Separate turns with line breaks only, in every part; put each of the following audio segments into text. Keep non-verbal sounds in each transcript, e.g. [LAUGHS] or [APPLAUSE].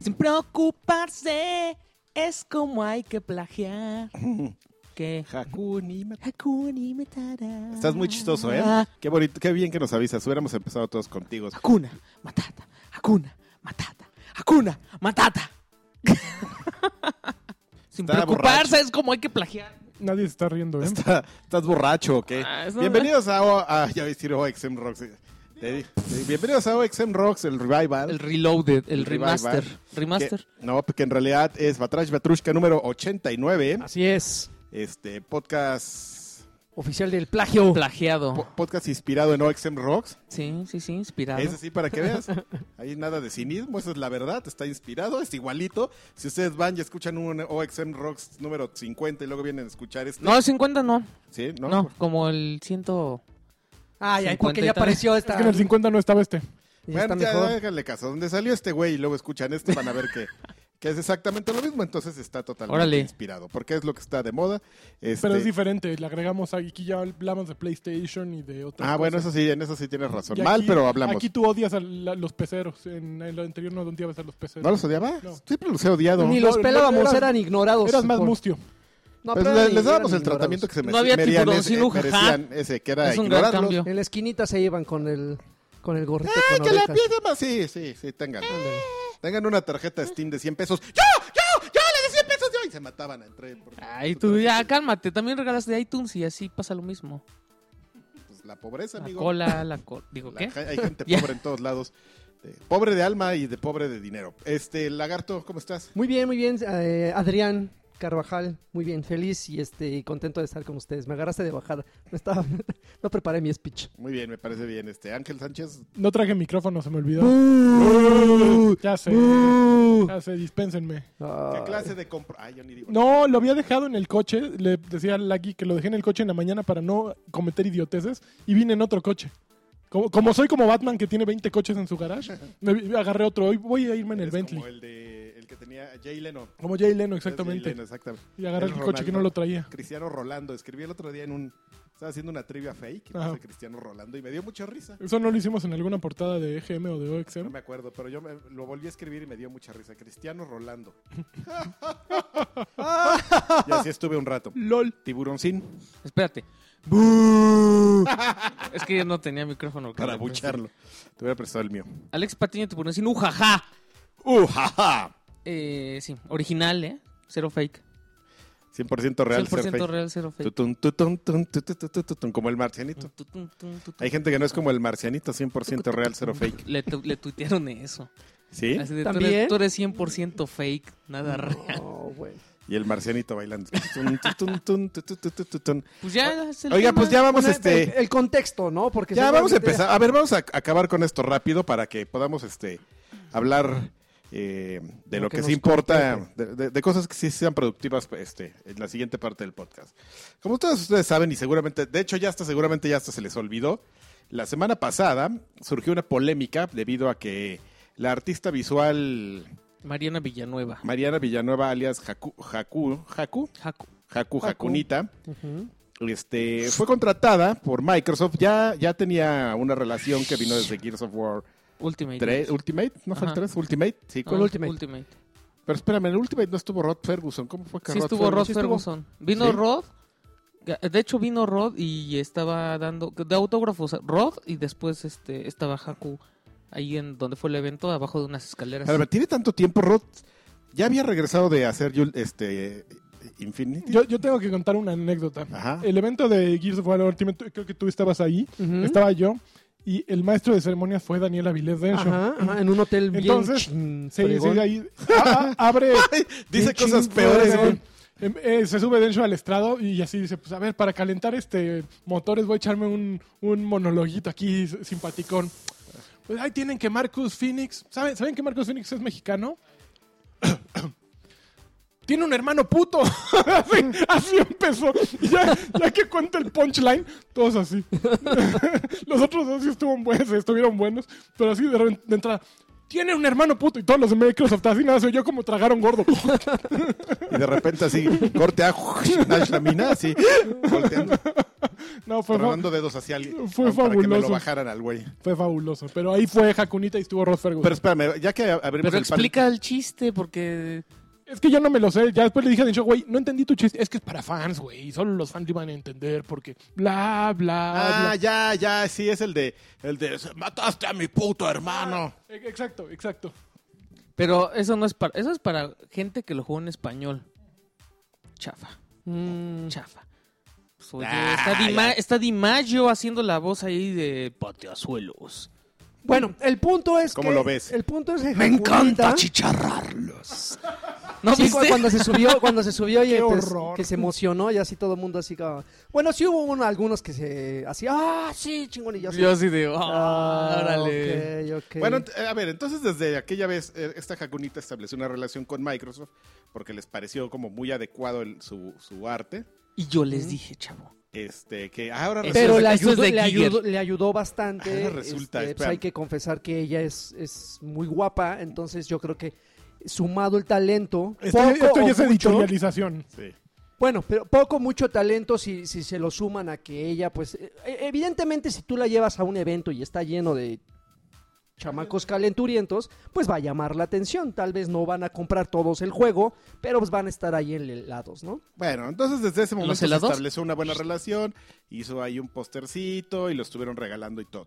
Sin preocuparse, es como hay que
[LAUGHS]
plagiar. que
Hakuni Matata.
Hakuni Ah, Matata.
Estás muy chistoso, ¿eh? Qué bonito, qué bien que nos avisas. Hubiéramos empezado todos contigo.
Hakuna Matata. Hakuna Matata. Hakuna Matata. [LAUGHS] Sin
Está
preocuparse,
borracho.
es como hay que plagiar.
Nadie se está riendo, ¿eh?
Está- ¿Estás borracho o qué?
Ah, eso-
Bienvenidos a, O- a- ya voy a decir OXM Rocks. Te di- te di- Bienvenidos a OXM Rocks, el revival.
El reloaded, el
Revival.
remaster. Remaster.
Que- no, porque en realidad es Batrash Batrushka número 89.
Ah.
Así es.
Este podcast
Oficial del plagio.
Plagiado.
po- podcast inspirado en OXM Rocks.
Sí, sí, sí, inspirado.
Es así para que veas. Hay nada de cinismo, esa es la verdad. Está inspirado, es igualito. Si ustedes van y escuchan un OXM Rocks número 50 y luego vienen a escuchar este.
No, 50 no.
¿Sí?
No,
¿No?
como el ciento.
Ay, ay,
50
porque
y
ya
tal.
apareció
Es
esta.
que en el 50 no estaba este.
ya está
Bueno, ya
mejor.
háganle caso. Donde salió este güey y luego escuchan este, van a ver
[LAUGHS]
que, que es exactamente lo mismo. Entonces está totalmente
Órale.
inspirado. Porque es lo que está de moda. Este,
Pero es diferente. Le agregamos ah, aquí ya hablamos de PlayStation y de otras
ah, bueno,
cosas.
eso sí, en eso sí tienes razón.
Y aquí-
Mal, pero hablamos.
Aquí tú odias a la- los peceros. En el anterior no odiabas a los peceros.
¿No los odiaba?
No.
Siempre los he odiado.
Ni
No,
los
no,
pelábamos,
eras-
eran ignorados.
Eras más
por-
mustio.
No,
Pues
pero
le-
eran-
les dábamos
eran
el tratamiento que
ignorados.
se me
No había
merecían
tiburoncino,
ese,
jajaja.
merecían ese, que era
Es un gran
ignorarlos.
cambio.
En la esquinita se iban con el, con el gorrito.
¡Ay, Ah,
con
que la
orejas.
pieza más! Sí, sí, sí, tengan.
Ándale.
Tengan una tarjeta Steam de 100 pesos. ¡Yo, yo, yo le di 100 pesos! Yo! Y se mataban entre...
Ay, tú ya cálmate. También regalaste iTunes y así pasa lo mismo.
Pues la pobreza,
La
amigo.
cola, la cola. Digo,
La
¿eh?
¿qué?
ge- hay
[LAUGHS]
gente
Ya.
pobre en todos lados. Eh, pobre de alma y de pobre de dinero. Este, Lagarto, ¿cómo estás?
Muy bien, muy bien, eh, Adrián Carvajal, muy bien, feliz y este y contento de estar con ustedes. Me agarraste de bajada, [LAUGHS] no estaba, no preparé mi speech.
Muy bien, me parece bien. Este, Ángel Sánchez.
No traje micrófono, se me olvidó. Ya sé. Ya sé, dispénsenme.
¿Qué
Ah,
clase de compra? Ay, yo ni digo.
No, lo había dejado en el coche. Le decía a Lucky que lo dejé en el coche en la mañana para no cometer idioteces. Y vine en otro coche. Como, como soy como Batman que tiene 20 coches en su garage, me vi- agarré otro. Hoy voy a irme en el
Eres
Bentley.
Como el, de, el que tenía Jay Leno. Eres
Como Jay Leno,
Jay
exactamente.
Leno, exactamente.
Y agarré el,
El
coche que
Ronaldo.
no lo traía.
Cristiano Rolando. Escribí el otro día en un. Estaba haciendo una trivia fake. y
Ajá.
puse Cristiano Rolando y me dio mucha risa.
Eso no lo hicimos en alguna portada de EGM o de
No
OXM.
me acuerdo, pero yo me- lo volví a escribir y me dio mucha risa.
[LAUGHS]
Cristiano Rolando. y así estuve un rato.
LOL.
Tiburoncín
Espérate. es que yo no tenía micrófono.
para
cabrón.
bucharlo. Te hubiera prestado el mío.
Alex Patiño te pone así, un jaja.
¡Uh, jaja!
Eh, sí, original, ¿eh? Cero fake.
100% real,
100%
ser fake.
real, cero fake. Mm,
Tutun, tutun, tun, tutun, tutun, tutun, como el marcianito.
Tu, tu, tu, tu, tu.
Hay gente que no es como el marcianito, 100% real, cero fake.
Le, tu- le tuitearon eso.
¿Sí?
Así de, tú
¿También?
eres, tú eres 100% fake, nada real.
no, güey.
Y el marcianito bailando. Tutun, tutun, tun, tutun, tutun, tutun.
Pues ya es el
Oiga,
tema.
pues ya vamos,
Una- el,
este...
el contexto, ¿no? Porque
Ya vamos a
seguramente-
empezar. A ver, vamos a acabar con esto rápido para que podamos este hablar eh, de lo,
Lo
que,
que
se
nos
importa, de, de- de cosas que sí sean productivas pues, este, en la siguiente parte del podcast. Como todos ustedes saben, y seguramente, de hecho, ya hasta seguramente ya hasta se les olvidó. La semana pasada surgió una polémica debido a que la artista visual
Mariana Villanueva.
Mariana Villanueva, alias Haku, Haku, Haku,
Jaco.
Haku Hakunita,
Ujú.
este, fue contratada por Microsoft. Ya, ya tenía una relación que vino desde Gears of War
Ultimate.
3. Ultimate, ¿no fue el
Ajá.
3? Ultimate, sí.
No,
¿Cuál Ultimate?
Pero espérame, en el Ultimate no estuvo Rod Ferguson. ¿Cómo fue que
Sí
Rod
estuvo Rod
Ferguson-
Ferguson. Vino
¿Sí?
Rod. De hecho vino Rod y estaba dando de autógrafos Rod y después este estaba Haku ahí en donde fue el evento abajo de unas escaleras.
A ver, ¿tiene tanto tiempo Rod? Ya había regresado de hacer Yul- este, Infinity.
Yo, yo tengo que contar una anécdota.
Ajá.
El evento de Gears of War Ultimate, tú- creo que tú estabas ahí.
Ujú.
Estaba yo. Y el maestro de ceremonias fue Daniel Avilés, de hecho.
Ajá, ajá, en un hotel bien
Entonces,
chin-
Sí,
fregón.
sí, ahí
Ah,
a- a- [LAUGHS] abre.
Dice
Qué
cosas
chingón,
peores.
Pero,
güey.
em, eh, se sube Dencho al estrado y así dice, pues a ver, para calentar este motores voy a echarme un, un monologuito aquí s- simpaticón. Pues ahí tienen que Marcus Phoenix, ¿saben, ¿saben que Marcus Phoenix es mexicano? [COUGHS] Tiene un hermano puto. [LAUGHS] así, así empezó. Y Ya, ya que cuenta el punchline, todos [LAUGHS] así. Los otros dos sí estuvieron buenos, estuvieron buenos, pero así de, re- de entrada. tiene un hermano puto y todos los de Microsoft así nada, soy yo como tragaron gordo.
Y de repente así, corte a Nash Lamina, así, volteando,
No, fue, fa-
tronando dedos hacia alguien.
Fue
Para que me lo
fabuloso.
bajaran al güey.
fue fabuloso. Pero ahí fue Jacunita y estuvo Rod Ferguson.
Pero espérame, ya que abrimos
Pero
el pan-
explica el chiste porque...
Es que yo no me lo sé. Ya después le dije a Dencho, güey, no entendí tu chiste. Es que es para fans, güey. Solo los fans lo iban a entender porque bla, bla,
Ah,
bla.
ya, ya, sí, es el de, el de, mataste a mi puto
Ah,
hermano.
E- Exacto, exacto.
Pero eso no es para... Eso es para gente que lo jugó en español. Chafa,
Mm,
chafa. Pues, oye,
Ah,
está, Di
ya.
Ma- está Di Maggio haciendo la voz ahí de pateazuelos.
Bueno, el punto es
¿Cómo
que-
lo ves?
El punto es que
Me encanta
Jacunita-
chicharrarlos.
¿No
Sí, cu-
viste?
cuando se subió, cuando
[LAUGHS]
se subió y
Qué
pues,
horror.
que se emocionó y así todo el mundo así como... Bueno, sí hubo uno- algunos que se así, ah, sí, chingón y yo así,
Yo así de... "Ah,
"Ah,
órale".
ok, ok.
Bueno, ent- eh, a ver, entonces desde aquella vez eh, esta Jacunita estableció una relación con Microsoft porque les pareció como muy adecuado el- su, su arte.
Y yo les dije, chavo.
Este, que ahora
Eso
pero
es-
le
eso es
ayudó,
de
le,
Giger.
ayudó, le ayudó bastante.
Ah, resulta,
este, pues,
espérame.
hay que confesar que ella es, es muy guapa, entonces yo creo que sumado el talento,
Esto,
poco
esto
o
ya es
mucho-
editorialización.
Sí.
Bueno, pero poco, mucho talento si, si se lo suman a que ella, pues, eh, evidentemente si tú la llevas a un evento y está lleno de chamacos calenturientos, pues va a llamar la atención. Tal vez no van a comprar todos el juego, pero pues van a estar ahí en helados, ¿no?
Bueno, entonces desde ese momento se
helados?
estableció una buena relación, hizo ahí un postercito y lo estuvieron regalando y todo.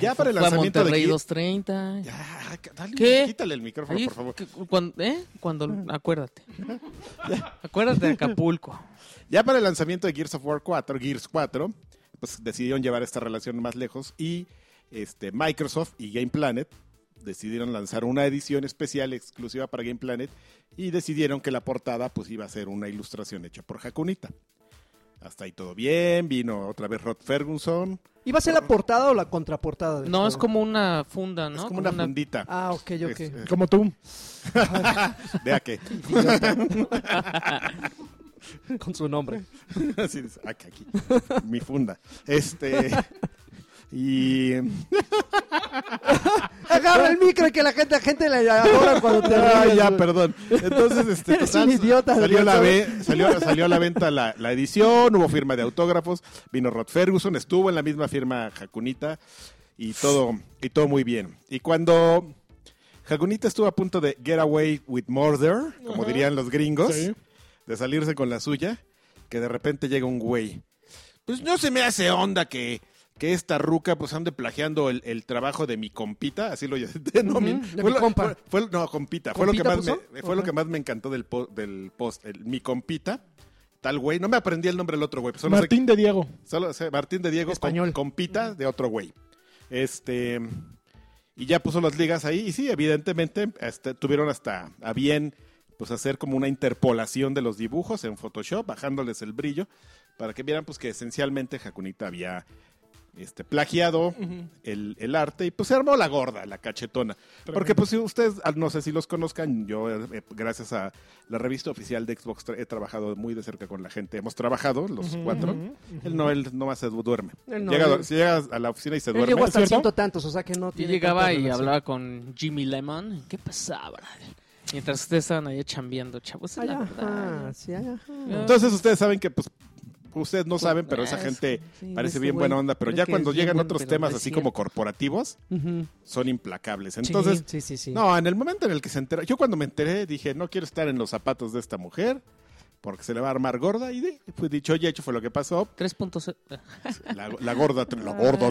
Ya
Ay,
para el
fue a
lanzamiento de
Monterrey
Kid-
230.
Ya, ca- dale,
¿Qué?
quítale el micrófono,
Ahí,
por favor.
que- cuando, ¿eh? Cuando-
[LAUGHS]
acuérdate. acuérdate de Acapulco.
Ya para el lanzamiento de Gears of War 4, Gears 4, pues decidieron llevar esta relación más lejos y este, Microsoft y Game Planet decidieron lanzar una edición especial exclusiva para Game Planet y decidieron que la portada pues iba a ser una ilustración hecha por Jacunita. Hasta ahí todo bien, vino otra vez Rod Ferguson,
¿Iba a ser la portada o la contraportada? del
No,
juego?
es como una funda, ¿no?
es como una fundita.
Ah, ok, ok.
Es- es-
Eh, Como tú.
vea que,
[LAUGHS] Con su nombre.
[LAUGHS] así es, aquí, aquí, mi funda. Este, y
[LAUGHS] Agarra el micro que la gente, la gente le adora cuando
[LAUGHS]
[LAUGHS] te
Ah,
ríes,
ya,
güey.
perdón. Entonces, este,
Eres un idiota,
salió, a la
güey.
ve- salió, salió a la venta la, la edición, hubo firma de autógrafos, vino Rod Ferguson, estuvo en la misma firma Jacunita y todo, y todo muy bien. Y cuando Jacunita estuvo a punto de get away with murder, como dirían los gringos,
Sí.
de salirse con la suya, que de repente llega un güey. Pues no se me hace onda que, que esta ruca pues ande plagiando el, el trabajo de mi compita, así lo [LAUGHS] denominan.
Ujú, de
Fue
mi
lo-
compa.
fue- fue- no, compita. Fue, lo que,
¿Compita
más me,
puso?
fue lo
Ajá.
que más me encantó del, po- del post. el- mi compita, tal güey. No me aprendí el nombre del otro güey. pues, Solo sé-
Martín de Diego.
solo sé Martín de Diego. com-
Español.
compita de otro güey. Este. Y ya puso las ligas ahí. Y sí, evidentemente este, tuvieron hasta a bien pues hacer como una interpolación de los dibujos en Photoshop, bajándoles el brillo, para que vieran pues que esencialmente Jacunita había este, plagiado el, el arte y pues se armó la gorda, la cachetona. Porque pues si ustedes, ah, no sé si los conozcan, yo eh, gracias a la revista oficial de Xbox tra- he trabajado muy de cerca con la gente, hemos trabajado los cuatro, él no, él nomás se du- duerme.
Él no,
llega, a-
él-
si llega a la oficina y se
Él
duerme.
llegó hasta el
¿cierto?
ciento tantos, o sea que no
Yo
tiene
llegaba
tanta
y
relación.
hablaba con Jimmy Lemon. ¿Qué pasaba, brother? Mientras ustedes estaban allá chambeando, chavos.
Ay,
la verdad. Ah,
ajá, sí, ay, ajá.
Entonces ustedes saben que pues ustedes no saben, pero esa
Ah,
gente
sí,
parece
este
bien
güey
buena onda, pero
cree
ya
que
cuando
es bien
llegan
bueno,
otros
pero
temas
no es
así como
cierto.
corporativos,
Ujú.
son implacables. Entonces,
sí, sí, sí, sí.
No, en el momento en el que se enteró, yo cuando me enteré dije, no quiero estar en los zapatos de esta mujer porque se le va a armar gorda. Y de- fue dicho y hecho, fue lo que pasó.
3.0.
La, la gorda, la gorda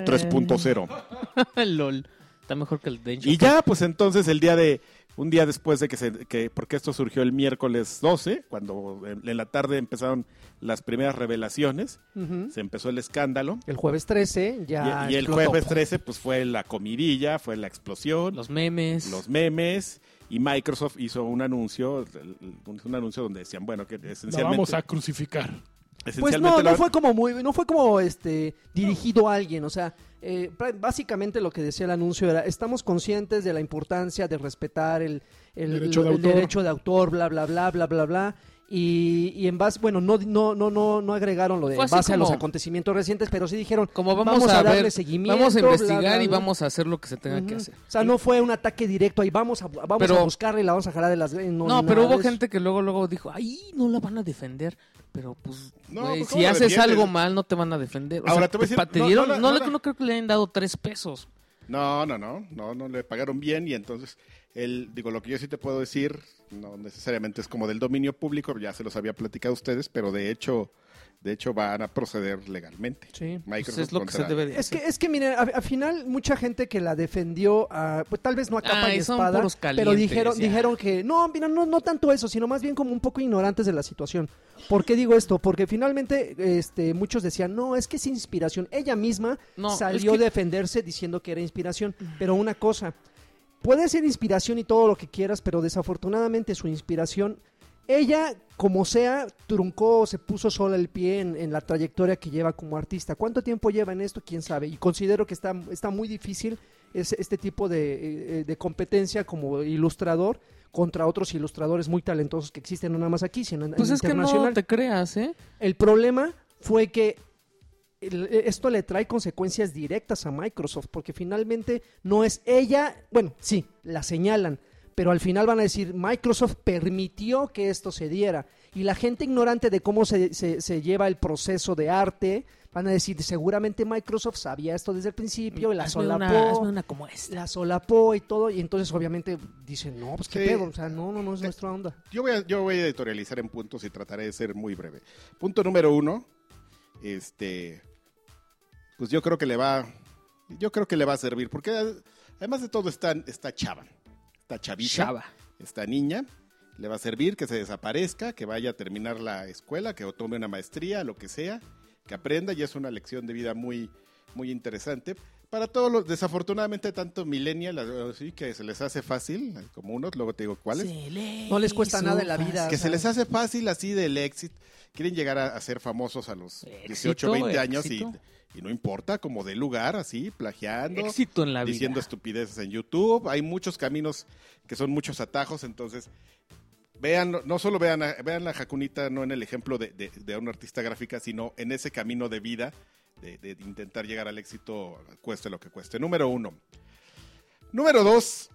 [LAUGHS]
3.0.
LOL. Está mejor que el Danger.
Y ya, pues entonces el día de, un día después de que se, que, porque esto surgió el miércoles 12, cuando en, en la tarde empezaron las primeras revelaciones,
Ujú.
se empezó el escándalo.
El jueves 13
Y,
ya.
y el
explotó.
jueves 13, pues fue la comidilla, fue la explosión.
Los memes.
los memes y Microsoft hizo un anuncio, un, un anuncio donde decían, bueno, que
La
esencialmente,
vamos a crucificar.
Pues
esencialmente
no, no
la-
fue como muy, no fue como este dirigido a alguien, o sea, eh, pra- básicamente lo que decía el anuncio era estamos conscientes de la importancia de respetar el, el-
Derecho de
el
autor.
derecho de autor, bla bla bla bla bla bla. Y, y en base, bueno, no, no, no, no, no agregaron lo de
Fue
en
así
base a los
como-
acontecimientos recientes, pero sí dijeron,
Como vamos, a,
darle
ver,
seguimiento.
vamos a
bla,
investigar
bla,
y
bla".
vamos a hacer lo que se tenga que
Ujú.
hacer.
O sea, no fue un ataque directo ahí, vamos a, vamos a
Pero-
buscarla y la vamos a jalar de las... eh, No,
No, pero
nada
hubo
de eso.
gente que luego luego dijo, ay, no la van a defender. Pero pues,
No,
güey,
pues, ¿cómo
si
la
haces
defiendes?
algo mal, no te van a defender. O
Ahora,
sea,
te voy a decir-
pa- te
no, no
dieron-
la-
no
no
le-
la-
no creo que le hayan dado tres pesos.
No, no, no, no, no le pagaron bien y entonces, él, digo, lo que yo sí te puedo decir, no necesariamente es como del dominio público, ya se los había platicado a ustedes, pero de hecho, de hecho van a proceder legalmente.
Sí.
Pues,
Microsoft
es lo que se
contra-
debe de
Es
hacer.
que, es que miren, a- al final mucha gente que la defendió, ah, pues tal vez no a capa
Ay,
y
son
espada,
puros
pero
calientes,
dijeron,
ya.
dijeron que no, mira, no, no tanto eso, sino más bien como un poco ignorantes de la situación. ¿Por qué digo esto? Porque finalmente este, muchos decían, no, es que es inspiración. Ella misma
No,
salió
es que-
a defenderse diciendo que era inspiración, pero una cosa, puede ser inspiración y todo lo que quieras, pero desafortunadamente su inspiración ella, como sea, truncó, se puso sola el pie en, en la trayectoria que lleva como artista. ¿Cuánto tiempo lleva en esto? ¿Quién sabe? Y considero que está, está muy difícil ese- este tipo de, eh, de competencia como ilustrador contra otros ilustradores muy talentosos que existen no nada más aquí, sino en,
Pues
en
es que no
internacional.
te creas, ¿eh?
El problema fue que el- e, esto le trae consecuencias directas a Microsoft, porque finalmente no es ella, bueno, sí, la señalan, pero al final van a decir, Microsoft permitió que esto se diera. Y la gente ignorante de cómo se, se- se lleva el proceso de arte, van a decir, seguramente Microsoft sabía esto desde el principio, y la
hazme,
solapó
una, hazme una como esta.
la solapó y todo, y entonces obviamente dicen, no, pues qué
Sí.
pedo, o sea, no, no, no es nuestra onda.
Yo voy, a, yo voy a editorializar en puntos y trataré de ser muy breve. Punto número uno, este, pues yo creo que le va, yo creo que le va a servir, porque ad- además de todo está, está chava, está chavita,
Chava.
esta niña, le va a servir que se desaparezca, que vaya a terminar la escuela, que tome una maestría, lo que sea, que aprenda y es una lección de vida muy, muy interesante. Para todos los, desafortunadamente, tanto millennial, así que se les hace fácil, eh, como unos, luego te digo cuáles,
No les cuesta nada en la vida.
que
o
se
sea.
les hace fácil así del éxito. Quieren llegar a, a ser famosos a los 18,
Éxito,
20 años y,
éxito.
y no importa, como de lugar, así, plagiando,
Éxito en la vida.
diciendo estupideces en YouTube. Hay muchos caminos que son muchos atajos, entonces vean, no solo vean a, vean a Jacunita no en el ejemplo de, de, de una artista gráfica, sino en ese camino de vida, de, de intentar llegar al éxito, cueste lo que cueste. Número uno. Número dos.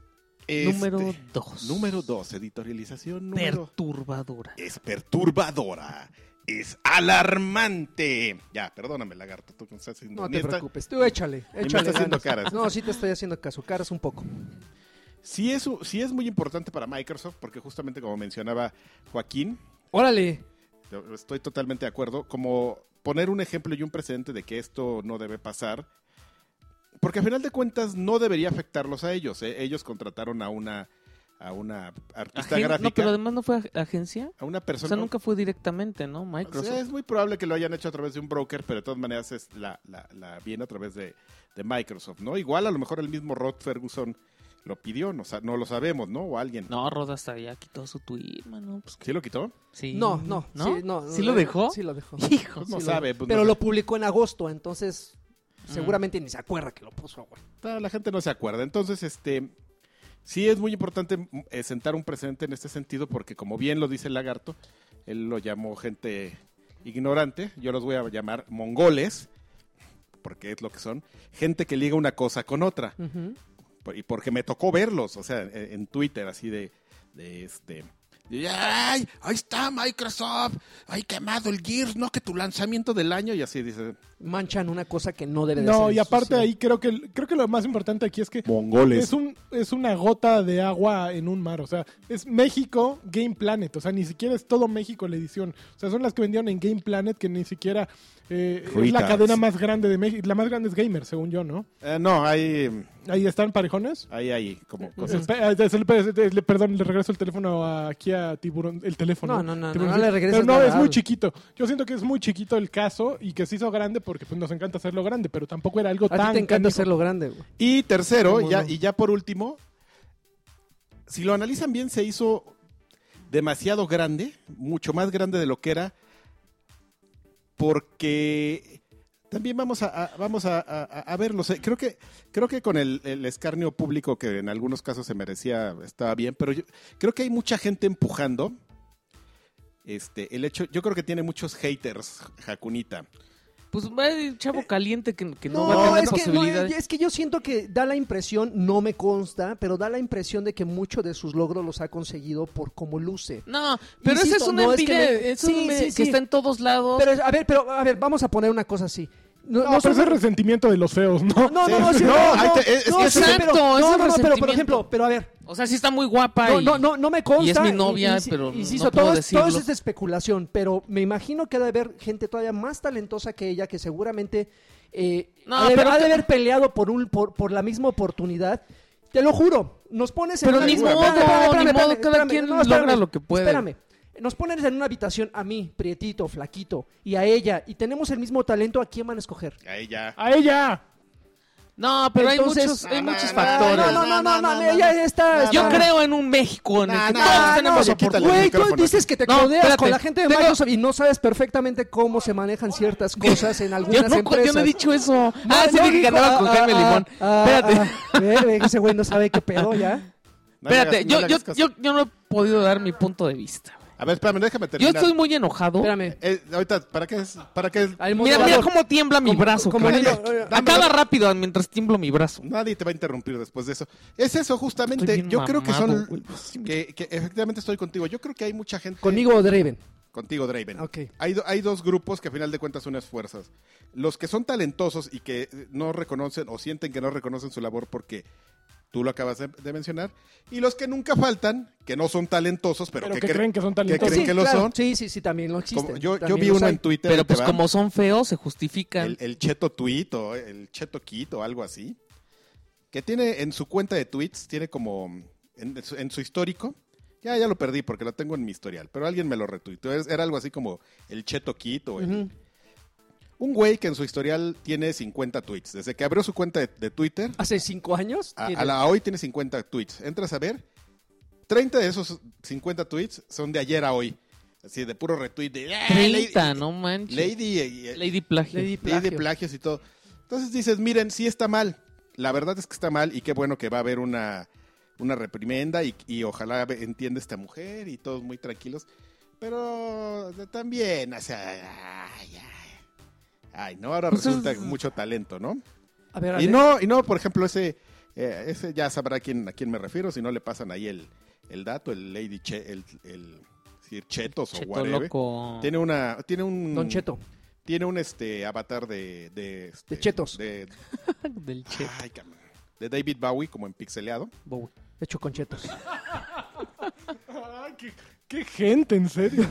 este,
Número dos.
Número dos, editorialización número
Perturbadora.
es perturbadora. Es alarmante. Ya, perdóname, lagarto. Tú me estás haciendo.
No
ni
te
esta-
preocupes, tú échale,
ni me
échale
estás haciendo
ganas.
caras.
No, sí te estoy haciendo caso, caras un poco.
Sí, es, u- sí es muy importante para Microsoft, porque justamente como mencionaba Joaquín,
Órale.
yo estoy totalmente de acuerdo, como poner un ejemplo y un precedente de que esto no debe pasar, porque a final de cuentas no debería afectarlos a ellos. ¿eh? Ellos contrataron a una, a una artista
Agen-
gráfica,
No, pero además no fue ag- agencia.
a una
O
persona.
sea, nunca fue directamente, ¿no?
O sea,
Microsoft.
es muy probable que lo hayan hecho a través de un broker, pero de todas maneras es la, la, la viene a través de, de Microsoft, ¿no? Igual a lo mejor el mismo Rod Ferguson lo pidió, no, sa- no lo sabemos, ¿no? O alguien.
No, Roda hasta ya quitó su tweet, mano. Pues,
¿Sí lo quitó?
sí.
No, no, sí, no.
¿Sí lo dejó?
Sí lo dejó.
Hijo.
Pues no
Sí lo-
sabe. pues no
Pero
sabe.
lo publicó en agosto, entonces seguramente ni se acuerda que lo puso, güey.
Ta- Ah, La gente no se acuerda. Entonces, este... Sí es muy importante mm, eh, sentar un precedente en este sentido porque, como bien lo dice el lagarto, él lo llamó gente ignorante, yo los voy a llamar mongoles, porque es lo que son, gente que liga una cosa con otra. Por- y porque me tocó verlos, o sea, en, en Twitter, así de, de este. de, ¡Ay! Ahí está Microsoft. ¡Ay, quemado el Gears! No, que tu lanzamiento del año. Y así dice.
Manchan una cosa que no debe de ser.
No,
en
y
su
aparte
ciudad.
ahí creo que, creo que lo más importante aquí es que
Mongoles.
es, un, es una gota de agua en un mar. O sea, es México Game Planet. O sea, ni siquiera es todo México la edición. O sea, son las que vendieron en Game Planet que ni siquiera eh, es la
Retards.
cadena más grande de México. La más grande es Gamer, según yo, ¿no?
Eh, no, hay.
Ahí están parejones.
Hay, hay,
[LAUGHS]
como cosas.
Espe- eh, es el- es- es- le- perdón, le regreso el teléfono a- aquí a Tiburón. El teléfono.
No, no, no, no,
Tiburón,
no
sí.
le regreses
Pero no,
nada,
es muy
habla.
chiquito. Yo siento que es muy chiquito el caso y que se hizo grande porque pues, nos encanta hacerlo grande, pero tampoco era algo
A
tan.
ti te encanta
canijo.
hacerlo grande, güey.
Y tercero,
¿Cómo
ya,
no?
y ya por último, si lo analizan bien, se hizo demasiado grande, mucho más grande de lo que era, porque también vamos a, a- vamos a, a- a verlo. Se- Creo que, creo que con el, el escarnio público que en algunos casos se merecía, estaba bien, pero yo creo que hay mucha gente empujando Este, el hecho, yo creo que tiene muchos haters, Jacunita.
Pues va el chavo caliente que, que no,
Eh, No,
va a tener
es que, no,
posibilidades.
es que yo siento que da la impresión, no me consta, pero da la impresión de que mucho de sus logros los ha conseguido por cómo luce.
No, pero esa es
Insisto,
una
no, es que
envidia,
me-
es una
sí,
envidia
sí,
que
sí.
está en todos lados.
Pero, a ver, pero, a ver, vamos a poner una cosa así. No,
No,
no
pero
son-
ese es resentimiento de los feos, ¿no?
no, no, no,
Sí.
sí,
No,
no,
ahí
no,
te- es-
no,
es que
sí,
ese-
pero-
Exacto, es
no,
un
no, no, pero por
resentimiento.
ejemplo, pero a ver,
o sea, sí está muy guapa
No,
y
no, no, no me consta.
y es mi novia,
insi-
pero no
insisto,
puedo
todo, es, todo
decirlo.
es de especulación, pero me imagino que ha de haber gente todavía más talentosa que ella que seguramente eh,
No,
ha, de,
pero
ha de
te-
haber peleado por, un, por, por la misma oportunidad. Te lo juro, nos pones en
Pero
una...
ni
espérame,
modo,
espérame, espérame,
ni modo,
espérame,
cada
espérame,
quien
no, espérame,
logra lo que puede.
Espérame. Nos pones en una habitación a mí, prietito, flaquito, y a ella, y tenemos el mismo talento, ¿a quién van a escoger?
Ahí ya.
¡A ella!
No, pero hay
Entonces-
muchos, hay
No, no,
muchos
no,
factores.
Ah, No, no, no, no, no, ella está... está-
Yo creo en un México en
No,
el que
no,
todos tenemos
no, no,
oportunidades.
quítale. el
Güey, tú
micrófono.
dices que te
No,
codeas
espérate,
con la gente de
tengo-
Microsoft y no sabes perfectamente cómo se
[LAUGHS]
manejan ciertas cosas en algunas
Yo no,
empresas.
yo no he dicho eso.
No,
ah, sí
no,
dije que
dijo,
andaba
ah,
con
ah,
Jaime
ah,
Limón.
ah,
Espérate,
ah, ve, ve, ese güey no sabe qué
[LAUGHS]
pedo ya.
No le
espérate.
hagas- no
yo,
le
yo,
hagas caso.
yo, yo no he podido dar mi punto de vista.
A ver, espérame, déjame
Yo
terminar.
estoy muy enojado.
Espérame.
Eh, ahorita, ¿para qué? es- ¿Para qué? es-
Al
Mira, mira
moderador.
cómo tiembla mi brazo.
como
cabrón.
niño, oye,
dame-
Acaba rápido mientras tiemblo mi brazo.
Nadie te va a interrumpir después de eso. Es eso,
Estoy
justamente.
bien
Yo creo que
mamado,
son.
güey. Sí, me-
Que, que efectivamente estoy contigo. Yo creo que hay mucha gente.
Conmigo o Draven.
Contigo, Draven.
Ok.
Hay, do- hay dos grupos que a final de cuentas unen fuerzas. Los que son talentosos y que eh, no reconocen o sienten que no reconocen su labor porque tú lo acabas de, de mencionar. Y los que nunca faltan, que no son talentosos, pero,
Pero que creen que son
Que
talentosos.
creen
Sí,
que lo
claro.
son.
Sí, sí, sí, también lo existe.
Como- yo, yo
También
vi
los
uno
hay.
en Twitter.
Pero
que
pues
va,
como son feos, se justifican.
El, el Cheto Tweet o el Cheto Kit o algo así. Que tiene en su cuenta de tweets, tiene como. En, su, en su histórico. Ya, ya lo perdí porque lo tengo en mi historial. Pero alguien me lo retuiteó. Es- Era algo así como el Cheto Kit o el.
Ujú.
Un güey que en su historial tiene 50 tweets. Desde que abrió su cuenta de, de Twitter,
Hace cinco años.
a,
tiene-
a la hoy tiene 50 tweets. Entras a ver, 30 de esos 50 tweets son de ayer a hoy. Así de puro retweet de... "Ah,
30,
Lady-
no manches. Eh, Lady,
Lady, eh, eh,
plagio.
Lady
ley de
plagio.
plagios y todo. Entonces dices, miren, sí está mal. La verdad es que está mal y qué bueno que va a haber una, una reprimenda y, y ojalá ve- entienda esta mujer y todos muy tranquilos. Pero de- también, o sea, ay, ay. Ay, no, ahora
Pues
resulta
es-
mucho talento, ¿no?
A ver, a
Y
ver.
no, y no, por ejemplo, ese, eh, ese ya sabrá a quién, a quién me refiero, si no le pasan ahí el, el dato, el Lady Che, el, el Sir Chetos o
Cheto
whatever.
loco.
Tiene una, tiene un
Don Cheto.
tiene un este avatar de de, este,
De chetos.
de,
Del Cheto.
ay, cabrón, de David Bowie como en pixeleado
Bowie.
Hecho con chetos.
Ah, qué, qué gente, en serio.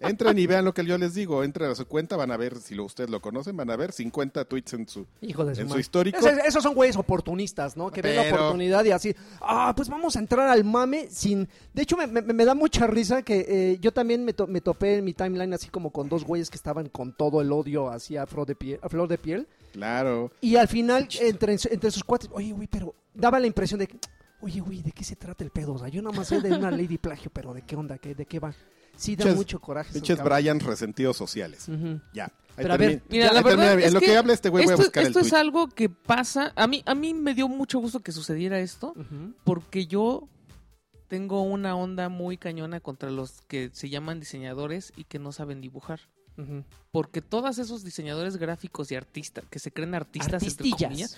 entren y vean lo que yo les digo entren a su cuenta van a ver si lo, ustedes lo conocen van a ver 50 tweets en su
Hijo de su
En su
madre.
histórico.
Ese- esos son güeyes oportunistas, ¿no? Que ven la
Pero-
oportunidad y así, ah, pues vamos a entrar al mame sin... De hecho, me, me- me da mucha risa que eh, yo también me, to- me topé en mi timeline así como con dos güeyes que estaban con todo el odio así a, flor de piel, a flor de piel.
claro
Y al final, entre, entre sus cuates, oye, güey, pero daba la impresión de, que, oye, güey, ¿de qué se trata el pedo? O sea, yo nada más sé de una lady plagio, pero ¿de qué onda? ¿Qué- ¿De qué va? Sí, da
Pinches-
mucho coraje. esos
pinches
cabrones.
Brian resentidos sociales
Ujú.
ya ahí
Pero a ver,
termina-
Mira,
ahí
la
termina.
verdad
en
es
lo que,
que
habla este güey voy a
esto,
buscar
esto
el
es
tweet
algo que pasa. A mí, a mí me dio mucho gusto que sucediera esto
Ujú.
porque yo tengo una onda muy cañona contra los que se llaman diseñadores y que no saben dibujar.
Ujú.
Porque todos esos diseñadores gráficos y artistas que se creen artistas, entre
Artistillas.
comillas,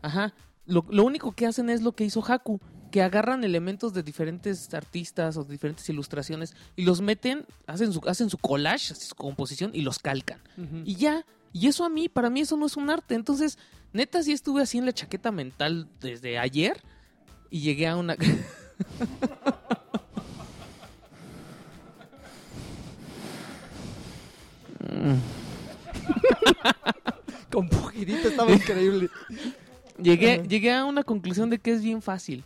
ajá, lo, lo único que hacen es lo que hizo Haku, que agarran elementos de diferentes artistas o diferentes ilustraciones y los meten, hacen su, hacen su collage, su composición y los calcan.
Ujú.
Y ya, y eso a mí, para mí eso no es un arte. Entonces, neta, sí estuve así en la chaqueta mental desde ayer y llegué a una... [LAUGHS]
Con Pujidita estaba increíble.
llegué, llegué a una conclusión de que es bien fácil.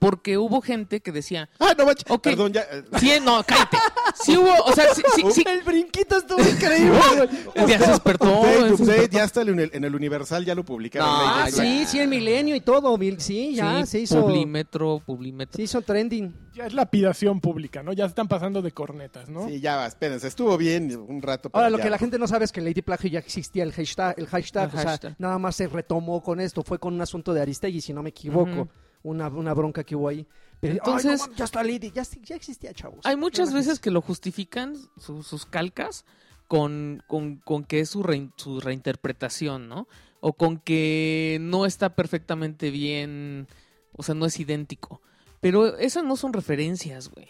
Porque hubo gente que decía,
ah no manches
Ok.
perdón ya eh,
Sí, no, cállate. Sí hubo, o sea, sí, sí, sí.
El brinquito estuvo increíble.
Ya se despertó.
update,
se
update,
despertó.
ya está en el, en el universal ya lo publicaron
No,
Lady
Ah,
Gaga.
sí, sí, el milenio y todo. Bill. Sí, ya se hizo.
Publimetro, publimetro.
Se hizo trending.
Ya es lapidación pública, ¿no? Ya se están pasando de cornetas, ¿no?
sí ya va, espérense estuvo bien un rato pero
Ahora, lo
ya.
que la gente no sabe es que en Lady Plagio ya existía el hashtag, el hashtag,
El
o sea,
hashtag.
nada más se retomó con esto. Fue con un asunto de Aristegui, si no me equivoco.
Ujú.
una, una bronca que hubo ahí. Pero, Entonces,
Entonces-
ya está Lady, ya, ya existía, chavos.
Hay muchas
Relájense.
veces que lo justifican su- sus calcas con, con, con que es su, rein- su reinterpretación, ¿no? O con que no está perfectamente bien, o sea, no es idéntico. Pero esas no son referencias, güey.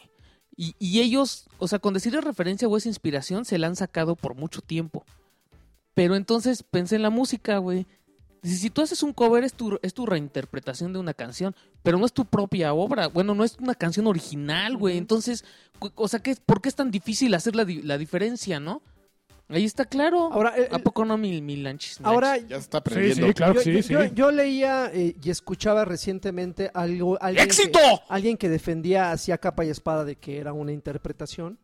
Y, y ellos, o sea, con decirle referencia o es inspiración, se la han sacado por mucho tiempo. Pero entonces pensé en la música, güey. Si, si tú haces un cover, es tu, es tu reinterpretación de una canción, pero no es tu propia obra. Bueno, no es una canción original, güey.
Ujú.
Entonces, cu- o sea, ¿qué, ¿por qué es tan difícil hacer la, di- la diferencia, no? Ahí está claro.
Ahora, eh,
¿A poco no, mi, mi lanchis?
ahora
Ya se está
Sí,
aprendiendo.
sí, claro que
yo,
sí,
yo-
sí.
yo- yo leía eh, y escuchaba recientemente algo. Alguien
¡Éxito!
Que, alguien que defendía hacia capa y espada de que era una interpretación.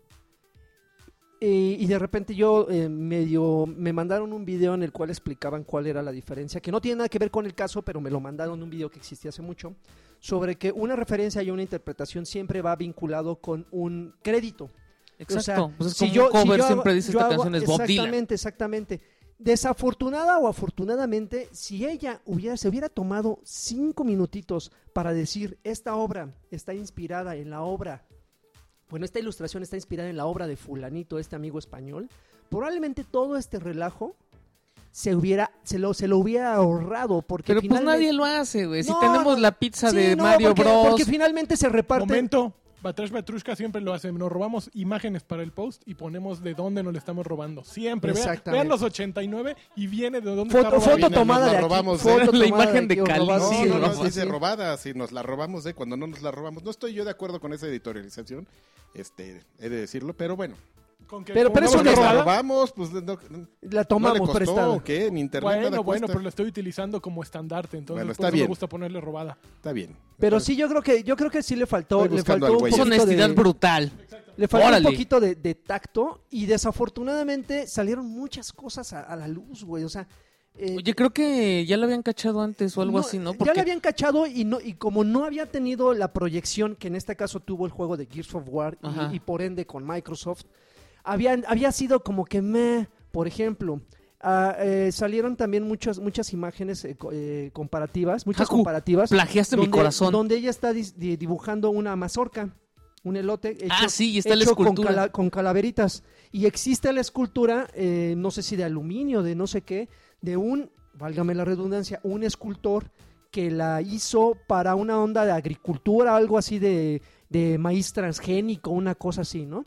Y, y de repente yo eh, medio me mandaron un video en el cual explicaban cuál era la diferencia, que no tiene nada que ver con el caso, pero me lo mandaron un video que existía hace mucho, sobre que una referencia y una interpretación siempre va vinculado con un crédito.
Exacto.
O sea,
pues es
si
como
yo-
un cover,
si yo
siempre
hago-
dice
yo
esta
hago-
canción es Bob Dylan.
Exactamente, exactamente. Desafortunada o afortunadamente, si ella hubiera, se hubiera tomado cinco minutitos para decir esta obra está inspirada en la obra, bueno, esta ilustración está inspirada en la obra de fulanito, este amigo español, probablemente todo este relajo se hubiera, se lo, se lo hubiera ahorrado porque
Pero pues
finalmente-
nadie lo hace, güey. Si
No,
tenemos
no.
la pizza
Sí,
de
no,
Mario
porque,
Bros.
porque finalmente se reparten
Momento. Batrash Batrushka siempre lo hace. Nos robamos imágenes para el post y ponemos de dónde nos le estamos robando. Siempre. Vean,
Exactamente.
vean los 89 y viene de dónde está
foto,
robado.
foto
Viene,
tomada
nos
de
la
aquí,
robamos,
foto
¿eh?
La
tomada
imagen de
aquí, o
Cali.
robada,
Sí,
No,
sí,
no, no,
sí,
dice
sí.
robada, si nos la robamos, ¿eh? Cuando no nos la robamos. No estoy yo de acuerdo con esa editorialización, este, he de decirlo, pero bueno.
Con que
Pero- pero
No,
es
pongamos
una
nos
que
la
robada.
robamos, pues no, no
La
le
tomamos
costó,
prestada.
¿o ¿qué? En internet nada
Bueno, bueno,
cuesta.
pero lo estoy utilizando como estandarte, entonces
Bueno,
por
está
eso
bien.
me gusta ponerle robada.
Está bien.
Pero sí, yo creo que yo creo que sí le faltó,
Estoy
le
buscando
faltó
al
un
güey. ¿eh?
Es
poquito
pues, honestidad
de,
brutal.
le faltó
Órale.
un poquito de, de tacto y desafortunadamente salieron muchas cosas a, a la luz, güey. O sea, eh,
Oye, creo que ya lo habían cachado antes o algo así, ¿no?
Ya le habían cachado y no y como no había tenido la proyección que en este caso tuvo el juego de Gears of War y-
Ajá.
y, por ende con Microsoft, habían, había sido como que me, por ejemplo. ah, eh, salieron también muchas muchas imágenes eh, co- eh, comparativas, muchas
Haku,
comparativas.
plagiaste mi
donde-
corazón.
Donde ella está dis- di- dibujando una mazorca, un elote hecho,
Ah, sí, y está la
hecho con,
escultura.
cala- con calaveritas. Y existe la escultura, eh, no sé si de aluminio, de no sé qué, de un, válgame la redundancia, un escultor que la hizo para una onda de agricultura, algo así de, de maíz transgénico, una cosa así, ¿no?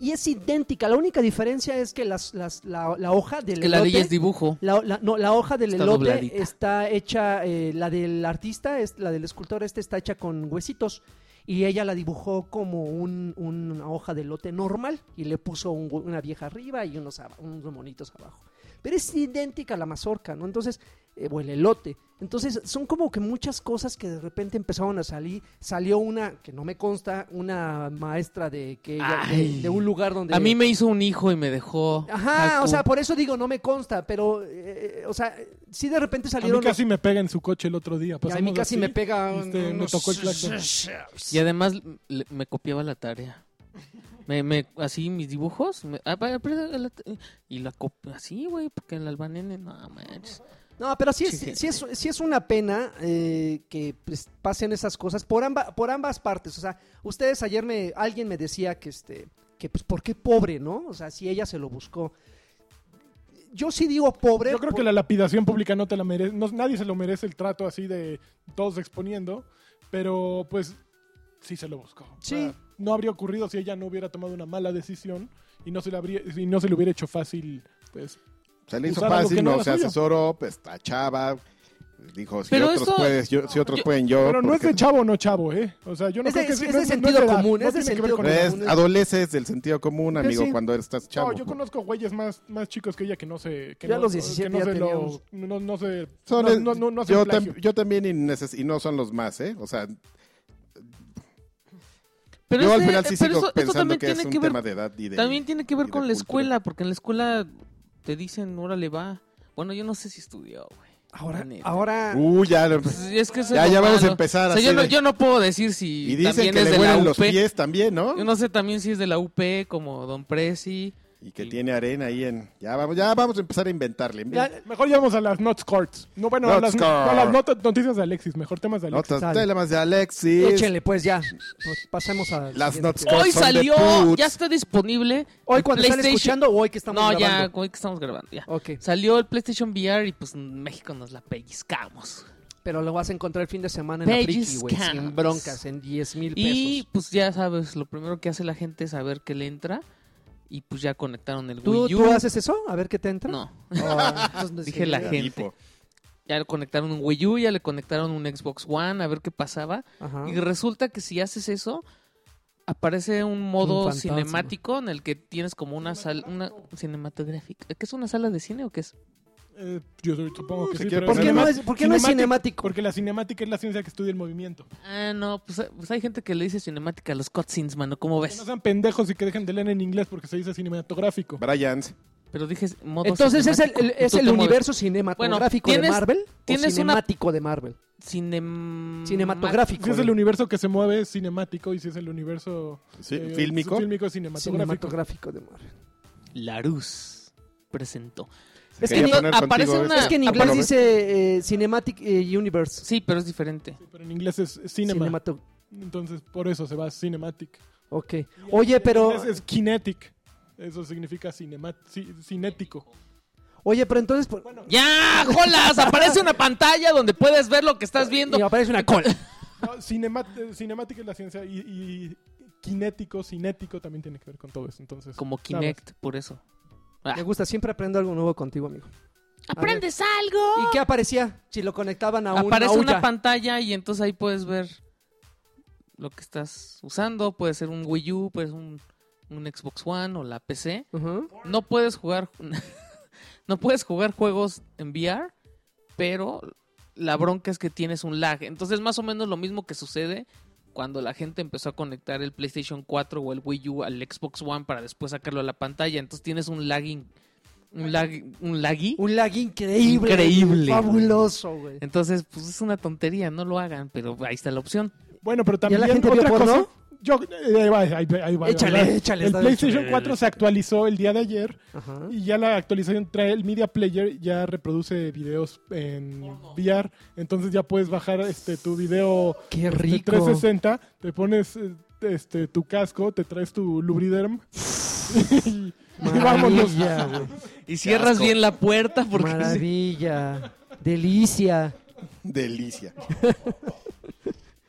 Y es idéntica, la única diferencia es que las, las- la, la hoja del
Que la ley
elote-
es dibujo.
la, la- no, la hoja del
Está
elote
dobladita.
está hecha, eh, la del artista, es, la del escultor este está hecha con huesitos y ella la dibujó como un- una hoja de elote normal y le puso un hue- una vieja arriba y unos, aba- unos monitos abajo. Pero es idéntica a la mazorca, ¿no? Entonces, eh, o el elote. Entonces, son como que muchas cosas que de repente empezaron a salir. Salió una, que no me consta, una maestra de, que ella- de-
Ay.
de un lugar donde...
A mí me hizo un hijo y me dejó.
Ajá,
Haku.
o sea, por eso digo, no me consta, pero, eh, o sea, sí de repente
A
salieron...
mí casi me pega en su coche el otro día.
los- y a mí
pasamos
casi
Pues
me
así,
pega...
este, me
unos-
tocó el claxon.
Y además le- me copiaba la tarea. Me, me- así mis dibujos. me- ah, pa- pre- la- y la copia así, güey, porque el albanene, no manches.
No, pero sí es,
Sí, sí.
sí es, sí es una pena eh, que pues, pasen esas cosas por, amba- por ambas partes. O sea, ustedes ayer me, alguien me decía que, este, que pues, ¿por qué pobre, no? O sea, si ella se lo buscó. Yo sí digo pobre.
Yo creo
por-
que la lapidación pública no te la merece, no- nadie se lo merece el trato así de todos exponiendo, pero pues sí se lo buscó. O sea,
Sí.
no habría ocurrido si ella no hubiera tomado una mala decisión y no se le habría, y no se le hubiera hecho fácil, pues.
Se le hizo
Usar algo que
fácil,
no
no,
era
se
suyo.
asesoró, pues está chava. Dijo, si
Pero
otros,
eso-
puedes, yo- si otros
yo-
pueden yo.
Pero no es
porque-
de chavo no chavo, ¿eh? O sea, yo no
Es
creo
de-
que
es-
sí-
es de
no- no- no
sentido
de edad,
común,
no
es de
tiene que ver
sentido
con
común.
edad.
Ves, pues, adoleces del sentido común,
Pues
amigo,
sí.
cuando estás chavo.
No, yo conozco güeyes más, más chicos que ella que no se. Que
Ya
no,
a los 17
que no
ya
se
teníamos.
lo. No, no se.
Son
no,
el-
no- no- no hacen
yo, tam-
plagio.
yo también, y, neces- y no son los más, ¿eh? O sea,
Pero,
yo al
este-
final sí
pero
sigo
eso- esto
pensando
también
que es
tiene
un
que ver
tema de edad y de.
También tiene que ver
y de
con la
cultura.
escuela, porque en la escuela te dicen, órale, va. Bueno, yo no sé si estudió, güey. La
Ahora,
neta.
ahora
Uh, ya. lo-
Pues, Es que eso
Ya-
es lo
ya vamos a
malo.
empezar
O sea, yo,
así
no,
de-
yo no puedo decir si
Y dicen
también
que
es
le
de la
huelen los
UP.
pies también, ¿no?
Yo no sé también si es de la UP, como Don Prezi,
Y que tiene arena ahí en. Ya vamos, ya vamos a empezar a inventarle.
Ya-
Mejor llevamos a las not courts. No, bueno, a
Not
las,
score.
no, a las not- noticias de Alexis. Mejor temas de Alexis.
Notas,
sale.
temas de Alexis.
Échenle, pues ya. Nos pasemos a.
Las
siguiente
notes.
tema.
Son
Hoy
de
salió,
puts.
ya está disponible.
Hoy
el
cuando están
PlayStation-
escuchando o hoy que estamos
No,
grabando.
ya, hoy que estamos grabando, ya.
Ok.
Salió el PlayStation VR y pues en México nos la pellizcamos.
Pero lo vas a encontrar el fin de semana en la
Pages
Friki, güey. Sin
Cans.
broncas, en 10 mil pesos.
Y pues ya sabes, lo primero que hace la gente es saber que le entra y pues ya conectaron el
¿Tú,
Wii U.
tú haces eso? A ver qué te entra.
No,
[LAUGHS] Ah, entonces me
Dije
dije,
la
"Mira".
gente. ya le conectaron un Wii U, ya le conectaron un Xbox One, a ver qué pasaba.
Ajá.
Y resulta que si haces eso, aparece un modo
fantasma.
cinemático en el que tienes como una sala, una cinematográfica. ¿Qué es una sala de cine o qué es?
Eh, yo supongo que
Se
sí.
Uh, quiere
pero
¿Por qué,
Cinema-
no es, por qué no es
Cinematic-
cinemático?
Porque la cinemática es la ciencia que estudia el movimiento.
Ah, no, pues, pues hay gente que le dice cinemática a los cutscenes, mano, ¿cómo
Que
ves?
no sean pendejos y que dejen de leer en inglés porque se dice cinematográfico.
Brian.
Pero dije modo
Entonces es el, el-
cinemático.
es
Tú
el
te mueves.
universo cinematográfico de
tienes-
Marvel. o
tienes una- Mm,
cinemático de Marvel.
Cinem-
Cinematográfico.
Si es el
güey.
universo que se mueve, es cinemático. Y si es el universo
Sí,
eh,
fílmico.
fílmico, es cinematográfico.
cinematográfico de Marvel.
Larus presentó.
Se
Es que
quería
ni-
poner
aparece
contigo,
una-
este.
Es que en
Ah,
inglés
bueno,
dice eh, Cinematic eh, Universe.
Sí, pero es diferente.
Pero en inglés es cinema.
Cinemato-
Entonces, por eso se va a cinematic.
Ok. Oye, pero.
Es, es kinetic. Eso significa cinema, ci- cinético.
Oye, pero entonces. por-
¡Ya, jolas! Aparece una pantalla donde puedes ver lo que estás viendo.
Y aparece una cola.
No, cinema- eh, cinemática es la ciencia y, y kinético, cinético también tiene que ver con todo eso. Entonces,
Como
nada más.
Kinect, por eso. Ah.
Me gusta, siempre aprendo algo nuevo contigo, amigo.
¡Aprendes algo!
¿Y qué aparecía? Si lo conectaban a un-
Aparece
a
una
olla.
pantalla y entonces ahí puedes ver lo que estás usando. Puede ser un Wii U, puede ser un, un Xbox One o la PC.
Ujú.
No puedes jugar. [LAUGHS] no puedes jugar juegos en VR, pero la bronca es que tienes un lag. Entonces, más o menos lo mismo que sucede cuando la gente empezó a conectar el PlayStation 4 o el Wii U al Xbox One para después sacarlo a la pantalla. Entonces tienes un lagging. Un lag. Un laggy.
Un lag increíble.
Increíble,
Fabuloso, güey.
Entonces, pues es una tontería, no lo hagan, pero ahí está la opción.
Bueno, pero
la
también
gente vio
otra
porno?
cosa. Yo, eh, ahí va, ahí va, ahí va,
Échale,
ahí va.
échale,
El
dale,
PlayStation
échale.
4 se actualizó el día de ayer
Ajá.
y ya la actualización trae el Media Player, ya reproduce videos en VR, entonces ya puedes bajar este tu video
Qué
este,
rico.
360, te pones eh, este tu casco, te traes tu Lubriderm [LAUGHS] y, y vámonos.
Maravilla, güey.
[LAUGHS]
Y cierras bien la puerta porque sí.
Maravilla. Delicia.
[LAUGHS]
[LAUGHS]
Delicia.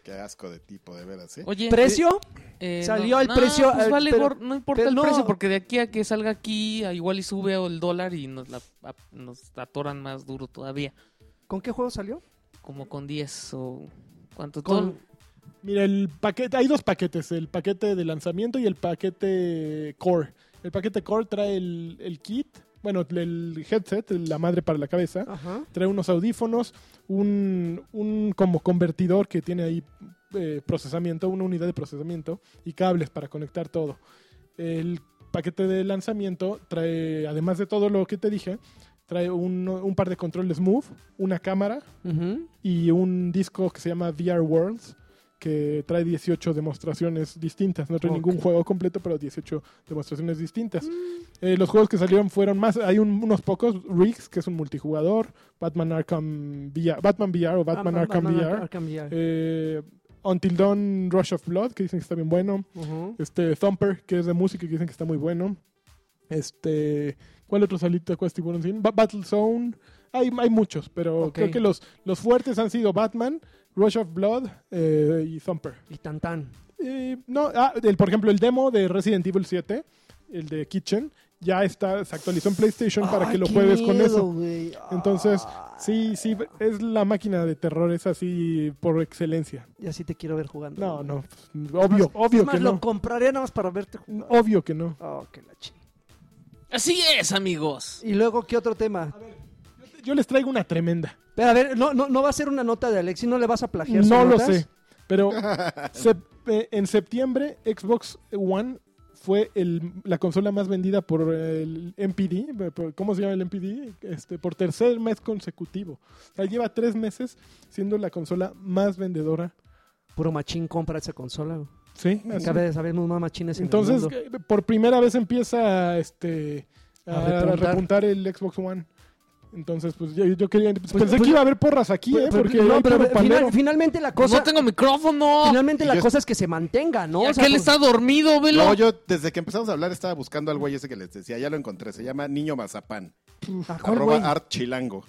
Qué asco de tipo, de veras, ¿eh?
Oye,
¿Precio?
eh, no-
salió el
no,
precio,
pues
eh,
vale,
pero-
gor- no importa
pero
el
no.
precio porque de aquí a que salga aquí a igual y sube el dólar y nos la a- nos atoran más duro todavía,
¿Con qué juego salió?
como con 10 o cuánto
Con-
todo.
Mira, el paquete, hay dos paquetes, el paquete de lanzamiento y el paquete core. El paquete core trae el, el kit, bueno, el headset, la madre para la cabeza,
Ajá.
trae unos audífonos, un, un como convertidor que tiene ahí eh, procesamiento, una unidad de procesamiento y cables para conectar todo. El paquete de lanzamiento trae, además de todo lo que te dije, trae un, un par de controles Move, una cámara,
Ujú.
y un disco que se llama VR Worlds que trae 18 demostraciones distintas. No trae
Ok.
ningún juego completo, pero 18 demostraciones distintas. Eh, los juegos que salieron fueron más. Hay un- unos pocos. Riggs, que es un multijugador. Batman Arkham VR, Batman VR o Batman
Ah,
Arkham
Batman
VR.
Arkham VR.
Eh, Until Dawn Rush of Blood, que dicen que está bien bueno.
Ujú.
Este Thumper, que es de música, que dicen que está muy bueno. Este, ¿cuál otro salito cuál tiburón sin? Ba- Battle Zone. Hay, hay muchos, pero
Ok.
creo que los, los fuertes han sido Batman, Rush of Blood eh, y Thumper.
Y tan tan.
Eh, no, ah, el- por ejemplo, el demo de Resident Evil 7, el de Kitchen, ya está, se actualizó en PlayStation para
Ay,
que lo
qué
juegues con
miedo,
eso.
güey. Ah.
Entonces, sí, sí, es la máquina de terror, es así por excelencia.
Y así te quiero ver jugando.
No,
güey.
no, pues, obvio, obvio
Es más,
que
lo
no.
compraría nada más para verte jugar.
Obvio que no.
Oh, qué la chingada.
Así es, amigos.
Y luego, ¿qué otro tema?
Yo les traigo una tremenda.
Pero a ver, no, no, no va a ser una nota de Alexis, no le vas a plagiar. sus
No lo
notas?
sé,
[LAUGHS]
pero sep- eh, en septiembre Xbox One fue el- la consola más vendida por el MPD, por- ¿cómo se llama el MPD? Este, por tercer mes consecutivo. O sea, lleva tres meses siendo la consola más vendedora.
Puro machín compra esa consola. güey.
Ah, Sí, así.
Cada vez sabemos más machines en el
Entonces,
mundo.
que- por primera vez empieza este, a,
A repuntar.
repuntar el Xbox One. Entonces, pues yo, yo quería. pues,
Pues-
pensé
pues-
que iba a haber porras aquí,
Pero-
¿eh?
pero-
Porque
no,
hay
pero
puro
final-
pandero.
finalmente la cosa,
no tengo micrófono.
finalmente
Y
la
yo-
cosa es que se mantenga, ¿no?
Y
O sea,
aquel
pues,
está dormido, velo.
No, yo desde que empezamos a hablar estaba buscando al güey ese que les decía. Ya lo encontré. Se llama Niño Mazapán.
¿a cuál,
Arroba
güey?
Archilango.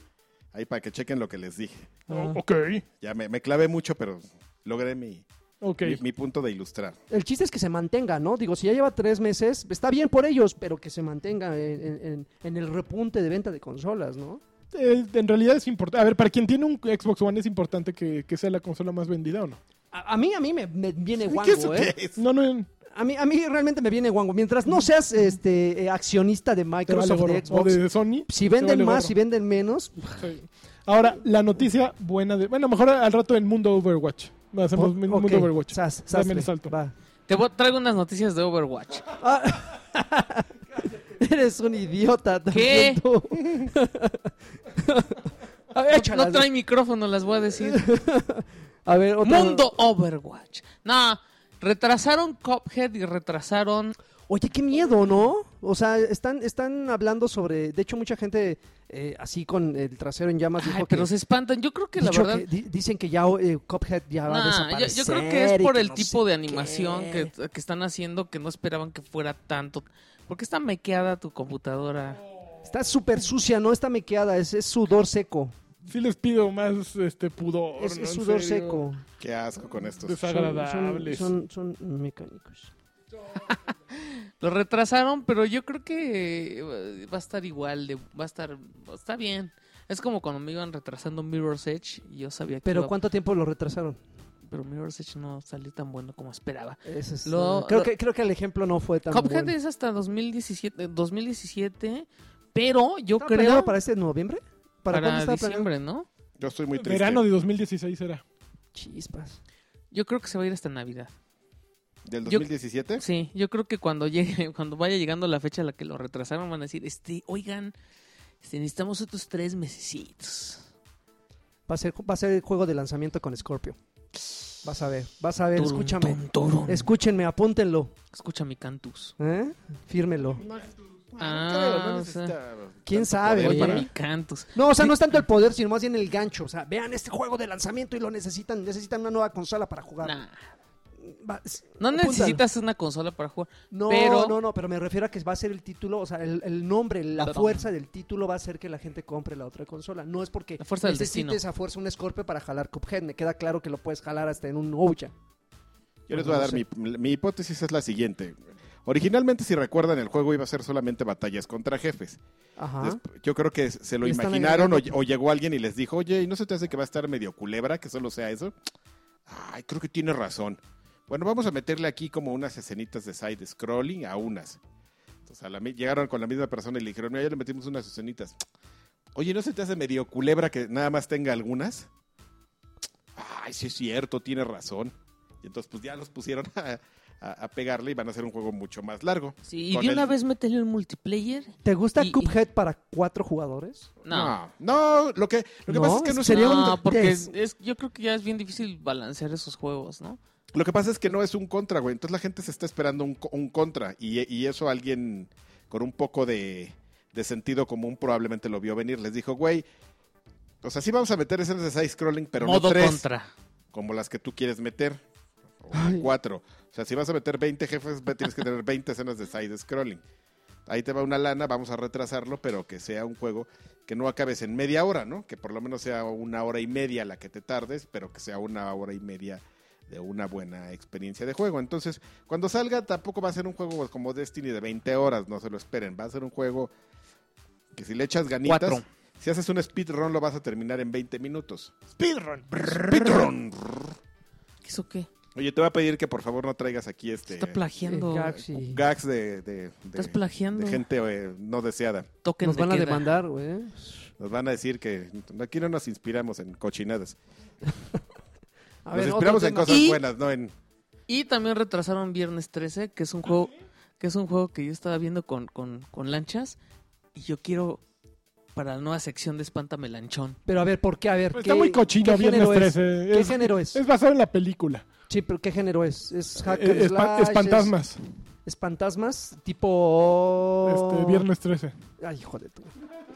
Ahí para que chequen lo que les dije.
Oh, ok,
Ya me, me clavé mucho, pero logré mi,
ok.
mi, mi punto de ilustrar.
El chiste es que se mantenga, ¿no? Digo, si ya lleva tres meses, está bien por ellos, pero que se mantenga en, en- en- en el repunte de venta de consolas, ¿no?
Eh, en realidad es importante. A ver, para quien tiene un Xbox One es importante que, que sea la consola más vendida o no.
A, a mí, a mí me, me viene
¿Qué es
guango,
eso
¿eh?
que es?
No, no, en-
A mí, a mí realmente me viene guango. Mientras no seas este eh, accionista de
te vale
Microsoft,
gorro.
de
O
Xbox,
de Sony.
si
te
venden
Pues, vale
más,
gorro.
si venden menos, [LAUGHS]
Sí. Ahora, la noticia buena de. Bueno, mejor al rato en Mundo Overwatch. Hacemos
Ok,
Mundo Overwatch.
sas,
Dame el
sastre,
salto.
va. [LAUGHS]
Te voy- traigo unas noticias de Overwatch.
Ah, eres un idiota también
¿Qué?
tú.
[LAUGHS]
A ver,
No,
échalas.
no trae micrófono, las voy a
[LAUGHS]
decir.
A ver, otra-
Mundo Overwatch. No, retrasaron Cophead y retrasaron
Oye, qué miedo, ¿no? O sea, están, están hablando sobre... De hecho, mucha gente eh, así con el trasero en llamas dijo
Ay,
que...
pero se espantan. Yo creo que la
dicho
verdad.
que- di- dicen que ya eh, Cuphead ya va a
Nah, yo-
desaparecer.
yo, creo que es
y
por el
no
tipo
sé
de animación
qué.
que, que están haciendo que no esperaban que fuera tanto. ¿Por qué está mequeada tu computadora?
Está súper sucia, ¿no? Está mequeada, es, es sudor seco.
Sí les pido más este pudor.
Es,
¿no?
es
En
sudor
serio.
seco.
Qué asco con estos.
Son-
Desagradables.
Son, son, son mecánicos.
Lo retrasaron, pero yo creo que eh, va a estar igual, de, va a estar, está bien. Es como cuando me iban retrasando Mirror's Edge y yo sabía que
¿Pero
iba-
cuánto tiempo lo retrasaron?
pero Mirror's Edge no salió tan bueno como esperaba.
Ese es,
Lo-
eh, creo,
lo-
que, creo que el ejemplo no fue tan
Cophead
bueno.
es hasta 2017, 2017, pero yo
¿Estaba
creo
planeado para este noviembre? ¿Para,
para,
cuándo estaba planeado?
diciembre, ¿no?
Yo estoy muy triste.
Verano de 2016 era.
Chispas.
Yo creo que se va a ir hasta Navidad.
¿Del
yo-
2017?
Sí, yo creo que cuando llegue, [LAUGHS] cuando vaya llegando la fecha a la que lo retrasaron, van a decir, este, oigan, este, necesitamos otros tres mesecitos.
Va a ser, va a ser el juego de lanzamiento con Scorpio. Vas a ver, vas a ver,
Turun,
escúchame.
tun, turun.
Escúchenme, apúntenlo.
Escucha mi cantus.
¿eh? Fírmelo.
Ah, o sea,
¿Quién
tanto
sabe,
poder
oye,
para-
mi cantus.
No, o sea, no es tanto el poder, sino más bien el gancho. O sea, vean este juego de lanzamiento y lo necesitan. Necesitan una nueva consola para jugar.
Nah,
Va- s-
no
apúntalo.
necesitas una consola para jugar.
No,
pero-
no, no, pero me refiero a que va a ser el título, o sea, el, el nombre, la
Perdón.
fuerza del título va a hacer que la gente compre la otra consola. No es porque
La fuerza del
necesites
destino.
a fuerza un Scorpio para jalar Cuphead. Me queda claro que lo puedes jalar hasta en un Ouya.
Yo
Pues
les voy a dar mi, mi hipótesis es la siguiente. Originalmente, si recuerdan, el juego iba a ser solamente batallas contra jefes.
Ajá.
Desp- Yo creo que se lo
Le están
imaginaron o, o llegó alguien y les dijo, oye, ¿y no se te hace que va a estar medio culebra, que solo sea eso? Ay, creo que tiene razón. Bueno, vamos a meterle aquí como unas escenitas de side scrolling a unas. Entonces a la mi- llegaron con la misma persona y le dijeron, mira, ya le metimos unas escenitas. Oye, ¿no se te hace medio culebra que nada más tenga algunas? Ay, sí es cierto, tiene razón. Y entonces pues ya los pusieron [LAUGHS] a, a- a pegarle y van a hacer un juego mucho más largo.
Sí, y
Con
de una
el-
vez métele un multiplayer.
¿Te gusta
Y- y-
Cuphead para cuatro jugadores?
No,
No, no, lo que, lo que
No,
pasa es que no es
sería
no,
un-
porque
es-
es- yo creo que ya es bien difícil balancear esos juegos, ¿no?
Lo que pasa es que no es un contra, güey. Entonces la gente se está esperando un, co- un contra. Y, y eso alguien con un poco de, de sentido común probablemente lo vio venir. Les dijo, güey, o sea, sí vamos a meter escenas de side scrolling, pero
Modo
no tres,
contra.
como las que tú quieres meter. O
Ay.
cuatro. O sea, si vas a meter 20 jefes, ve- tienes que tener 20 escenas de side scrolling. Ahí te va una lana, vamos a retrasarlo, pero que sea un juego que no acabes en media hora, ¿no? Que por lo menos sea una hora y media la que te tardes, pero que sea una hora y media de una buena experiencia de juego. Entonces, cuando salga, tampoco va a ser un juego como Destiny de 20 horas, no se lo esperen. Va a ser un juego que si le echas ganitas,
Cuatro.
si haces un speedrun, lo vas a terminar en 20 minutos. Speedrun. Speedrun.
¿Eso qué?
Oye, te voy a pedir que por favor no traigas aquí este
Está plagiando.
Eh, Gaxi.
gags de, de- de-
Estás
de
plagiando.
gente eh, no deseada.
Token
Nos
de
van a
queda.
demandar, güey.
Nos van a decir que aquí no nos inspiramos en cochinadas.
A
Nos
ver, otro
inspiramos en
tema.
cosas
Y-
buenas, no en...
Y también retrasaron Viernes 13, que es un juego que es un juego que yo estaba viendo con, con, con lanchas y yo quiero para la nueva sección de Espántame Lanchón.
Pero a ver, ¿por qué? A ver,
Pues
¿qué,
está muy cochino
qué
Viernes
género es?
13.
¿Qué
Es,
género es?
es basado en la película.
Sí, pero ¿qué género es? Es hack and
Eh, espa-
slash, es-
espantasmas.
Es fantasmas tipo...
Este, viernes 13.
Ay, hijo de tu...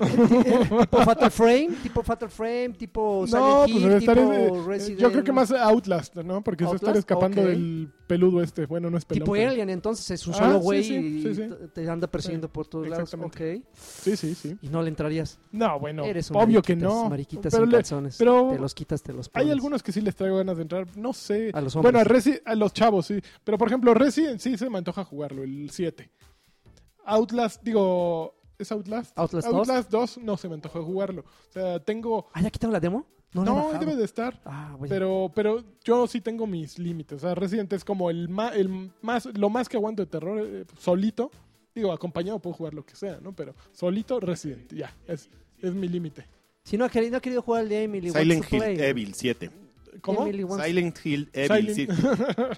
Eh, tipo Fatal Frame, tipo Fatal Frame, tipo Silent
no, pues
Hill,
debe estar.
tipo
eh,
Resident...
yo creo que más Outlast, ¿no? Porque se
Outlast,
está escapando
ok.
del peludo este. Bueno, no es pelón.
Tipo
pero-
Alien, entonces es un
Ah,
solo
sí,
güey
sí, sí, sí.
y t- te anda persiguiendo por todos lados. Ok.
exactamente. Sí, sí, sí.
Y no le entrarías.
No, bueno.
Eres un
obvio que
mariquitas,
no.
Mariquitas
Pero
sin
le-
calzones.
pero-
te los quitas, te los pones.
Hay algunos que sí les traigo ganas de entrar. No sé.
A los hombres.
Bueno, a Resi, a los chavos, sí. Pero por ejemplo, Resi sí se me antoja jugarlo, el 7. Outlast, digo. ¿Es Outlast?
Outlast 2.
Outlast 2 no se me antojó jugarlo. O sea, tengo.
¿Ah, ya quitaron la demo? No, la he
No,
bajado.
debe de estar.
Ah, güey.
Pero, pero yo sí tengo mis límites. O sea, Resident es como el, ma- el más, lo más que aguanto de terror eh, solito. Digo, acompañado puedo jugar lo que sea, ¿no? Pero solito, Resident, ya. Es, es mi límite.
Si no ha querido, ha querido jugar el de Emily. wants
Silent
to
Hill
play.
Evil 7.
¿Cómo?
Emily wants-
Silent Hill Evil
Silent-
7.
[LAUGHS]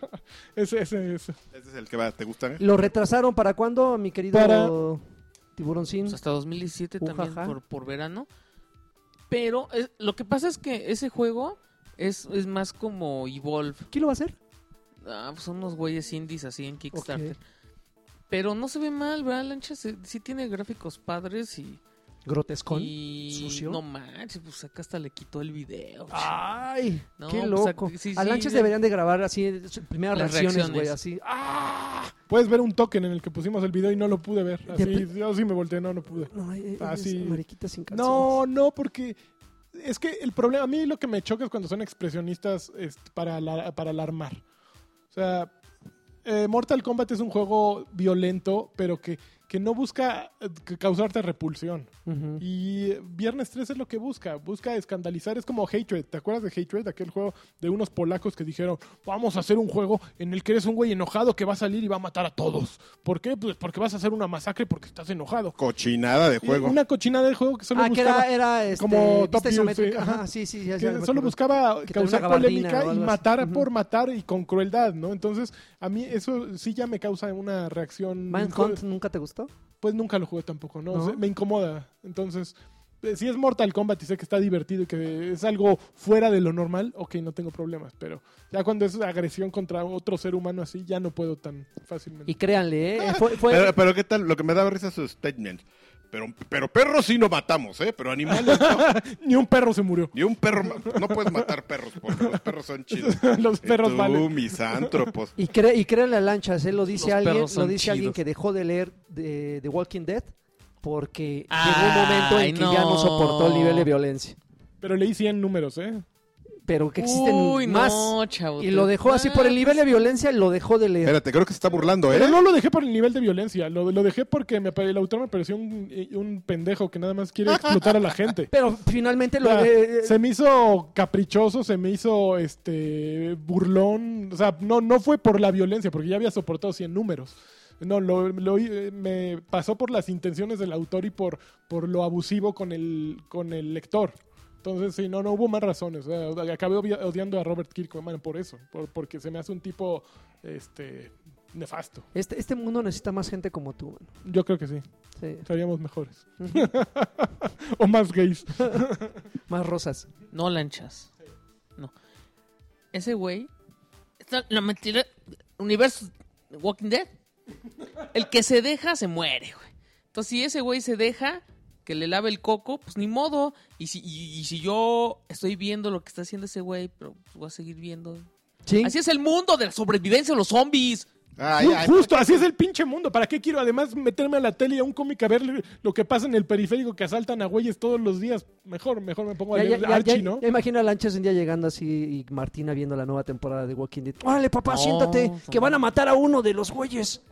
Ese, ese, ese.
Ese es el que va, ¿te gusta? eh?
¿Lo retrasaron para cuándo, mi querido
Para-
Tiburoncín?
Pues hasta 2017 también
Ujaja.
por, por verano. Pero es- lo que pasa es que ese juego es, es más como Evolve.
¿Quién lo va a hacer?
Ah, pues son unos güeyes indies así en Kickstarter. Pero no se ve mal, ¿verdad, Lancha? Se- sí tiene gráficos padres y...
Grotescón.
y-
¿Sucio? Ah,
No manches, pues acá hasta le quitó el video.
¡Ay!
No,
¡Qué
pues,
loco!
ac- sí,
a
sí,
Lanchas
de-
deberían de grabar así eh, sus primeras
Las
reacciones, güey,
reacciones.
así. ¡Ah!
Puedes ver un token en el que pusimos el video y no lo pude ver. Así,
Dep-
yo sí me volteé, no, no pude.
No, eh, eres
Así.
mariquita sin calzones.
Ah, No, no, porque es que el problema, a mí lo que me choca es cuando son expresionistas este, para, ala- para alarmar. O sea, eh, Mortal Kombat es un juego violento, pero que, que no busca eh, que causarte repulsión.
Ujú.
Y eh, Viernes 3 es lo que busca, busca escandalizar, es como Hatred, ¿te acuerdas de Hatred? Aquel juego de unos polacos que dijeron, vamos a hacer un juego en el que eres un güey enojado que va a salir y va a matar a todos. ¿Por qué? Pues porque vas a hacer una masacre porque estás enojado.
Cochinada de
Y
juego.
Una cochinada de juego que solo
Ah, que
buscaba
era, era este,
como
vista
Top View,
isométrica.
sí, ajá.
Ajá, sí, sí, ya,
que
ya me
solo
acuerdo.
buscaba
Que tenía
causar
una gabardina o
polémica y
algo así.
matar
Ujú.
por matar y con crueldad, ¿no? Entonces, a mí eso sí ya me causa una reacción.
¿Manhunt nunca te gustó?
Pues nunca lo jugué tampoco, ¿no?
¿No?
O sea, me incomoda. Entonces, eh, si es Mortal Kombat y sé que está divertido y que es algo fuera de lo normal, ok, no tengo problemas. Pero ya cuando es agresión contra otro ser humano así, ya no puedo tan fácilmente.
Y créanle,
[LAUGHS]
¿eh? Fue, fue-
Pero, pero qué tal, lo que me daba risa es su statement. Pero, pero perros sí no matamos, ¿eh? Pero animales no.
Ni un perro se murió. [LAUGHS]
Ni un perro. ma- No puedes matar perros, porque los perros son chidos. Eh,
Los perros
Tú,
valen.
misántropos.
Y, cre- y créanle a Lanchas, él lo dice
Los
alguien,
perros
lo
son
dice alguien
chidos.
que dejó de leer de, de Walking Dead porque llegó un momento
Ay,
en que ya no
no.
soportó el nivel de violencia.
Pero leí 100 números, ¿eh?
Pero que existen
Uy,
más.
no, chavo.
y
te-
lo dejó así por el
Ah,
nivel de violencia, lo dejó de leer.
Espérate, creo que se está burlando,
Pero
¿eh?
no lo dejé por el nivel de violencia, lo, lo dejé porque me, pare- el autor me pareció un, eh, un pendejo que nada más quiere explotar a la gente.
[LAUGHS] Pero finalmente
O
lo...
sea,
eh, eh,
se me hizo caprichoso, se me hizo este burlón, o sea, no, no fue por la violencia, porque ya había soportado 100 números. No, lo, lo- eh, me pasó por las intenciones del autor y por, por lo abusivo con el, con el lector. Entonces, sí, no, no hubo más razones. O sea, acabé obvia- odiando a Robert Kirkman por eso, por- porque se me hace un tipo este, nefasto.
este, este mundo necesita más gente como tú, mano.
Yo creo que sí.
Sí.
Seríamos mejores. [LAUGHS] o más gays.
Más rosas.
No lanchas. No. Ese güey. Está la mentira. Universo Walking Dead. El que se deja se muere, güey. Entonces, si ese güey se deja que le lave el coco, pues ni modo. Y si, y- y si yo estoy viendo lo que está haciendo ese güey, pero pues, voy a seguir viendo.
¿Sí?
Así es el mundo de la sobrevivencia de los zombies.
Ay,
Ju-
ay,
pues,
Justo, así es el pinche mundo. ¿Para qué quiero además meterme a la tele y a un cómic a ver lo que pasa en el periférico que asaltan a güeyes todos los días? Mejor, mejor me pongo a
Ya, ya,
leer
ya,
Archie,
ya-
¿no?
ya imagino a Lanchas un día llegando así y Martina viendo la nueva temporada de Walking Dead. Órale, papá,
No,
siéntate,
no.
que van a matar a uno de los güeyes.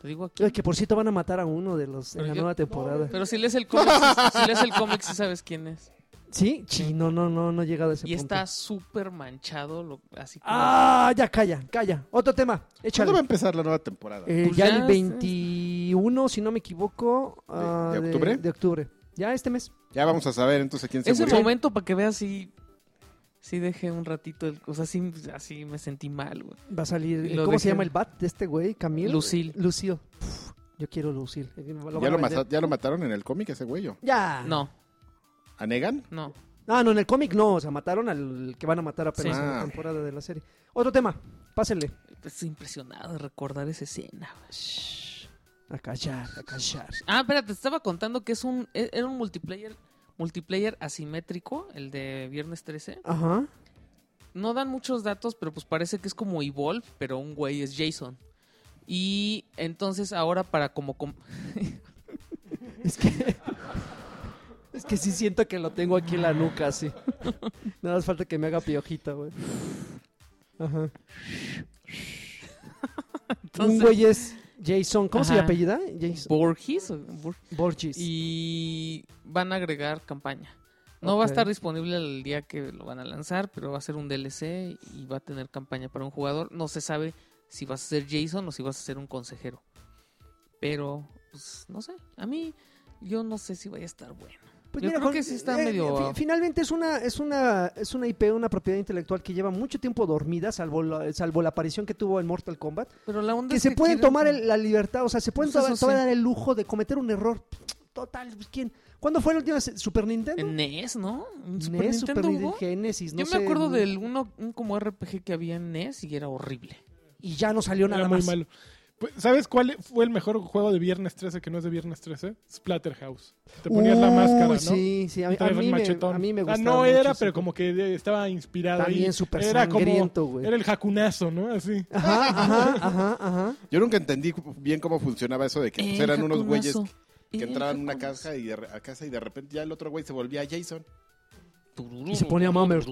Te digo aquí.
Ay, Que por cierto van a matar a uno de los en
Pero
la
yo-
nueva temporada.
Pero si lees el cómic, sí- si lees el cómic, sí sabes quién es.
¿Sí? Sí, no, no, no, no he llegado a ese
Y
punto.
está súper manchado. lo- así como-
Ah, ya calla, calla. Otro tema,
¿Cuándo va a
échale.
empezar la nueva temporada?
Eh,
Pues
ya
ya
el
está.
21, si no me equivoco. ah,
de octubre?
De octubre. Ya este mes.
Ya vamos a saber entonces quién se
Ese
murió.
momento para que veas si, si dejé un ratito, el, o sea, sí, así me sentí mal, güey.
Va a salir.
Lo
¿Cómo se
dejé.
llama el bat de este güey? Camil.
Lucille.
Lucille. Pf, yo quiero Lucille. Eh, van
ya,
a
lo
vender. Ah.
mata- ya lo mataron en el cómic ese güey. ¿o?
Ya.
No,
¿A Negan?
no.
Ah, no, en el cómic no. O sea, mataron al que van a matar apenas
Sí.
en la
Ah.
temporada de la serie. Otro tema. Pásenle.
Estoy impresionado de recordar esa escena. güey.
A callar, a callar.
Ah, espérate, te estaba contando que es un e- era un multiplayer multiplayer asimétrico, el de viernes 13.
Ajá.
No dan muchos datos, pero pues parece que es como Evolve, pero un güey es Jason. Y entonces ahora para como com-
[LAUGHS] Es que. Es que sí siento que lo tengo aquí en la nuca, así. [LAUGHS] Nada más falta que me haga piojita, güey. Ajá. Un
Entonces-
güey es Jason. ¿Cómo se le
Ajá.
apellida? Jason
Borges, o- Bor-
Borges.
y van a agregar campaña. No va a
Ok.
estar disponible el día que lo van a lanzar, pero va a ser un DLC y va a tener campaña para un jugador. No se sabe si vas a ser Jason o si vas a ser un consejero. Pero, pues, no sé. A mí, yo no sé si vaya a estar bueno.
Pues
yo creo que sí está medio-
eh, fi- finalmente es una, es una, es una IP, una propiedad intelectual que lleva mucho tiempo dormida, salvo la, salvo la aparición que tuvo en Mortal Kombat.
Pero la onda
que
es
se pueden
quieren-
tomar el- la libertad, o sea, se pueden
Pues
to-
eso
todavía
sí.
dar el lujo de cometer un error. Total, pues, ¿quién? ¿Cuándo fue la última se- Super Nintendo?
En NES, ¿no? En
NES,
Super Nintendo
Nintendo,
hubo.
Genesis, no
yo me acuerdo
sé,
del uno un como RPG que había en NES y era horrible.
Y ya no salió nada
Era muy
más.
malo. Pues, ¿Sabes cuál fue el mejor juego de Viernes 13 que no es de Viernes 13? Splatterhouse. Te ponías la
Uy,
máscara, ¿no?
Uh, Sí, sí, a, mí- a
Traías un
mí me,
machetón.
a mí me
Ah,
gustaba
no
mucho
era,
ese
pero
juego.
como que de- estaba inspirado. ahí.
También súper
Era como-
sangriento, güey. Ah.
Era el jacunazo, ¿no? Así.
Ajá, ajá, ajá, ajá.
Yo nunca entendí bien cómo funcionaba eso de que pues,
El
eran unos güeyes
jacunazo.
que
El
entraban a una
jacunazo.
casa y de, re- a casa y de repente ya el otro güey se volvía Jason.
Y
se ponía mamer.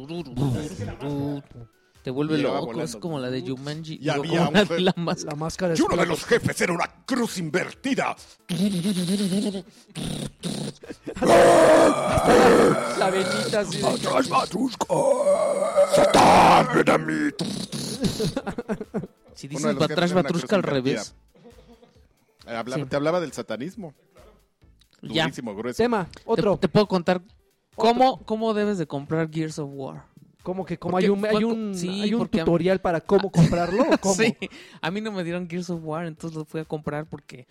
Te vuelve
Y llegaba
loco, es
volando.
como la de Jumanji.
Y
digo,
había
como la
un-
de la más-
La máscara
Y uno de
Splatter.
los jefes era una cruz invertida.
La venita así de-
¡Atrás, Matushka! ¡Satán, ven a mí!
Si
Uno de
dices
los jefes
Batrash
era una
Batrushka al
cruz
revés.
Eh, hablaba-
Sí.
Te hablaba del satanismo.
Ya. Te,
Durísimo, grueso.
Tema, otro.
te puedo contar cómo, cómo debes de comprar Gears of War.
Como que como
Porque
hay un,
fue
hay
co-
un,
sí,
hay un
porque a mí-
tutorial para cómo comprarlo
[LAUGHS]
o cómo.
Sí, a mí no me dieron Gears of War, entonces lo fui a comprar porque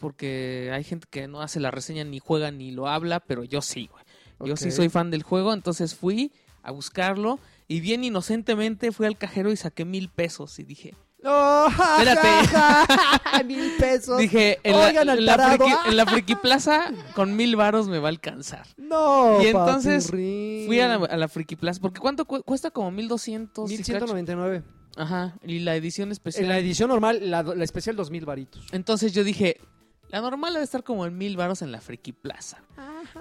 porque hay gente que no hace la reseña ni juega ni lo habla, pero yo sí, güey. Yo sí
Ok.
soy fan del juego, entonces fui a buscarlo y bien inocentemente fui al cajero y saqué mil pesos y dije,
No, ja,
Espérate.
ja, ja,
[LAUGHS]
mil pesos.
Dije, en,
Oigan
la,
al
en la
tarado.
friki,
[LAUGHS]
en la friki plaza con mil varos me va a alcanzar.
No,
Y entonces
papirrín.
Fui a la, a la friki plaza, porque ¿cuánto cu- cuesta? Como 1200 y cacho.
1199.
Ajá, y la edición especial.
En la edición normal, la, la especial 2000 varitos.
Entonces yo dije, la normal ha de estar como en mil varos en la friki plaza.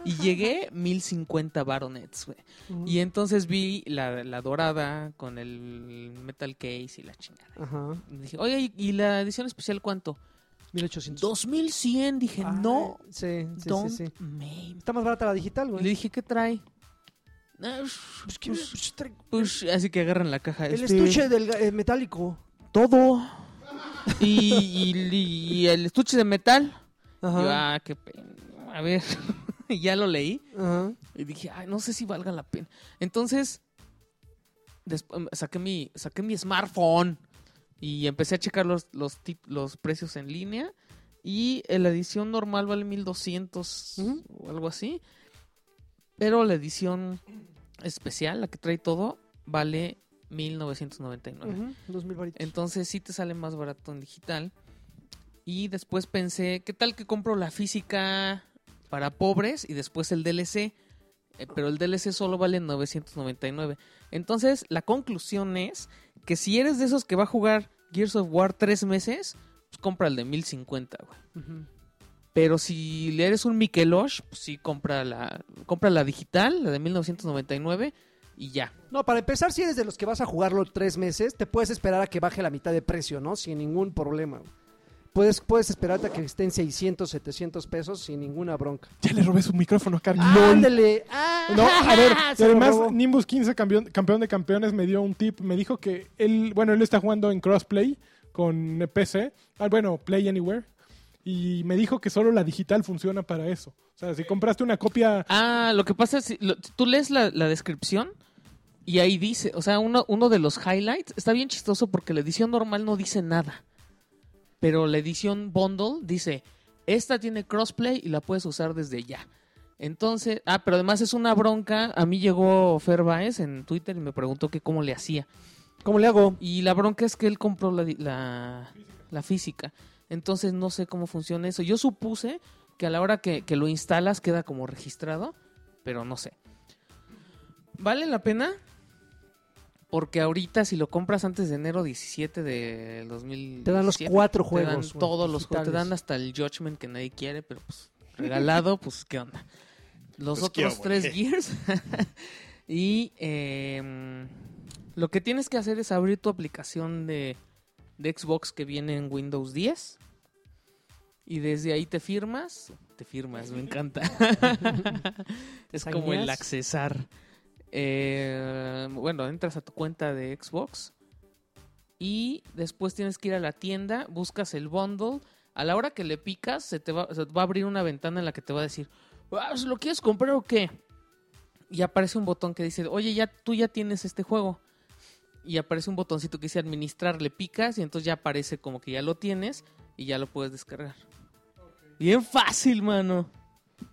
Y llegué 1050 baronets, güey. Y entonces vi la, la dorada con el metal case y la chingada.
Ajá,
Y dije, oye, ¿y- ¿y la edición especial cuánto?
1800.
2100, dije, no,
Ah, Sí, sí,
don't
sí, sí.
make
Está más barata la digital,
Y le
güey.
dije, ¿qué trae? Ah, sh-
Pues que- pues, tra-
push, así que agarran la caja.
el
este,
estuche del ga- eh, metálico.
Todo. Y, y- y el estuche de metal. Y yo,
Ajá.
ah, qué pena. A ver. [LAUGHS] Y ya lo leí.
Ajá.
Y dije, ay, no sé si valga la pena. Entonces, despu- saqué, mi, saqué mi smartphone. Y empecé a checar los, los, tip- los precios en línea. Y eh, la edición normal vale 1200
Ujú.
o algo así. Pero la edición especial, la que trae todo, vale 1999.
Ujú, 2000 varitos.
Entonces sí te sale más barato en digital. Y después pensé, ¿qué tal que compro la física para pobres y después el DLC? Eh, pero el DLC solo vale 999. Entonces la conclusión es que si eres de esos que va a jugar Gears of War tres meses, pues compra el de 1050, güey.
Ujú.
Pero si le eres un Mikelosh, pues sí compra la, compra la digital, la de 1999, y ya.
No, para empezar, si eres de los que vas a jugarlo tres meses, te puedes esperar a que baje la mitad de precio, ¿no? Sin ningún problema. Puedes, puedes esperarte a que estén 600, 700 pesos sin ninguna bronca.
Ya le robé su micrófono a Carmen.
Ah, ¡Ándale!
No,
[LAUGHS]
a ver, y
Ah. Se lo
además
robó.
Nimbus 15, campeón, campeón de campeones, me dio un tip. Me dijo que él, bueno, él está jugando en crossplay con eh, PC. Ah, bueno, Play Anywhere. Y me dijo que solo la digital funciona para eso. O sea, si compraste una copia...
Ah, lo que pasa es, si lo- tú lees la, la descripción y ahí dice, o sea, uno, uno de los highlights está bien chistoso porque la edición normal no dice nada. Pero la edición bundle dice, esta tiene crossplay y la puedes usar desde ya. Entonces, ah, pero además es una bronca. A mí llegó Fer Baez en Twitter y me preguntó que cómo le hacía.
¿Cómo le hago?
Y la bronca es que él compró la, di- la- la física. Entonces no sé cómo funciona eso. Yo supuse que a la hora que, que lo instalas queda como registrado, pero no sé. ¿Vale la pena? Porque ahorita si lo compras antes de enero 17 del 2000
Te dan los cuatro
te
juegos.
dan
güey,
todos los juegos, te
digitales.
dan hasta el Judgment que nadie quiere, pero pues regalado, [LAUGHS] pues qué onda. Los
Pues, ¿qué
otros
hubo, [LAUGHS]
tres
eh?
Gears. [LAUGHS] y eh, lo que tienes que hacer es abrir tu aplicación de, de Xbox que viene en Windows 10. Y desde ahí te firmas. Te firmas, me encanta. es como el
¿Sañas?
accesar. Eh, bueno, entras a tu cuenta de Xbox. Y después tienes que ir a la tienda, buscas el bundle. A la hora que le picas, se te va, se te va a abrir una ventana en la que te va a decir, "Ah, ¿lo quieres comprar o qué? Y aparece un botón que dice, oye, ya, tú ya tienes este juego. Y aparece un botoncito que dice administrar, le picas y entonces ya aparece como que ya lo tienes y ya lo puedes descargar. Bien fácil, mano.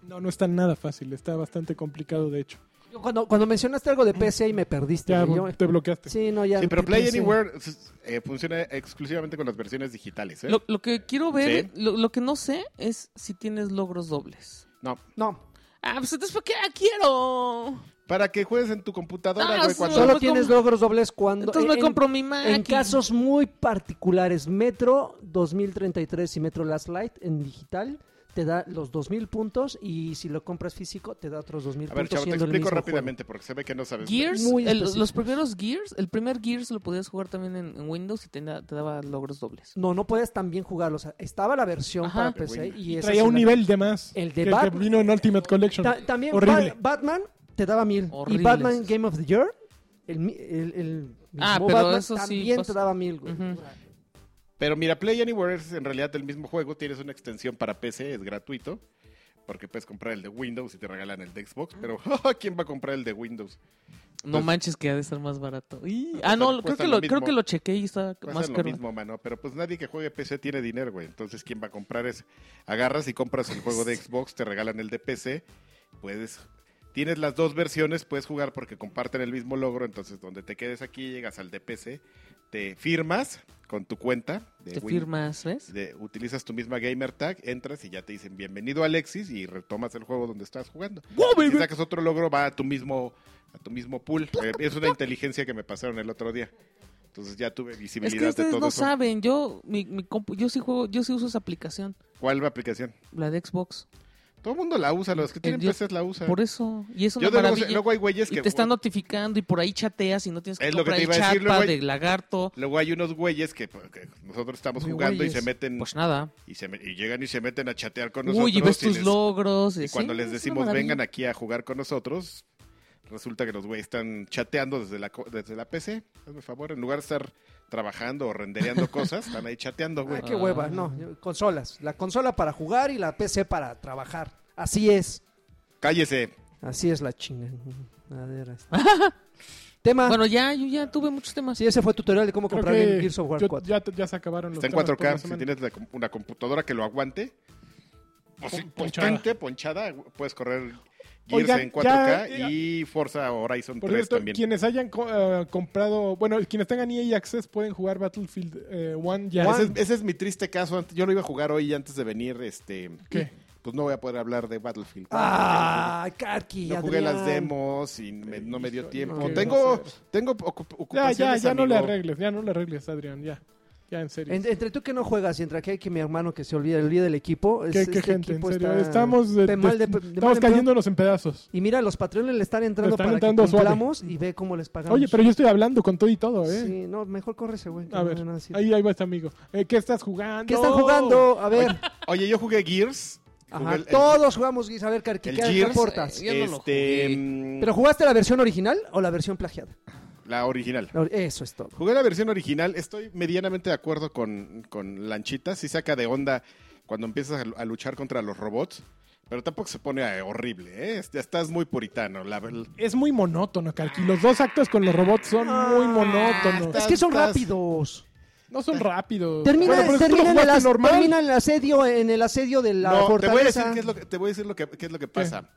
No, no está nada fácil, está bastante complicado de hecho.
Yo Cuando, cuando mencionaste algo de PC y me perdiste.
Ya
güey, yo-
te bloqueaste.
Sí, no, ya.
Sí, pero Play
pensé.
Anywhere eh, funciona exclusivamente con las versiones digitales, ¿eh?
Lo, lo que quiero ver, lo, lo que no sé es si tienes logros dobles.
No.
No,
Ah, pues entonces, ¿por qué la quiero?
Para que juegues en tu computadora,
Ah,
güey,
sí.
cuando-
Yo
solo
me
tienes
compro-
logros dobles cuando.
Entonces me
en-
compro mi Mac.
En
y-
casos muy particulares, Metro 2033 y Metro Last Light en digital te da los 2000 puntos y si lo compras físico te da otros 2000
A ver,
puntos.
chavo, te
siendo el
explico
mismo
rápidamente porque se ve que no sabes.
Gears,
Muy
el-
específico.
los primeros Gears, el primer Gears lo podías jugar también en, en Windows y te, da- te daba logros dobles.
juego. No, no puedes también jugarlo. O sea, estaba la versión
Ajá.
para
De
PC
Windows.
y esa
Traía
sí
un
la-
nivel de más
El de
que, que
Bat-
vino en Ultimate Collection.
Ta- también
Horrible.
Ba- Batman te daba 1000 y
Horrible.
Batman Game of the Year, el, mi- el- el
Ah,
mismo
pero
Batman
eso sí,
también
pues-
te daba 1000. güey.
Ujú.
Pero mira, Play Anywhere es en realidad el mismo juego. Tienes una extensión para PC, es gratuito. Porque puedes comprar el de Windows y te regalan el de Xbox. Pero [LAUGHS] ah, ¿quién va a comprar el de Windows?
No
Pues-
manches que ha de ser más barato. Y-
Pues
Ah, no,
cuesta
creo que,
lo
lo, creo
mismo.
que lo chequé y está
Pues
más
es lo
caro.
mismo, mano. Pero pues nadie que juegue PC tiene dinero, güey. Entonces, ¿quién va a comprar eso? Agarras y compras el
[LAUGHS]
juego de Xbox, te regalan el de PC. Puedes. Tienes las dos versiones, puedes jugar porque comparten el mismo logro. Entonces, donde te quedes aquí, llegas al de PC, te firmas con tu cuenta de
Te
Win-
firmas, ¿ves?
de- utilizas tu misma gamer tag, entras y ya te dicen bienvenido Alexis y retomas el juego donde estás jugando. si sacas otro logro va a tu mismo a tu mismo pool. Eh, es una inteligencia que me pasaron el otro día. Entonces ya tuve
Es
visibilidad
que
de
ustedes
todo
no
eso.
saben. Yo, mi, mi compu- yo sí juego, yo sí uso esa aplicación,
¿Cuál es la aplicación?
la de Xbox.
Todo el mundo la usa, los que tienen
Dios,
PCs la usan.
Eh, Por eso. Y es una
Yo de luego,
maravilla.
luego hay güeyes que
y te están notificando y por ahí chateas y no tienes que
Es lo que
comprar
te iba a
el
decir,
chatpad
luego hay-
de lagarto.
luego hay unos güeyes que, pues, que nosotros estamos
Muy
jugando y
güeyes.
se meten
Pues nada.
y, se me- y llegan y se meten a chatear Mm, con nosotros.
Uy, y ves tus
les-
logros.
Y
sí,
cuando les
es una
decimos
maravilla.
vengan aquí a jugar con nosotros, resulta que los güeyes están chateando desde la, co- desde la PC. Hazme favor, en lugar de estar trabajando o rendereando
[LAUGHS]
cosas, están ahí chateando, güey.
Ah,
Ay, Ah, qué hueva, no, yo- consolas. La consola para jugar y la PC para trabajar. Así es.
Cállese.
Así es la chingadera. esta. Tema.
Bueno, ya, yo ya tuve muchos temas.
sí, ese fue tutorial de cómo
Creo
comprar
que
el Gears of War
yo-
4.
Ya, ya se acabaron los
Está en
temas por la
4K. Si
semana.
tienes la com- una computadora que lo aguante, pues,
Pon-
potente, ponchada, puedes correr Gears
Oigan,
en 4K
ya-
y Forza Horizon
Por
3
cierto,
también.
quienes hayan co- eh, comprado, bueno, quienes tengan EA Access pueden jugar Battlefield 1 ya.
Ese es, ese es mi triste caso. Antes- Yo lo iba a jugar hoy y antes de venir, este,
¿Qué?
pues no voy a poder hablar de Battlefield.
Ah, Karki,
No jugué
Adrián.
las demos y me- no me dio
Hijo,
tiempo.
no, ¿qué
tengo,
vas a hacer?
tengo ocup-
Ya,
ocupaciones,
ya, ya no le
amigo.
arregles, ya no le arregles, Adrián, ya. Ya, en serio.
En- entre tú que no juegas y entre aquí que mi hermano que se olvida, olvida el equipo. es-
¿Qué,
este
qué gente, en
equipo
serio.
está
Estamos, eh,
de mal de- de mal en
estamos
peor.
cayéndonos en pedazos.
Y mira, los patrones le están entrando
están
para
entrando
que
suave.
cumplamos y ve cómo les pagamos.
Oye, pero yo estoy hablando con todo y todo, ¿eh?
Sí, no, mejor corre ese güey. que
A
no
ver,
van decir.
ahí, ahí va este amigo. Eh, ¿Qué estás jugando?
¿Qué están jugando? A ver.
Oye, yo jugué Gears.
Ajá,
jugué el- el-
todos jugamos Gears. A ver, Karki,
el
¿qué qué
Gears,
aportas?
eh, Yo no lo
este,
jugué.
mm,
¿Pero jugaste la versión original o la versión plagiada?
la original.
La or- Eso es todo.
Jugué la versión original. Estoy medianamente de acuerdo con, con Lanchita. Sí saca de onda cuando empiezas a, a luchar contra los robots. Pero tampoco se pone eh, horrible, ¿eh? Es- Ya estás muy puritano. La, la-
Es muy monótono, Karki. Los dos actos con los robots son muy
Ah,
monótonos.
está-
Es que son
estás-
rápidos.
No son rápidos.
Termina,
Bueno, pero tú lo
termina en el
jugaste
as-
normal.
termina en el asedio, en el asedio de la
no, te voy a
fortaleza.
decir qué es lo que, te voy a decir lo que, qué es lo que pasa.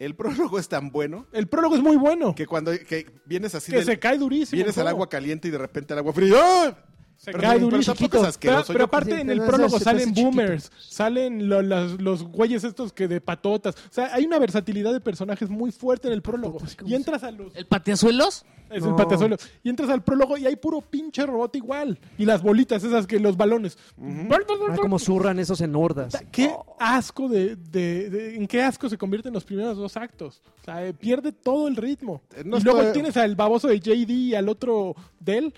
El prólogo es tan bueno
El prólogo es muy bueno. Que,
que cuando que vienes así del-
se cae durísimo.
vienes
el
al
juego.
agua caliente y de repente al agua fría. ¡Ah!
Se
Pero-
cae
pero
durísimo.
tampoco es asqueroso,
Pero, pero
yo-
aparte
Sí,
en
te
el
lo
prólogo
hace- te lo hace
salen
chiquito.
boomers, salen lo- las- los güeyes estos que de patotas. O sea, hay una versatilidad de personajes muy fuerte en el prólogo.
Patotas, ¿cómo
Y
se-
entras a los...
¿El pateazuelos?
Es
No.
el pateazuelo. Y entras al prólogo y hay puro pinche robot igual. Y las bolitas esas que los balones.
Ah, como zurran esos en hordas.
Ta- Qué
Oh.
asco de, de- de- ¿En qué asco se convierten los primeros dos actos? O sea, eh, pierde todo el ritmo.
Eh, no
y luego
está-
tienes al baboso de JD y al otro de él.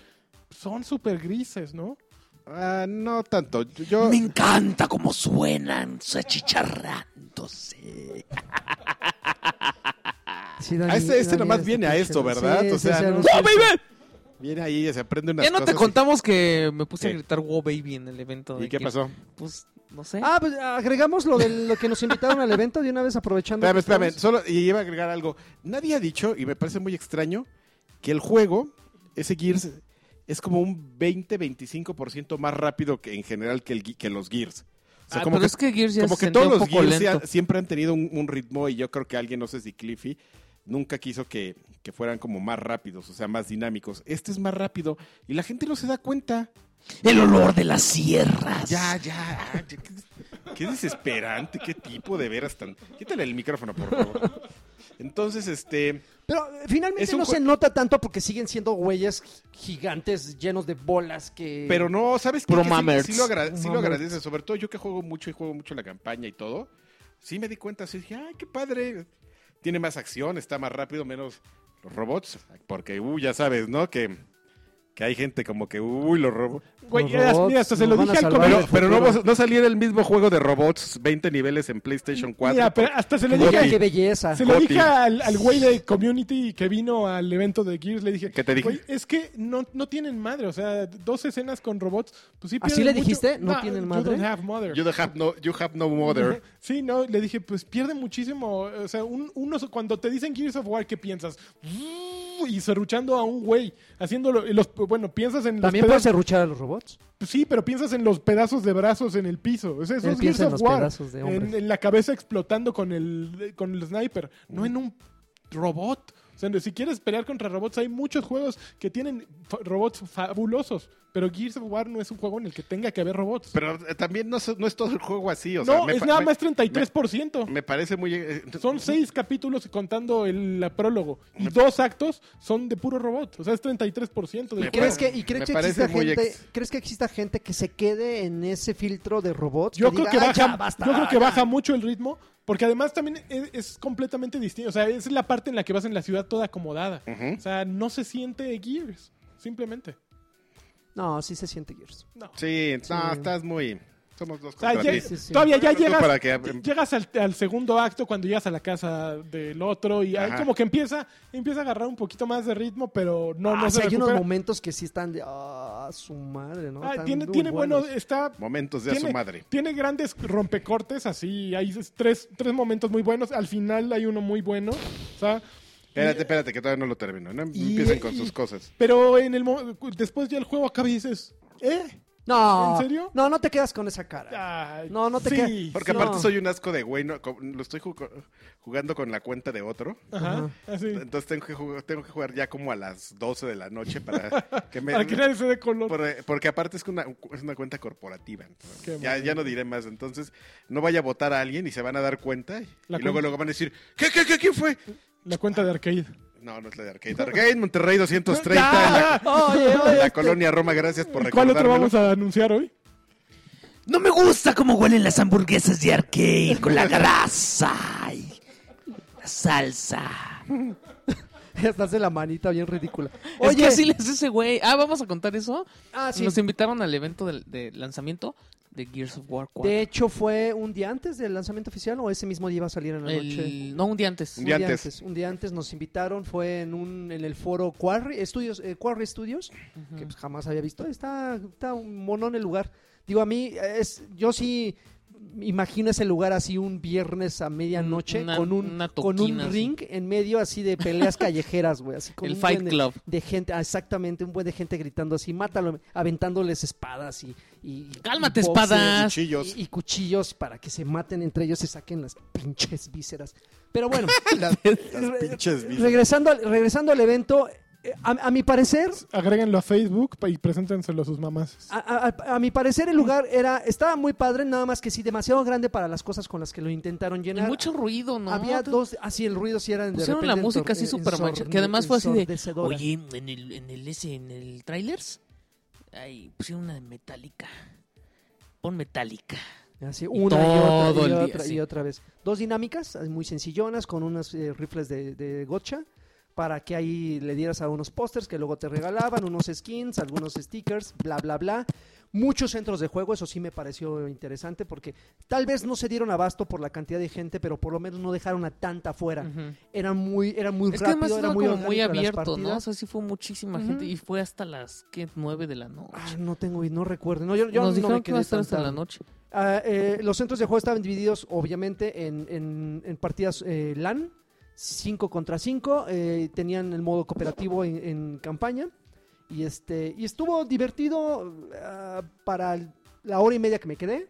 Son súper grises, ¿no?
Ah, no tanto. Yo, yo-
Me encanta cómo suenan, se achicharrándose.
Sí, Dani,
A este- este
Dani,
nomás
eres
viene
un
a
pinche-
esto, ¿verdad? O sea,
era un-
no-
¡No, baby!
viene ahí y se aprende Ah, unas
Ya no te
cosas
contamos que me puse a
¿Qué?
gritar wow baby en el evento.
y-
de
¿Y qué
que-
pasó?
Pues, no sé.
Ah, pues agregamos lo de lo que nos invitaron al evento de una vez aprovechando.
Espérame, espérame. Solo, y iba a agregar algo. Nadie ha dicho, y me parece muy extraño, que el juego, ese Gears, es como un 20-25% más rápido que en general que, el, Ge- que los Gears. O sea,
Ah,
como
pero
que,
es que Gears ya
como
se
que
sentía
todos
un
los
poco
Gears ya-
lento.
siempre han tenido un, un ritmo y yo creo que alguien, no sé si Cliffy, nunca quiso que, que fueran como más rápidos, o sea, más dinámicos. Este es más rápido y la gente no se da cuenta.
El olor de las sierras.
Ya, ya. ah, ya, qué, qué desesperante, qué tipo de veras tan. Quítale el micrófono, por favor. Entonces, este.
Pero eh, finalmente
Es un
no
jue-
se nota tanto porque siguen siendo güeyes gigantes llenos de bolas que.
Pero no, ¿sabes qué?
Pro
Que sí-
mammers.
sí, lo agra- sí lo
Mammers.
agradece, sobre todo yo que juego mucho y juego mucho la campaña y todo. Sí me di cuenta, sí dije, ay, qué padre. Tiene más acción, está más rápido, menos los robots. Porque, uy, ya sabes, ¿no? Que, que hay gente como que, uy, los robots.
Güey,
Los
ya-
robots
mira, hasta se
nos
lo
van a
dije al
salvar
comer-
Pero,
del
pero no,
futuro.
no saliera el mismo juego de robots 20 niveles en PlayStation 4.
Mira, pero hasta se lo
Goti.
Mira
dije,
qué belleza.
se lo
Goti.
dije al, al güey de Community que vino al evento de Gears. Le dije,
¿Qué te dije?
"Güey, es que no, no tienen madre. O sea, dos escenas con robots, pues sí
¿Así
pierden
le
mucho-
dijiste? ¿No tienen
you
madre?
don't have mother.
You, don't have no, you have no mother.
Sí, no, le dije, pues pierde muchísimo. O sea, un- uno, cuando te dicen Gears of War, ¿qué piensas? Y serruchando a un güey, haciéndolo. y los- bueno, piensas en los
¿También puedes
pedazos.
serruchar a los robots?
pues Sí, pero piensas en los pedazos de brazos en el piso. O sea, eso
Él
es Gears
piensa en
of
los
War.
pedazos de hombres.
en, en la cabeza explotando con el, con el sniper, no en un robot. O sea, si quieres pelear contra robots, hay muchos juegos que tienen fa- robots fabulosos. Pero Gears of War no es un juego en el que tenga que haber robots.
Pero eh, también no, es- no es todo el juego así. O sea,
no,
me
es
pa-
nada
me-
más 33%.
Me parece muy. eh,
Son seis capítulos contando el la prólogo. Y dos actos son de puro robot. O sea, es 33% del
Me
juego.
¿Crees que, ¿Y crees
me
que,
parece
exista
muy
gente,
ex-
crees que exista gente que se quede en ese filtro de robots?
Pues Yo creo
diga,
que
"Ah,
baja,
ya, basta,
yo creo que
ya".
baja mucho el ritmo. Porque además también es, es completamente distinto. O sea, es la parte en la que vas en la ciudad toda acomodada.
Ujú.
O sea, no se siente Gears. Simplemente.
No, sí se siente Gears.
No.
Sí, no,
Sí.
estás muy. Somos dos
O sea,
contra ti.
ya-
Sí, sí.
todavía ya
Bueno, tú
llegas,
para que- em,
llegas al, al segundo acto cuando llegas a la casa del otro y ahí
Ajá.
como que empieza, empieza a agarrar un poquito más de ritmo, pero no, no
Ah,
se
sí, hay unos
recupera.
momentos que sí están de. ¡Ah, su madre, ¿no?
Ah,
Están
tiene,
muy
tiene bueno,
buenos.
está
Momentos de a su madre.
tiene grandes rompecortes, así, hay es- tres, tres momentos muy buenos. Al final hay uno muy bueno, o sea,
Espérate, espérate, que todavía no lo termino. No
y-
empiecen con
y-
sus cosas.
pero en el mo- después ya el juego acaba y dices, ¿eh?
No,
¿En serio?
No, no te quedas con esa cara.
Ay,
No, no te
sí,
queda-
Porque
No.
aparte soy un asco de güey. no, co- lo estoy ju- jugando con la cuenta de otro.
Ajá, así.
Entonces tengo que, jugar, tengo que jugar ya como a las 12 de la noche
[LAUGHS]
para que me.
Para que nadie se dé color.
por- porque aparte es una, es una cuenta corporativa. entonces,
Qué
ya, ya no diré más. Entonces no vaya a votar a alguien y se van a dar cuenta. Y,
La
y luego,
cuen-
luego van a decir: ¿Qué, qué, qué, quién fue?
La cuenta de arcade.
No, no es la de Arcade. Arcade, Monterrey 230. en la-
[LAUGHS]
¡Ah! [LAUGHS]
Oye,
En
oye,
la
este-
colonia Roma, gracias por
¿Cuál
recordármelo.
otro vamos a anunciar hoy?
No me gusta cómo huelen las hamburguesas de arcade con
[LAUGHS]
la grasa y la salsa.
[LAUGHS] Estás de la manita bien ridícula.
[LAUGHS]
Oye, es que
Oye,
así le hace ese güey. Ah, vamos a contar eso.
ah, sí.
Nos invitaron al evento del- de, lanzamiento de Gears of War 4.
de hecho, ¿fue un día antes del lanzamiento oficial o ese mismo día iba a salir en la noche?
El- no, un día antes.
Un día antes.
Un día antes nos invitaron, fue en un en el foro Quarry Studios, eh, Quarry Studios, que pues, jamás había visto. Está, está un monón el lugar. Digo, a mí, eh, es, yo sí imagino ese lugar así un viernes a medianoche
Una-
con un
una
con
toquina,
un
así.
ring en medio así de
[LAUGHS]
peleas callejeras, güey, así con
El
un
Fight
buen de-
Club.
De, gente, ah, exactamente, un buen de gente gritando así, mátalo, aventándoles espadas y, y- y
Cálmate,
boxes
espadas.
Cuchillos.
Y, y cuchillos para que se maten entre ellos y saquen las pinches vísceras.
[LAUGHS]
Pero bueno,
Las, las pinches
re-
bis-
regresando al, regresando al evento, eh, a, a mi parecer,
Agréguenlo a Facebook pa- y preséntenselo a sus mamás.
a, a- a mi parecer el lugar era estaba muy padre, nada más que sí demasiado grande para las cosas con las que lo intentaron
Y
llenar.
mucho ruido, ¿no?
Había
Tú-
dos, así el ruido sí era de
Pusieron la
repente
música
ensor-
así
eh,
súper mancha-
ensor-
Que además fue así de.
ensordecedora.
Oye, en el, en el ese, en el trailers. Ahí pusieron una de metálica. Pon metálica.
Así, una y otra,
todo
y
el día,
otra,
sí.
y otra vez. Dos dinámicas eh, muy sencillonas con unos rifles de, de gotcha para que ahí le dieras a unos pósters que luego te regalaban, unos skins, algunos stickers, bla, bla, bla. Muchos centros de juego, eso sí me pareció interesante porque tal vez no se dieron abasto por la cantidad de gente, pero por lo menos no dejaron a tanta fuera.
Ujú.
Era muy, era muy
Es que además
rápido, era
estaba
muy
como muy
orgánico las
abierto, ¿no? Ah. O
partidas.
sea, sí fue muchísima gente. Y fue hasta las, ¿qué? 9 de la
Ah,
noche.
no tengo, no recuerdo. No, yo, yo
Nos
no
dijeron
me
que iba
quedé
a estar
tan
hasta la
tarde.
noche.
Ah, eh, los centros de juego estaban divididos, obviamente, en, en- en partidas eh, LAN, 5 contra 5. tenían el modo cooperativo en, en campaña. Y, este, y estuvo divertido ah, para el- la hora y media que me quedé.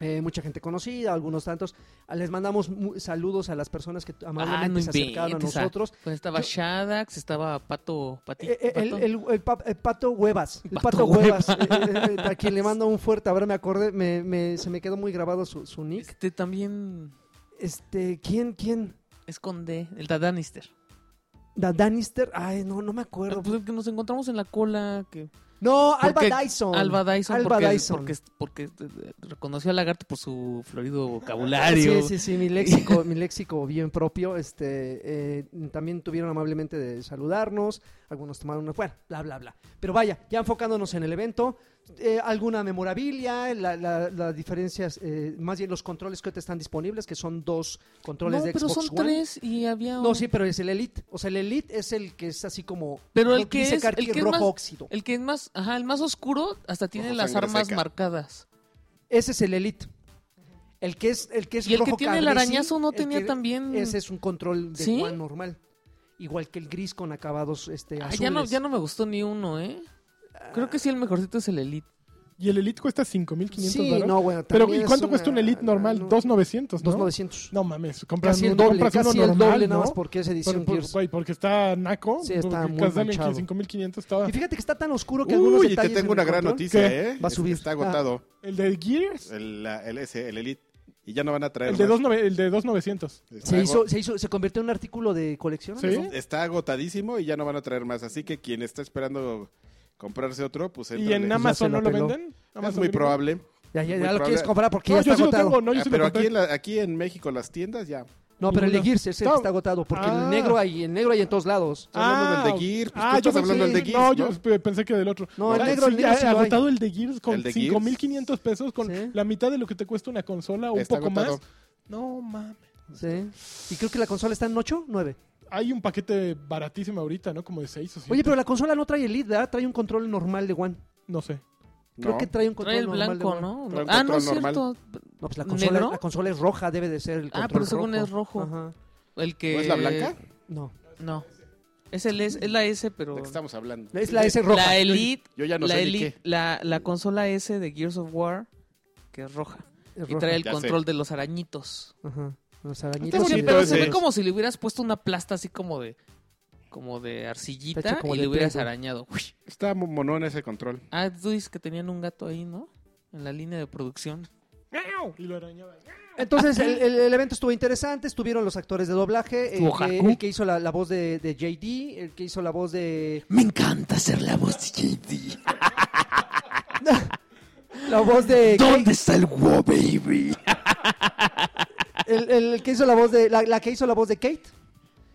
Eh, mucha gente conocida, algunos tantos. Ah, Les mandamos mu- saludos a las personas que t-
Ah, no
amablemente se acercaron a
inventes, ah.
nosotros.
Pues estaba
Yo-
Shadax, estaba Pato. Pati-
Eh, eh, el,
Pato.
el- el pa- el pato Huevas, el
Pato
pato, Huevas, eh, eh, eh,
[LAUGHS]
a quien le mando un fuerte abrazo, me acordé, me, me- se me quedó muy grabado su, su nick.
Este también
Este, ¿quién, quién?
esconde el Dadanister.
¿Da Danister? Ay, no, no me acuerdo.
Pues el que nos encontramos en la cola. Que...
No, Alba
Porque-
Dyson.
Alba Dyson.
Alba
porque,
Dyson.
Porque, porque, eh, reconoció a Lagarto por su florido vocabulario.
Ah, Sí, sí, sí,
[LAUGHS]
mi léxico, mi léxico bien propio. Este, eh, también tuvieron amablemente de saludarnos, algunos tomaron una, bueno, bla, bla, bla. Pero vaya, ya enfocándonos en el evento, eh, alguna memorabilia, la- la- las diferencias, eh, más bien los controles que te están disponibles, que son dos controles
No,
de
pero
Xbox
son
One.
tres y había
No,
un-
sí, pero es el Elite. O sea, el Elite es el que es así como.
Pero el
como
que
dice
es-
Cartier,
el que es
rojo
más-
óxido.
El que es más, ajá, el más oscuro hasta tiene
Ojo,
las
sangre
armas
seca.
marcadas.
Ese es el Elite. El que es, el que es
Y el que
rojo
tiene el
carmesí,
arañazo no
el
tenía
que-
también.
Ese es un control de
¿Sí?
Juan normal. Igual que el gris con acabados este,
Ah,
azules. Ah.
ya no, ya no me gustó ni uno, ¿eh? Creo que sí el mejorcito es el Elite.
Y el Elite cuesta 5.500
Sí,
dólares.
no, bueno,
Pero
también
¿y
es
cuánto cuesta un
una-
Elite normal?
no,
2.900, ¿no?
2,900.
No mames, compras,
Casi el
un,
doble,
compras
casi
uno
el
normal,
doble
¿no?
nada más porque es
Por-
edición
por-
Gears.
güey, porque está naco.
Sí, está
porque
muy
casi en
manchado.
5.500 estaba.
Y fíjate que está tan oscuro que algunos
Uy, y te
detalles en
tengo
el
una gran
control-
noticia,
¿Qué?
¿eh?
Va a subir. Ah.
Está agotado.
El de Gears,
El, la- el, ese, el Elite. Y ya no van a traer
el de,
Eh, más.
2.900, el de 2.900.
Está
Se
ago-
hizo, se hizo, se convirtió en un artículo de colección.
¿Sí?
¿no?
Está agotadísimo y ya no van a traer más. Así que quien está esperando comprarse otro, pues
¿Y
éntrale.
en
nada
Amazon
se
no
la
lo
peló.
venden?
Es
Amazon
muy
Gringo.
probable.
Ya, ya,
Muy
ya lo
probable.
quieres comprar porque
No,
ya
yo
está
sí lo
agotado.
tengo, no, yo
Ah,
sí lo
pero
compré.
aquí en, la- aquí en México las tiendas ya.
No, pero el de
Ninguna.
Gears es el
No.
que está agotado porque
Ah.
el negro hay, el negro hay en todos lados.
Está hablando del de Gears, pues tú estás
pensé-
hablando del de Gears,
No,
¿no?
yo pe- pensé que del otro.
No, el
Ah,
negro, el
sí,
negro
ha-
sí lo hay.
agotado el de Gears con
¿El de Gears?
5.500 pesos, con
Sí.
la mitad de lo que te cuesta una
Ah,
consola, un
Está
poco
agotado.
más. No mames.
Sí. Y creo que la consola está en 8, 9.
Hay un paquete baratísimo ahorita, ¿no? Como de 6 o 7.
Oye, pero la consola no trae el lead, ¿verdad? Trae un control normal de One.
No sé.
Creo
No.
que trae un control
Trae el
normal de
blanco,
One.
¿no?
Trae un
Ah, no
control
es
normal.
cierto.
No, pues la consola,
¿Negro?
la consola es roja, debe de ser el
Ah,
control
pero según
rojo.
es rojo.
Ajá.
El que...
¿No es la blanca?
No.
No. Es, el, S- es la S, pero...
¿De qué estamos hablando?
Es la S roja.
La Elite,
Yo ya no
la,
sé ni
Elite
qué.
la, la consola S de Gears of War, que es roja.
Es
Y
roja.
trae el
Ya sé.
control de los arañitos.
Ajá. Los
Está
arañitos.
Pero,
bonito
se- pero se
ese.
ve como si le hubieras puesto una plasta así como de... Como de
Está
arcillita
hecho como
y
de
le hubieras
trigo.
arañado. Uy.
Está mo- monón ese control.
Ah, tú dices que tenían un gato ahí, ¿no? En la línea de producción.
Y lo arañaba.
[LAUGHS]
Entonces, el, el- el evento estuvo interesante. Estuvieron los actores de doblaje. El
Estuvo
que,
Haku.
el que hizo la, la voz de, de JD. El que hizo la voz de.
Me encanta hacer la voz de JD.
La
[LAUGHS]
voz de.
¿Dónde está el Wo Baby?
El, el que hizo la voz de. La, la que hizo la voz de Kate.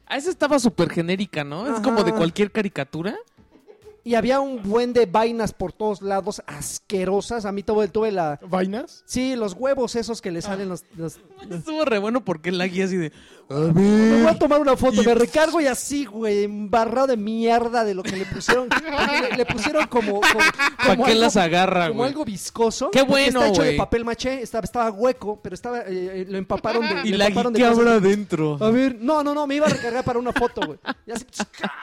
Ah, esa estaba súper genérica, ¿no? Es como de
Ajá.
cualquier caricatura.
Y Y había un buen de vainas por todos lados, asquerosas. A mí tuve, tuve la...
¿Vainas?
Sí, los huevos esos que le salen los... los-
Estuvo re bueno porque la guía así de. A
Me voy
ver.
a tomar una foto,
Y-
me recargo y así, güey, embarrado de mierda de lo que le pusieron. le, le pusieron como... como,
¿Para
como
qué
algo-
las agarra,
Como
güey?
algo viscoso.
¡Qué
porque
bueno,
Está hecho
güey!
de papel maché, estaba, estaba hueco, pero estaba eh, eh, lo empaparon de...
Y
lo
la
empaparon de
guía
cosas.
habrá adentro.
A ver, no, no, no, me iba a recargar para una foto, güey. Y así, pues, ¡ca!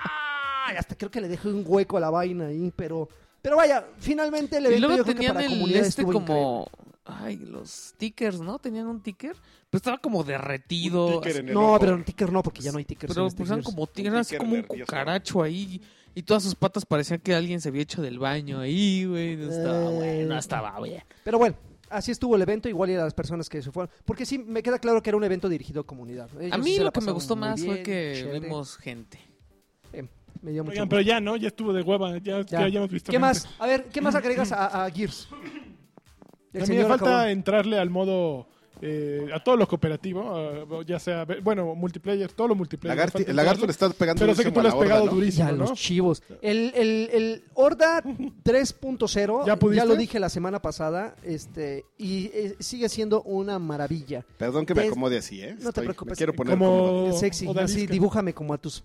Y hasta creo que le dejé un hueco a la vaina ahí, pero... Pero vaya, finalmente el
Y
evento
luego
yo creo que
tenían
para la
el
comunidad
este
estuvo increíble.
como. Ay, los stickers, ¿no? Tenían un ticker. Pero estaba como derretido.
Un ticker en el
No,
ojo.
pero un ticker no, porque ya no hay tickers.
Pero
en este
pues
Stickers.
eran como, ti- eran así
ticker
como un
nervioso.
cucaracho ahí. Y todas sus patas parecían que alguien se había hecho del baño ahí, güey. No estaba,
Eh.
güey. No estaba, güey.
Pero bueno, así estuvo el evento, igual y a las personas que se fueron. Porque sí, me queda claro que era un evento dirigido a comunidad.
A
Ellos
mí
se la
lo que me
pasaron
gustó
muy
más fue
bien,
que
chévere.
vimos gente.
Eh, me dio mucho
Oigan,
gusto.
pero ya, ¿no? Ya estuvo de hueva. Ya, ya. ya hemos visto
¿Qué
gente.
más? A ver, ¿qué más agregas a, a
[CLEARS THROAT]
Gears? El
A mí me
señor
falta
acabó.
entrarle al modo... eh, a todo lo cooperativo, a- ya sea, bueno, multiplayer, todo lo multiplayer.
Lagarti-
me falta
el lagarto le
entrarle.
está pegando
Pero sé que
durísimo
tú le
a
has
la horda,
pegado
¿no?
durísimo,
Ya,
¿no?
los chivos. El, el, el Horda 3.0,
¿Ya pudiste?
lo dije la semana pasada, este y eh, sigue siendo una maravilla.
Perdón que me
Des-
acomode así, ¿eh?
No te
Estoy- Me
preocupes.
quiero poner cómodo.
Como...
Sexy,
odalisca.
así, dibújame como a tus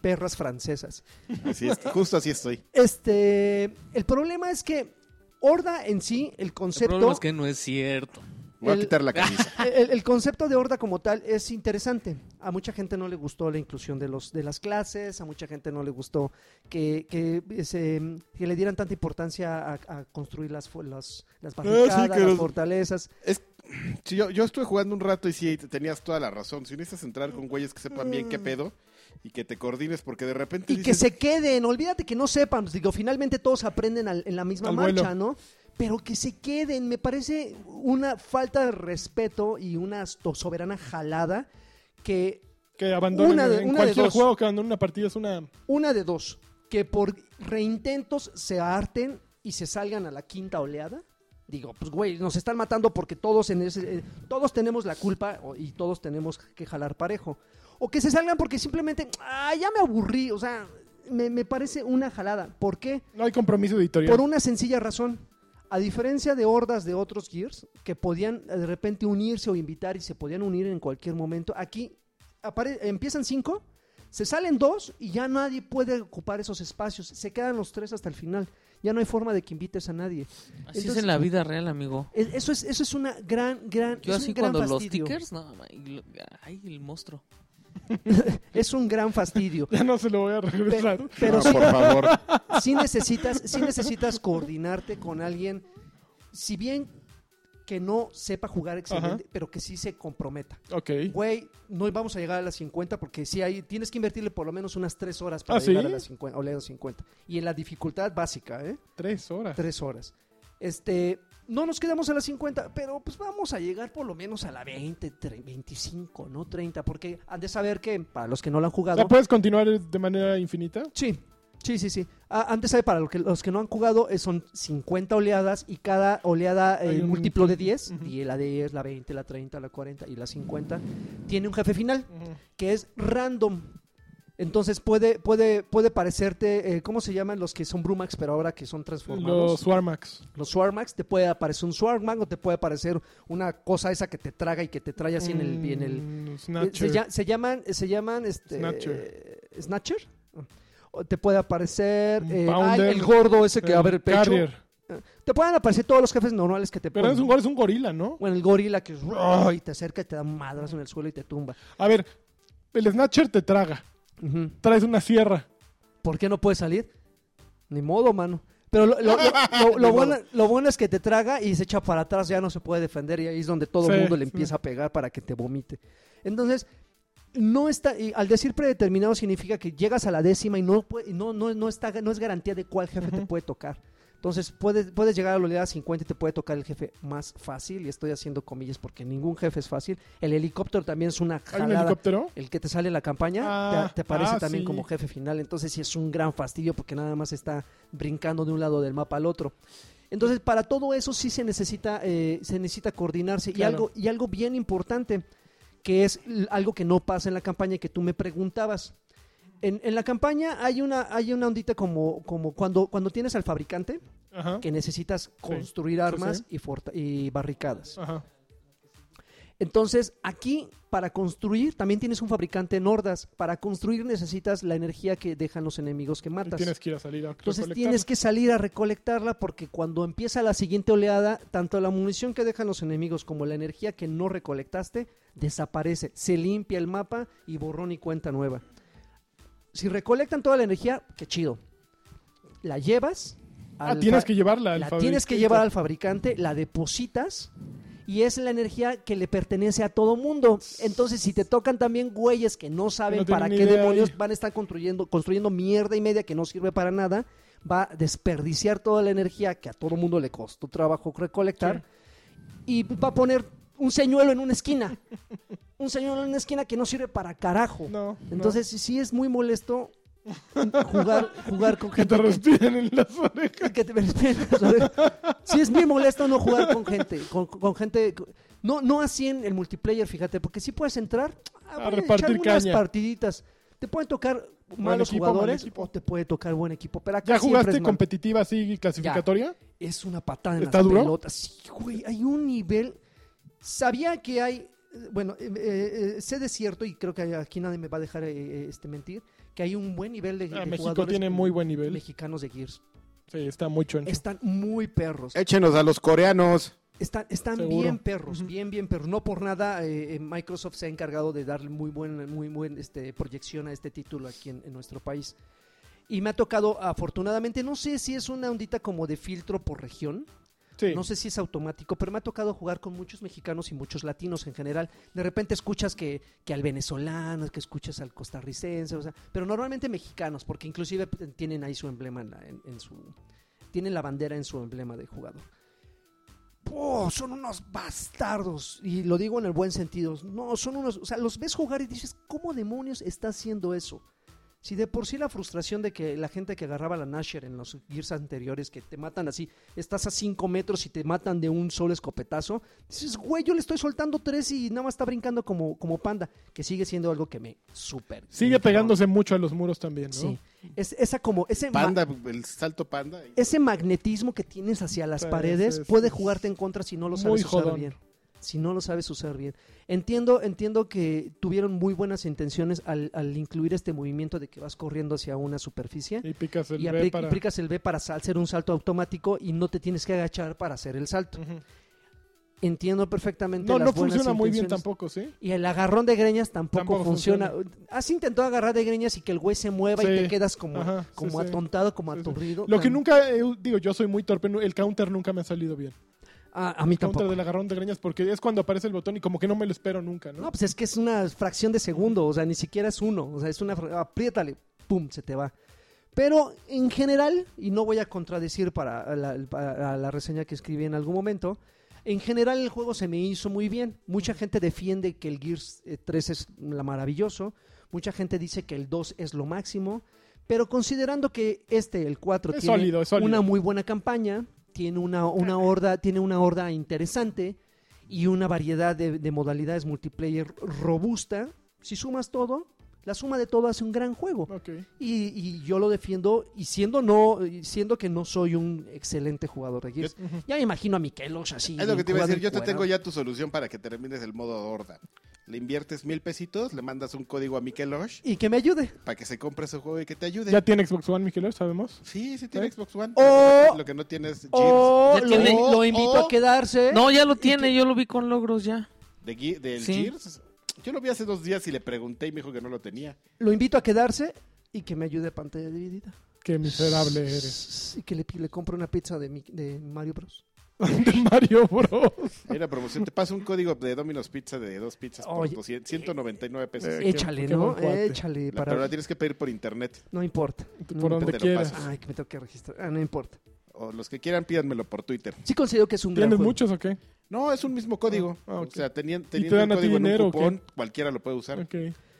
perras francesas.
Así es, justo así estoy.
Este, el problema es que Horda en sí, el
El problema
concepto,
es que no es cierto.
Me Voy
El-
a quitar
[LAUGHS]
la camisa.
Eh, el, el concepto de Horda como tal es interesante. A mucha gente no le gustó la inclusión de los de las clases, a mucha gente no le gustó que, que se- que le dieran tanta importancia a, a construir las fu- las, las barricadas,
que
las
los-
fortalezas.
Sí, yo, yo estuve jugando un rato y sí, te- tenías toda la razón. Si necesitas entrar con güeyes que sepan bien qué pedo y que te coordines, porque de repente.
Mm. Y que
dices,
se queden, olvídate que no sepan, pues, digo, finalmente todos aprenden al- en la misma
Al vuelo.
marcha, ¿no? Pero que se queden, me parece una falta de respeto y una to- soberana jalada que
Que abandonen
Una de-
en
una de
cualquier
dos.
juego que abandonen una partida es una...
una de dos, que por reintentos se harten y se salgan a la quinta oleada. Digo, pues güey, nos están matando porque todos en ese, eh, todos tenemos la culpa o- y todos tenemos que jalar parejo. O que se salgan porque simplemente, ah, ya me aburrí, o sea, me, me parece una jalada. ¿Por qué?
No hay compromiso editorial.
Por una sencilla razón. A diferencia de hordas de otros Gears, que podían eh, de repente unirse o invitar y se podían unir en cualquier momento, aquí apare- empiezan cinco, se salen dos y ya nadie puede ocupar esos espacios. Se quedan los tres hasta el final. Ya no hay forma de que invites a nadie.
Así es
Entonces-
en la vida real, amigo.
E- Eso es, eso es una gran, gran.
Yo
es un
así
gran
cuando
fastidio.
los tickers, no, ma- y lo- ay, el monstruo.
Es un gran fastidio.
[LAUGHS] Ya no se lo voy a regresar.
Pe- pero
"No,
sí-
por favor.
[LAUGHS] sí necesitas, sí necesitas coordinarte con alguien, si bien que no sepa jugar excelente, pero que sí se comprometa.
Ok.
Güey, no vamos a llegar a las 50 porque sí hay, tienes que invertirle por lo menos unas 3 horas para
¿Ah,
llegar
sí?
a las 50, o las 50. Y en la dificultad básica, ¿eh?
Tres horas.
3 horas. Este, no nos quedamos a las 50, pero pues vamos a llegar por lo menos a la 20, tre- 25, no 30, porque han de saber que para los que no lo han
O
jugado,
sea, ¿puedes continuar de manera infinita?
Sí, sí, sí, sí. Ah, antes, ¿sabe? Para lo que- los que no han jugado, eh, son 50 oleadas y cada oleada,
Hay
el
un-
múltiplo de 10,
Ujú.
10, la 10, la 20, la 30, la 40 y la 50, tiene un jefe final que es random. Entonces puede, puede, puede parecerte, eh, ¿cómo se llaman los que son Brumax, pero ahora que son transformados?
Los Warmax.
los Swarmax, te puede aparecer un Swarmax o te puede aparecer una cosa esa que te traga y que te trae así en el... En el
Mm,
eh, se,
Snatcher.
lla- se llaman, se llaman este,
Snatcher.
eh, Snatcher. O te puede aparecer eh, ay,
Pounder.
el gordo ese que
El
abre el pecho.
Carrier.
Te pueden aparecer todos los jefes normales que te
Pero
ponen.
es un, gor- es un gorila, ¿no?
Bueno, el gorila que es ¡ruah! y te acerca y te da madras en el suelo y te tumba.
A ver, el Snatcher te traga.
Ujú.
Traes una sierra.
¿Por qué no puedes salir? Ni modo, mano. Pero lo, lo- lo-
[LAUGHS]
lo- lo
Ni
bueno, lo bueno es que te traga y se echa para atrás, ya no se puede defender y ahí es donde todo el
Sí,
mundo le
sí.
empieza a pegar para que te vomite. Entonces, no está, y al decir predeterminado significa que llegas a la décima y no, puede- no, no, no, está, no es garantía de cuál jefe te puede tocar. Entonces, puedes, puedes llegar a la oleada 50 y te puede tocar el jefe más fácil, y estoy haciendo comillas porque ningún jefe es fácil. El helicóptero también es una
Hay un
jalada
helicóptero.
el que te sale en la campaña
Ah,
te, te aparece
ah,
también
sí.
como jefe final. Entonces sí es un gran fastidio porque nada más está brincando de un lado del mapa al otro. Entonces para todo eso sí se necesita, eh, se necesita coordinarse.
Claro.
Y, algo, y algo bien importante, que es l- algo que no pasa en la campaña y que tú me preguntabas. En, en la campaña hay una, hay una ondita como, como cuando, cuando tienes al fabricante
Ajá.
que necesitas construir
sí,
armas
sí.
Y, forta- y barricadas.
Ajá.
Entonces, aquí para construir también tienes un fabricante en hordas. Para construir necesitas la energía que dejan los enemigos que
Y
matas.
Tienes que ir a salir a
Entonces
recolectar.
tienes que salir a recolectarla porque cuando empieza la siguiente oleada, tanto la munición que dejan los enemigos como la energía que no recolectaste desaparece. Se limpia el mapa y borrón y cuenta nueva. Si recolectan toda la energía, qué chido. La llevas.
Ah,
al
tienes
fa-
que llevarla al
la tienes que
fabricante.
llevar al fabricante, la depositas y es la energía que le pertenece a todo mundo. Entonces, si te tocan también güeyes que no saben
No tienen
para
ni
qué
idea
demonios
ahí.
van a estar construyendo, construyendo mierda y media que no sirve para nada, va a desperdiciar toda la energía que a todo mundo le costó trabajo recolectar y va a poner un señuelo en una esquina. Un señuelo en una esquina que no sirve para carajo.
No, no.
Entonces, sí- sí es muy molesto jugar, jugar
[LAUGHS]
con
Que
gente
te
que-
respiren en las orejas.
que te Sí, es muy molesto no jugar con gente. Con, con gente. No, no así en el multiplayer, fíjate, porque sí puedes entrar
A
voy
repartir
echar unas
caña.
partiditas. Te pueden tocar malos
equipo, mal
jugadores
equipo.
o te puede tocar buen equipo. Pero acá
¿Ya
siempre
jugaste
es mal.
competitiva así clasificatoria?
Es una patada en
¿Está
las
duro?
pelotas. Sí, güey, hay un nivel. Sabía que hay. Bueno, eh, eh, eh, sé de cierto, y creo que aquí nadie me va a dejar eh, eh, este mentir, que hay un buen nivel de,
Ah,
de
México
jugadores
tiene muy buen nivel.
mexicanos de Gears.
Sí, está muy choncho.
Están muy perros.
Échenos a los coreanos.
Están, están
Seguro.
bien perros, bien, bien perros. No por nada eh, eh, Microsoft se ha encargado de darle muy buen, muy buen este, proyección a este título aquí en, en nuestro país. Y me ha tocado, afortunadamente, no sé si es una ondita como de filtro por región,
Sí.
no sé si es automático, pero me ha tocado jugar con muchos mexicanos y muchos latinos en general. De repente escuchas que, que al venezolano, que escuchas al costarricense, o sea, pero normalmente mexicanos, porque inclusive p- tienen ahí su emblema en, la- en- en su... Tienen la bandera en su emblema de jugador. ¡Oh, son unos bastardos! Y lo digo en el buen sentido. No, son unos... O sea, los ves jugar y dices, ¿cómo demonios está haciendo eso? Si de por sí la frustración de que la gente que agarraba la Nasher en los Gears anteriores, que te matan así, estás a 5 metros y te matan de un solo escopetazo, dices, güey, yo le estoy soltando tres y nada más está brincando como, como panda, que sigue siendo algo que me super.
Sigue pegándose mucho a los muros también, ¿no?
Sí. Es, esa como, ese, ma-
Panda, el salto panda.
ese magnetismo que tienes hacia las
Sí,
paredes
sí, sí.
puede jugarte en contra si no lo
Pues, Muy
sabes usar
jodón.
bien. Si no lo sabes usar bien. Entiendo, entiendo que tuvieron muy buenas intenciones al, al incluir este movimiento de que vas corriendo hacia una superficie
Y picas el
y
B
apli-
para...
aplicas el B para sal- hacer un salto automático y no te tienes que agachar para hacer el salto.
Ujú.
Entiendo perfectamente.
Mm. No,
las
no
buenas
funciona muy bien
intenciones.
tampoco, ¿sí?
Y el agarrón de greñas tampoco,
Tampoco
funciona. Has intentado agarrar de greñas y que el güey se mueva
Sí.
y te quedas como,
Ajá, sí,
como
sí.
atontado, como
Sí, sí.
aturdido.
Lo que
Tam-
nunca, eh, digo, yo soy muy torpe, el counter nunca me ha salido bien.
A, a mí
Counter
tampoco.
del agarrón de greñas, porque es cuando aparece el botón y como que no me lo espero nunca, ¿no?
No, pues es que es una fracción de segundo, o sea, ni siquiera es uno, o sea, es una... fra- apriétale, pum, se te va. Pero en general, y no voy a contradecir para la, para la reseña que escribí en algún momento, en general el juego se me hizo muy bien. Mucha gente defiende que el Gears eh, 3 es la maravilloso, mucha gente dice que el 2 es lo máximo, pero considerando que este, el 4,
Es
tiene
sólido, es sólido.
una muy buena campaña, tiene una, una horda, tiene una horda interesante, y una variedad de, de modalidades multiplayer robusta, si sumas todo, la suma de todo hace un gran juego.
Ok.
Y, y yo lo defiendo, y siendo no, y siendo que no soy un excelente jugador de Gears. Ya me imagino a Mikelosh así.
Es lo que te iba a
jugando
decir. Yo te
encuerado.
tengo ya tu solución para que termines el modo horda. Le inviertes mil pesitos, le mandas un código a Mikelosh
Y que me ayude.
para que se compre su juego y que te ayude.
Ya tiene Xbox One, Miguel, sabemos.
Sí, sí tiene
¿Eh?
Xbox One.
O-
lo que no tienes es
O
Ya
Oh, lo,
tiene-
Oh.
lo invito
o-
a quedarse.
No, ya lo tiene, yo lo vi con logros ya.
Gears. De Ge- del
Sí.
Gears. Yo lo vi hace dos días y le pregunté y me dijo que no lo tenía.
Lo invito a quedarse y que me ayude a pantalla dividida.
Qué miserable eres. [LAUGHS]
Y que le, le compre una pizza de, mi- de Mario Bros.
De Mario Bros.
Hay una promoción. Te paso un código de Domino's Pizza de dos pizzas por
Oye.
200 199 pesos.
Eh, qué-
Échale,
qué buen
¿no?
cuate.
Échale.
La- pero la
Para...
tienes que pedir por internet.
No importa. No
Por
Mm,
donde
te lo
quieras.
pasas.
Ay, que me tengo que registrar. Ah, no importa.
O los que quieran, pídanmelo por Twitter.
Sí considero que es un gran
¿Tienes
juego.
muchos o qué?
No, es un mismo código.
Ah, ah, ok.
O sea, tenien-
te
teniendo
dan
el
a ti
código en
dinero
un
o qué?
cupón, cualquiera lo puede usar.
Ok.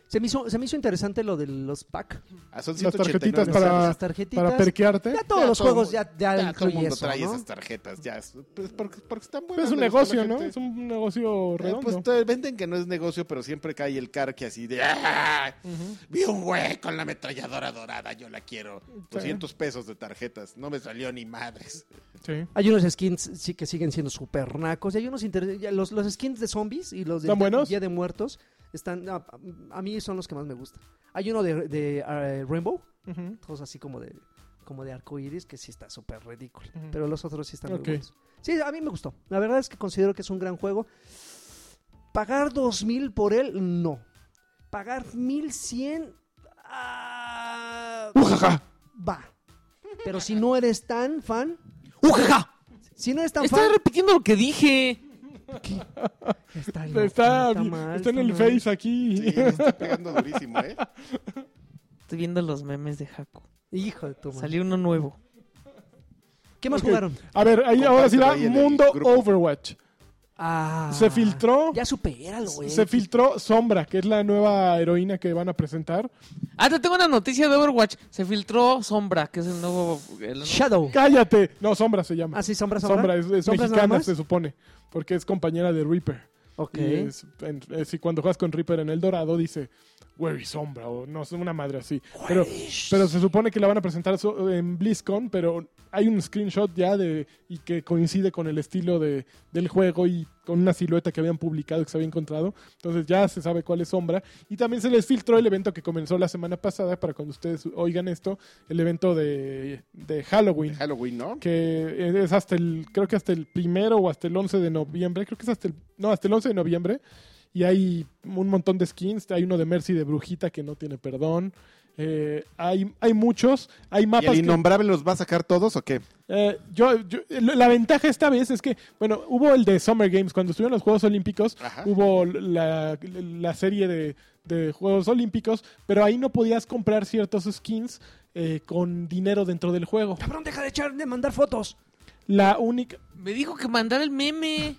Se me hizo, se me hizo interesante lo de los pack.
Ah, son
Las tarjetitas
189.
para,
Las tarjetitas.
para perquearte.
Ya todos los
todo
juegos
mu-
ya, ya,
todo el
incluye
mundo
eso,
trae
¿no?
esas tarjetas. Ya, es- pues, porque, porque están buenas.
Es un
le gusta a la
negocio, ¿no?
gente.
Es un negocio
Eh,
redondo.
pues te venden que no es negocio, pero siempre cae el carque así de. "Ah, Vi un güey con la ametralladora dorada, yo la quiero. 200 pesos de tarjetas, no me salió ni
[LAUGHS]
madres.
Sí.
Hay unos skins sí, que siguen siendo super nacos. Y hay unos inter- ya los, los skins de zombies y los de
¿Están buenos?
Día de Muertos. Están, a, a mí son los que más me gustan. Hay uno de, de, eh, Rainbow,
Ujú.
todos así como de como de arcoiris, que sí está súper ridículo.
Ujú.
Pero los otros sí están
Ok.
muy buenos. Sí, a mí me gustó. La verdad es que considero que es un gran juego. Pagar 2000 por él, no. Pagar 1100, ah,
Ujaja.
va. Pero si no eres tan fan,
¡Ujaja!
si no eres tan
Estás
fan,
repitiendo lo que dije.
Está,
Está,
loco, está mal,
está en
está
el
mal.
Face aquí.
Sí, le está pegando durísimo, ¿eh?
Estoy viendo los memes de Haku.
Hijo de tu madre.
Salió uno nuevo.
¿Qué más
Ok.
jugaron?
A ver, ahí ahora sí va
Compártelo ahí en el
Mundo
grupo.
Overwatch.
Ah,
Se filtró.
Ya supéralo, eh. güey.
Se filtró Sombra, que es la nueva heroína que van a presentar.
Ah, te tengo una noticia de Overwatch. Se filtró Sombra, que es el nuevo. el-
Shadow.
¡Cállate! No, Sombra se llama.
Ah, sí, sombra, sombra.
Sombra es, es
¿Sombras nada
mexicana,
más?
se supone, porque es compañera de Reaper.
Ok.
Y es- en- es- y cuando juegas con Reaper en El Dorado dice, Where is Sombra? O no, es una madre así. Pero, pero se supone que la van a presentar so- en BlizzCon, pero hay un screenshot ya de y que coincide con el estilo de, del juego y con una silueta que habían publicado que se había encontrado. Entonces ya se sabe cuál es Sombra. Y también se les filtró el evento que comenzó la semana pasada, para cuando ustedes oigan esto, el evento de, de Halloween
Halloween, ¿no?
que es hasta el, creo que hasta el primero o hasta el 11 de noviembre, creo que es hasta el, no, hasta el 11 de noviembre, y hay un montón de skins, hay uno de Mercy de Brujita que no tiene perdón, eh, hay, hay muchos, hay
¿Y
mapas...
el
que-
innombrable los va a sacar todos o qué?
eh, yo, yo- la ventaja esta vez es que, bueno, hubo el de Summer Games, cuando estuvieron los Juegos Olímpicos,
Ajá.
hubo la, la serie de, de Juegos Olímpicos, pero ahí no podías comprar ciertos skins eh, con dinero dentro del juego.
Cabrón, deja de echar de mandar fotos.
La única...
Me dijo que mandara el meme.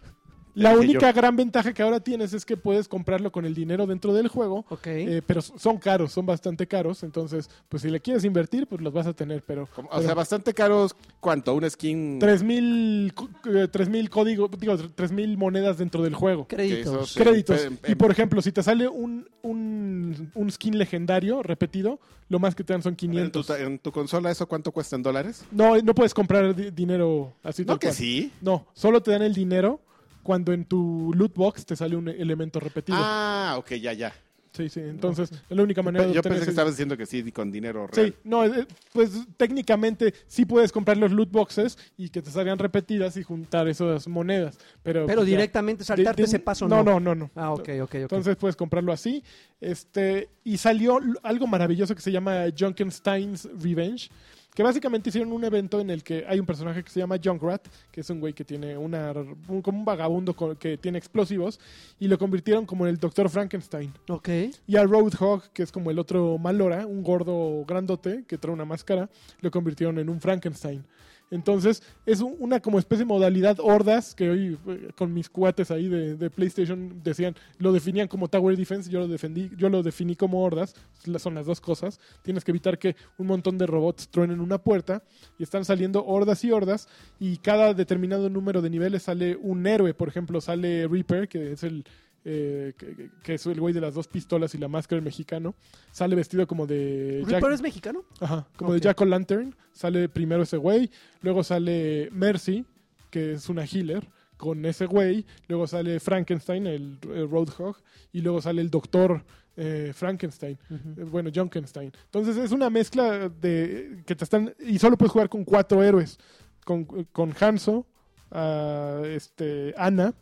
La
Dije
única gran ventaja que ahora tienes es que puedes comprarlo con el dinero dentro del juego,
Ok.
eh, pero son caros, son bastante caros, entonces, pues si le quieres invertir, pues los vas a tener, pero...
Como- O sea, bastante caros. ¿Cuánto? ¿Una skin?
3.000 co- eh, 3,000 código, digo, 3.000 monedas dentro del juego.
que esos,
Créditos.
eh,
Créditos.
em-
Y
em-
por ejemplo, si te sale un, un, un skin legendario repetido, lo más que te dan son
¿En tu,
500.
ta- en tu consola eso cuánto cuesta en dólares?
No, no puedes comprar di- dinero así.
No
tal
que
cual.
sí.
No, solo te dan el dinero cuando en tu loot box te sale un elemento repetido.
Ah, ok, ya, ya.
Sí, sí, entonces es la única manera de
pues, Yo
obtener
pensé que
ese-
estabas diciendo que sí, con dinero real. [LAUGHS]
Sí, no, eh, pues técnicamente sí puedes comprar los loot boxes y que te salgan repetidas y juntar esas monedas, pero...
Pero
pues, ya-
directamente saltarte
de- de-
ese paso,
no.
no.
No, no, no.
Ah, ok, ok, ok.
Entonces puedes comprarlo así. Este, y salió l- algo maravilloso que se llama Junkenstein's Revenge. Que básicamente hicieron un evento en el que hay un personaje que se llama Junkrat, que es un güey que tiene una, un- como un vagabundo con- que tiene explosivos, y lo convirtieron como en el Doctor Frankenstein.
ok.
Y a Roadhog, que es como el otro Malora, un gordo grandote que trae una máscara, lo convirtieron en un Frankenstein. Entonces, es un- una como especie de modalidad hordas que hoy eh, con mis cuates ahí de, de PlayStation decían, lo definían como Tower Defense, yo lo defendí, yo lo definí como hordas, la- son las dos cosas. Tienes que evitar que un montón de robots truenen una puerta y están saliendo hordas y hordas y cada determinado número de niveles sale un héroe, por ejemplo, sale Reaper, que es el eh, que, que es el güey de las dos pistolas y la máscara el mexicano, sale vestido como de Jack-
¿Reaper es mexicano?
Ajá, como
Ok.
de Jack Lantern. Sale primero ese güey. Luego sale Mercy, que es una healer, con ese güey. Luego sale Frankenstein, el, el Roadhog. Y luego sale el doctor eh, Frankenstein. Eh, Bueno, Junkenstein. Entonces es una mezcla de. que te están. Y solo puedes jugar con cuatro héroes: con, con Hanzo, a, este, Ana,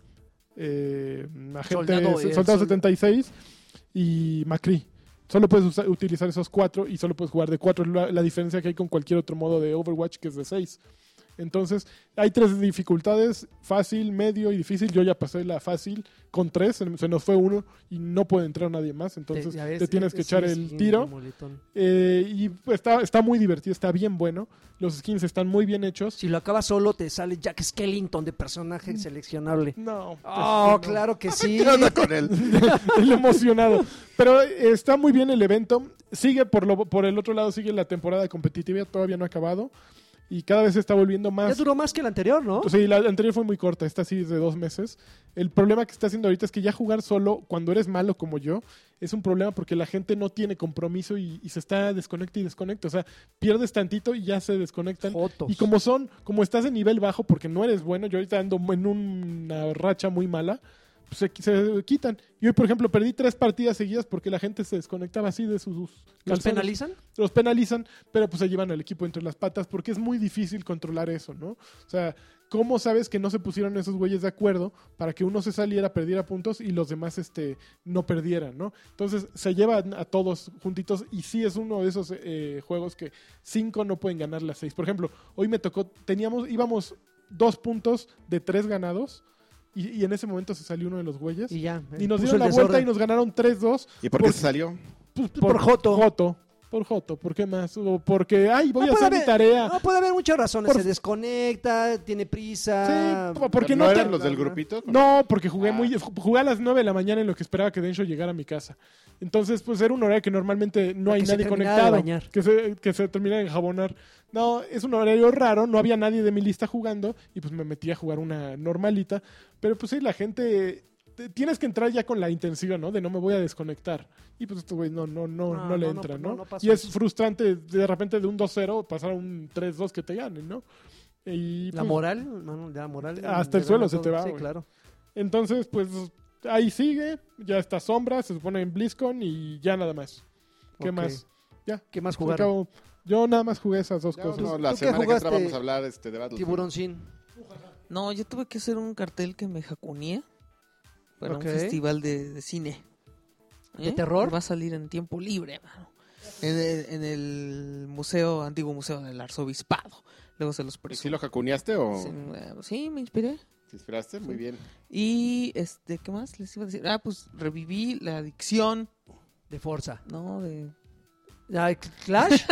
eh, agente,
Soldado,
soldado,
eh, solda-
76 y Macri. Solo puedes usa- utilizar esos cuatro y solo puedes jugar de cuatro. La, la diferencia que hay con cualquier otro modo de Overwatch que es de seis. Entonces, hay tres dificultades, fácil, medio y difícil. Yo ya pasé la fácil con tres, se se nos fue uno y no puede entrar nadie más. Entonces, te,
ya ves,
tienes que
es-
echar
es
el
bien
tiro.
moletón.
Eh, y pues, está, está muy divertido, está bien bueno. Los skins están muy bien hechos.
Si lo acabas solo, te sale Jack Skellington de personaje seleccionable.
No.
Oh,
este, Mm. no.
claro que sí.
¿Qué onda con él?
[LAUGHS] el emocionado. Pero eh, está muy bien el evento. Sigue por, lo, por el otro lado, sigue la temporada de competitividad, todavía no ha acabado. Y cada vez se está volviendo
Ya
más.
duró más que el anterior, ¿no?
Sí, la anterior fue muy corta, esta sí es de dos meses. El problema que está haciendo ahorita es que ya jugar solo, cuando eres malo como yo, es un problema porque la gente no tiene compromiso y, y se está desconecta y desconecta. O sea, pierdes tantito y ya se desconectan.
Jotos.
Y como son, como estás en nivel bajo porque no eres bueno, yo ahorita ando en una racha muy mala, pues se, se quitan. Y hoy, por ejemplo, perdí tres partidas seguidas porque la gente se desconectaba así de sus
¿Los
calzones.
penalizan?
Los penalizan, pero pues se llevan al equipo entre las patas porque es muy difícil controlar eso, ¿no? O sea, ¿cómo sabes que no se pusieron esos güeyes de acuerdo para que uno se saliera, perdiera puntos y los demás este, no perdieran, ¿no? Entonces se llevan a todos juntitos y sí es uno de esos eh, juegos que cinco no pueden ganar las seis. Por ejemplo, hoy me tocó, teníamos, íbamos dos puntos de tres ganados y, y en ese momento se salió uno de los güeyes.
Y
pues, Y,
ya. eh,
nos
puso
dieron
el
la vuelta
desorden.
y nos ganaron 3-2
¿Y por qué se salió?
pues,
Por Joto.
Joto. Por Joto. ¿Por qué más? O porque, ay, voy
No
a
puede
hacer mi
haber-
tarea.
No, puede haber muchas razones.
Por-
Se desconecta, tiene prisa.
sí, porque
¿No,
no, te-
eran los del grupito?
No, porque jugué
Ah.
muy jugué a las 9 de la mañana en lo que esperaba que Densho llegara a mi casa. Entonces, pues era un horario que normalmente no
Para
hay
que se
nadie
terminara de
conectado.
bañar.
Que se, que se termina de enjabonar. No, es un horario raro, no había nadie de mi lista jugando y pues me metí a jugar una normalita. Pero pues sí, la gente... te- Tienes que entrar ya con la intención, ¿no? De no me voy a desconectar. Y pues estos güeyes no, no, no,
No,
no, le
no, no,
entran,
no,
¿no?
no pasó
y es
eso.
frustrante de repente de un 2-0 pasar a un 3-2 que te ganen, ¿no? Y,
La
pues,
moral, hermano, la moral.
Hasta el
le
suelo
gana
se
todo.
te va,
Sí,
güey.
claro.
Entonces, pues ahí sigue, ya está Sombra, se supone en BlizzCon y ya nada más. ¿Qué
Ok.
más?
¿Qué más
Se
jugar?
acabó. Yo nada más jugué esas dos
Ya,
cosas.
no, la
¿Tú
semana
qué
que entra
jugaste?
vamos a hablar este, de Battlefield.
Tiburón sin.
No, yo tuve que hacer un cartel que me jacuneé para
Ok.
un festival de, de cine.
¿De
¿Eh?
terror?
Va a salir en tiempo libre, mano. En el, en el museo, antiguo museo del arzobispado. Luego se los presumo.
¿Sí lo jacuneaste o
Sí, eh, sí, me inspiré.
te inspiraste? Muy bien.
Y, este, ¿qué más les iba a decir? Ah, pues reviví la adicción,
De Forza.
¿no? De...
Ah, [LAUGHS] ¿Clash?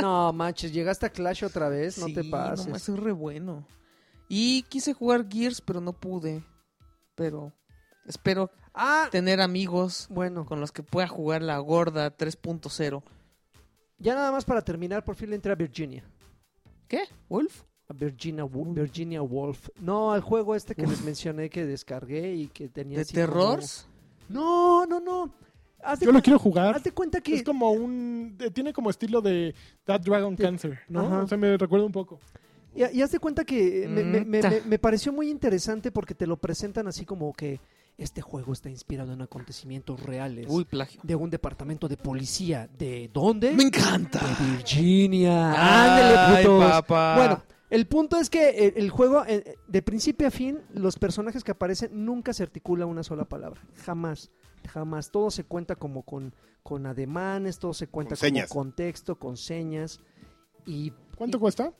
no, manches, llegaste a Clash otra vez, no
Sí,
te pases.
No, soy re bueno. Y quise jugar Gears, pero no pude. Pero espero
ah,
tener amigos
bueno,
con los que pueda jugar la gorda 3.0.
ya nada más para terminar, por fin le entré a Virginia.
¿Qué? ¿Wolf?
A Virginia, Wo- Virginia Woolf. No, al juego este que les mencioné que descargué y que tenía.
¿De
así como-
terrors?
No, no, no. Haz de,
Yo lo
cuen-
quiero jugar.
haz de cuenta que
Es como un... eh, Tiene como estilo de That Dragon Cancer, ¿no?
Ajá.
O sea, me recuerda un poco.
Y, y haz de cuenta que eh, me, me- me-
Mm, ta.
me- me pareció muy interesante porque te lo presentan así como que este juego está inspirado en acontecimientos reales
Uy, plagio.
de un departamento de policía. ¿De dónde?
¡Me encanta!
De Virginia.
Ay,
Ándele, putos.
papá.
Bueno, el punto es que eh, el, juego, eh, de principio a fin, los personajes que aparecen nunca se articula una sola palabra. Jamás. Jamás. Todo se cuenta como con, con ademanes, todo se cuenta
Con señas.
como con texto, con señas. Y.
¿Cuánto
y-
cuesta?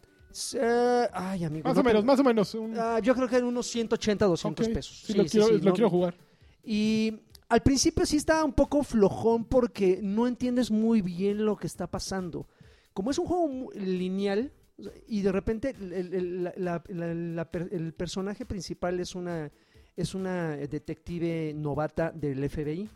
eh, ay, amigo.
Más
no
o menos,
te-
más o menos. Un...
Ah, yo creo que en unos 180, 200
Ok.
pesos.
Sí, lo, quiero, lo
no-
quiero jugar.
y al principio sí está un poco flojón porque no entiendes muy bien lo que está pasando. Como es un juego mu- lineal o sea, y de repente el, el- el- la- la- la- la per- el personaje principal es una, es una detective novata del FBI.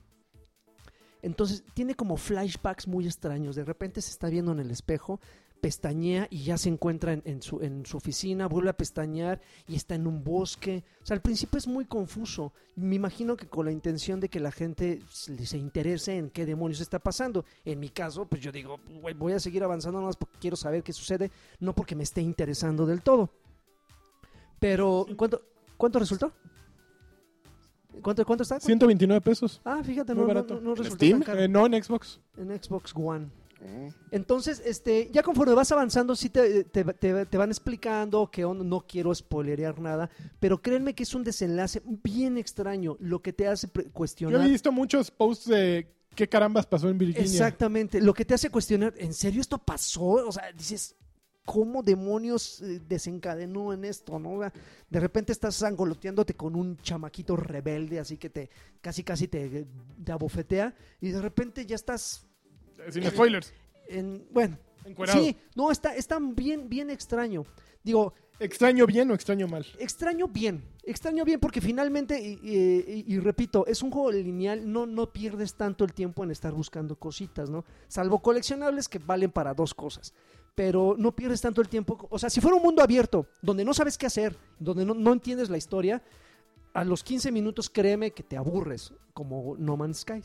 Entonces tiene como flashbacks muy extraños. De repente se está viendo en el espejo, pestañea y ya se encuentra en, en su, en su oficina, vuelve a pestañear y está en un bosque. O sea, al principio es muy confuso. Me imagino que con la intención de que la gente se se interese en qué demonios está pasando. En mi caso, pues yo digo, "Güey, voy a seguir avanzando nada más porque quiero saber qué sucede, no porque me esté interesando del todo. Pero, ¿cuánto, cuánto resultó? ¿Cuánto, cuánto está?
129 pesos.
Ah, fíjate,
Muy
no, no,
barato.
no, no resultó
Steam?
tan caro.
Eh, no en Xbox.
En Xbox One.
Mm.
Entonces, este, ya conforme vas avanzando, sí te, te- te- te van explicando que onda, no quiero spoilerear nada, pero créanme que es un desenlace bien extraño, lo que te hace pre-
Yo
cuestionar.
he visto muchos posts de qué carambas pasó en Virginia.
Exactamente, lo que te hace cuestionar, ¿en serio esto pasó? O sea, dices, cómo demonios eh, desencadenó en esto, ¿no? O sea, De repente estás angoloteándote con un chamaquito rebelde, así que te casi casi te, te abofetea y de repente ya estás
Sin spoilers.
en bueno,
Encuerado.
sí, no está está bien bien extraño. Digo,
¿Extraño bien o extraño mal?
extraño bien, extraño bien porque finalmente, y, y- y- y repito, es un juego lineal, no, no pierdes tanto el tiempo en estar buscando cositas, ¿no? Salvo coleccionables que valen para dos cosas. Pero no pierdes tanto el tiempo. O sea, si fuera un mundo abierto, donde no sabes qué hacer, donde no, no entiendes la historia, a los 15 minutos créeme que te aburres, como No Man's Sky,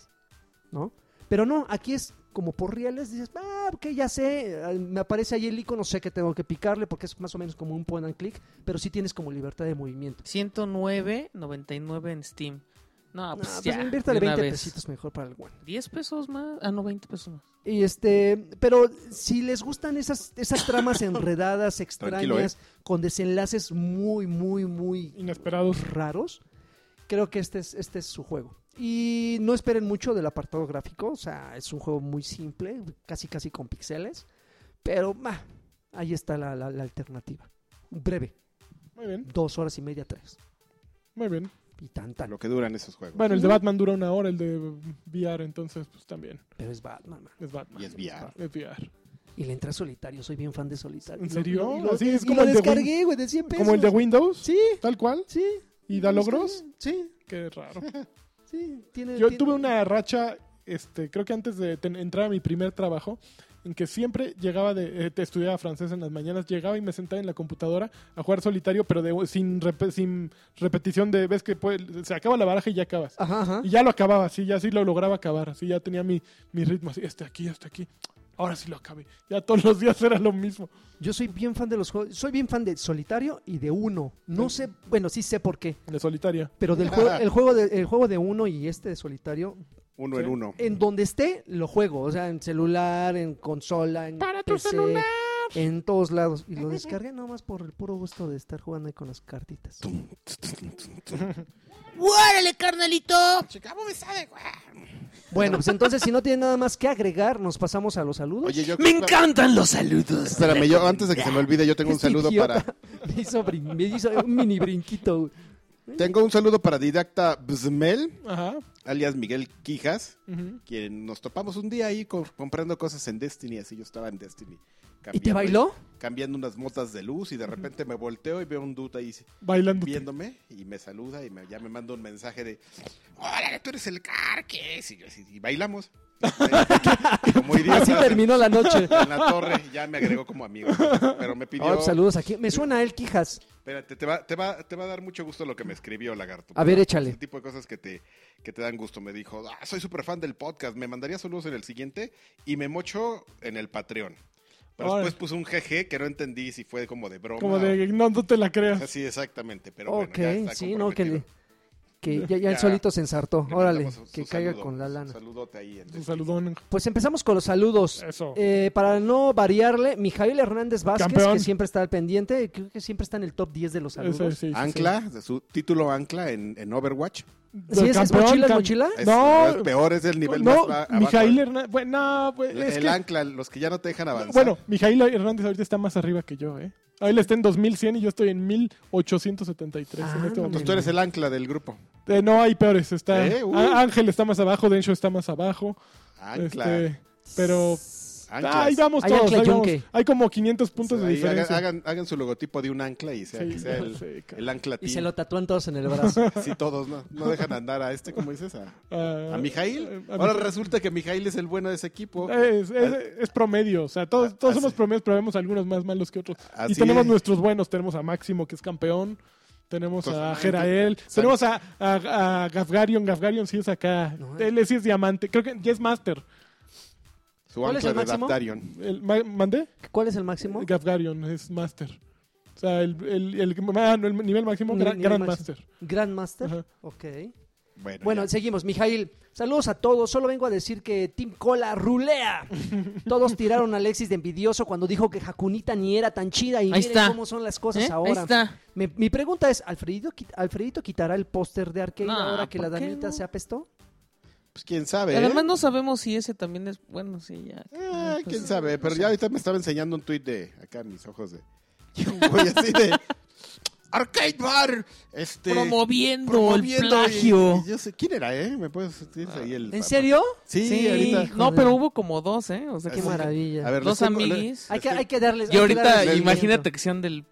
¿no? Pero no, aquí es como por reales, dices, ah, ok, ya sé, eh, me aparece ahí el icono, sé que tengo que picarle porque es más o menos como un point and click, pero sí tienes como libertad de movimiento.
109.99 en Steam. No,
No,
pues,
pues
ya.
inviértale
de una
20
vez.
pesitos mejor para el One.
10 pesos más. Ah, no, 20 pesos más.
Y este, pero si les gustan esas,
[LAUGHS]
esas tramas enredadas,
Tranquilo,
extrañas,
eh.
con desenlaces muy, muy, muy
Inesperados.
raros, creo que este es, este es su juego. Y no esperen mucho del apartado gráfico, o sea, es un juego muy simple, casi casi con pixeles, pero bah, ahí está la, la- la alternativa. Breve,
Muy bien,
dos horas y media, tres.
muy bien.
Y tan tan.
Lo que duran esos juegos.
Bueno, el de Batman dura una hora, el de VR, entonces, pues también.
Pero es Batman, man.
Es Batman.
Y es VR.
Es VR.
Y le entré solitario, soy bien fan de solitario.
¿En serio?
Y lo,
Así es
y lo
como el de Win-
descargué, güey, de 100 pesos.
Como el de Windows,
Sí,
tal cual.
sí.
¿Y da logros?
Sí, [LAUGHS]
Qué raro.
sí. Tiene,
Yo
tiene-
tuve una racha, este, creo que antes de ten- entrar a mi primer trabajo, en que siempre llegaba de, eh, te estudiaba francés en las mañanas, llegaba y me sentaba en la computadora a jugar solitario, pero de- sin, rep- sin repetición de, ves que puede- se acaba la baraja y ya acabas.
Ajá, ajá.
Y ya lo acababa, sí, ya sí lo lograba acabar, así ya tenía mi, mi ritmo, así, este aquí, este aquí. Ahora sí lo acabé. Ya todos los días era lo mismo.
Yo soy bien fan de los juegos. Soy bien fan de solitario y de uno. No sé, bueno, sí sé por qué.
De solitaria.
Pero del
[LAUGHS]
juego, el juego de, el juego de uno y este de solitario,
Uno
Sí.
en uno.
en donde esté, lo juego. O sea, en celular, en consola, en
Para tu
PC,
celular.
En todos lados. Y lo descargué nomás por el puro gusto de estar jugando ahí con las cartitas.
¡Órale, carnalito!
Bueno, pues entonces, si no tiene nada más que agregar, nos pasamos a los saludos.
Oye, yo.
¡Me encantan los saludos!
Espérame, yo antes de que se me olvide, yo tengo un
Este
saludo
idiota
para.
[LAUGHS] Me hizo, brin- me hizo un mini brinquito. güey.
Tengo un saludo para Didacta Bzmel,
Ajá.
alias Miguel Quijas,
ujú.
quien nos topamos un día ahí co- comprando cosas en Destiny, así yo estaba en Destiny.
¿Y te
cambiando-
bailó?
Cambiando unas motas de luz y de repente me volteo y veo un dude ahí
Bailando.
viéndome y me saluda y me- ya me manda un mensaje de ¡Hola, tú eres el Carques! Y, yo así, y bailamos. Como idiota.
Así terminó
[LAUGHS]
la noche.
En la torre ya me agregó como amigo. Pero me pidió...
Ah, pues, saludos aquí. Me suena a él, Quijas.
Espérate, te va, te, va, te va a dar mucho gusto lo que me escribió Lagarto.
A ver, échale.
Ese tipo de cosas que te, que te dan gusto. Me dijo, "Ah, soy súper fan del podcast, me mandaría saludos en el siguiente y me mocho en el Patreon. Pero
Órale.
después puso un GG que no entendí si fue como de broma.
Como
o-
de, no, no te la creas.
Así exactamente, pero bueno,
Ok,
ya está
sí, no, que, le-
comprometido.
que ya, ya él
Ya.
solito se ensartó.
Le
Órale,
mandamos su-
que
su
caiga
saludo,
con la
su
lana.
Saludote ahí. en
Un
Destiny.
saludón.
Pues empezamos con los saludos.
Eso.
Eh, para no variarle, Mijail Hernández Vázquez,
Campeón.
que siempre está al pendiente, creo que siempre está en el top 10 de los saludos.
Eso, sí, sí,
Ancla, de su título Ancla en, en Overwatch.
sí.
¿Sí es, es
Campeón,
mochila, es
cam-
mochila?
Es,
No.
es peor, es el nivel
no,
más ba- abajo. eh.
Mijail Hernández. Bueno, pues,
El,
es
el
que-
Ancla, los que ya no te dejan avanzar.
bueno, Mijail Hernández ahorita está más arriba que yo, ¿eh? A Él está en 2100 y yo estoy en 1873 en
Ah,
este
no
Pues
momento.
tú eres el Ancla del grupo.
Eh, no hay peores. Está,
Eh, uy.
Á- Ángel está más abajo, Dencho está más abajo.
Ancla.
este, pero
Anclas.
ahí vamos
Hay
todos.
ancla
ahí vamos.
yunque.
Hay como 500 puntos de
Ahí hagan-
diferencia.
Hagan, hagan su logotipo de un ancla y sea,
Sí,
que sea el,
sí, claro.
el ancla
Y
team.
se lo tatúan todos en el brazo.
Si todos no, no dejan andar a este, ¿cómo dices?
[LAUGHS]
A,
Ah,
a
eh,
Mijail.
a Eh,
Ahora
Mijail.
resulta que Mijail es el bueno de ese equipo.
Es, es- es promedio, o sea, todos, todos
Así-
somos promedios, pero vemos algunos más malos que otros.
Ah, Así
y tenemos
es.
nuestros buenos, tenemos a Máximo, que es campeón, tenemos a
Entonces,
Jerael,
San-
tenemos a, a, a Gafgarion, Gafgarion sí es acá,
No, eh.
él sí es diamante, creo que ya es Master.
Su
¿Cuál es
ancla
el
de
máximo?
Daptarion.
El, ma- ¿Mandé?
[LAUGHS] ¿Cuál es el máximo?
Gafgarion es Master. O sea, el, el, el- ah, no, el nivel máximo,
Nivel-
gran,
nivel
gran
máximo.
Master.
Grandmaster.
Ajá.
Ok.
Bueno,
Bueno,
ya.
seguimos. Mijail, saludos a todos. Solo vengo a decir que Team Cola
[LAUGHS]
rulea. Todos tiraron a Alexis de envidioso cuando dijo que Jacunita ni era tan chida. Y
Ahí
miren
está.
cómo son las cosas
¿Eh?
ahora.
Ahí está.
Me- mi pregunta es, ¿Alfredito, qui- Alfredito quitará el póster de Arcade
No,
ahora que la
¿por qué
Danita
no?
se apestó?
Pues quién sabe. ¿eh?
Además no sabemos si ese también es bueno, sí, ya.
Eh,
pues,
quién sabe, pero ya ahorita me estaba enseñando un tuit de acá en mis ojos de. [LAUGHS] Güey, así de. Arcade Bar, este.
Promoviendo, el
promoviendo y-
plagio.
y yo sé, ¿Quién era, eh? ¿Me puedes decir ahí el.
¿En serio?
Sí,
Sí,
ahorita.
no, pero hubo como dos, ¿eh? O sea,
Así
Qué
que-
que-
maravilla.
A ver,
Dos
les tengo-
amiguis.
hay, que,
les
hay que darles.
Y
hay que darles
ahorita
seguimiento.
imagínate acción del...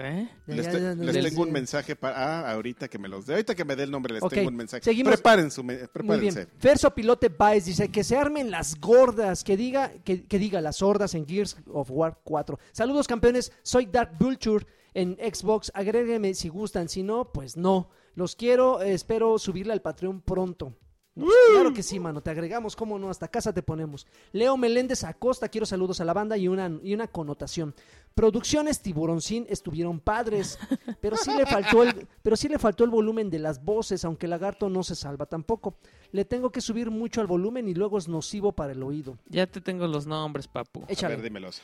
¿eh?
Les,
Ya,
te-
ya, ya,
les
ya,
tengo
ya.
un mensaje para. Ah, ahorita que me los dé. Ahorita que me dé el nombre, les
Ok,
tengo un mensaje.
seguimos.
Preparen su me-
Muy
prepárense.
bien. Ferso Pilote Baez dice que se armen las gordas, que diga, que, que diga las hordas en Gears of War 4. Saludos campeones, soy Dark Vulture en Xbox, agréguenme si gustan, si no, pues no. Los quiero, eh, espero subirle al Patreon pronto. No, pues, claro que sí, mano, te agregamos, cómo no, hasta casa te ponemos. Leo Meléndez Acosta, quiero saludos a la banda y una, y una connotación. Producciones Tiburoncín estuvieron padres, pero sí, le faltó el, pero sí le faltó el volumen de las voces, aunque Lagarto no se salva tampoco. Le tengo que subir mucho al volumen y luego es nocivo para el oído.
Ya te tengo los nombres, papu.
A ver,
Échale.
dímelos.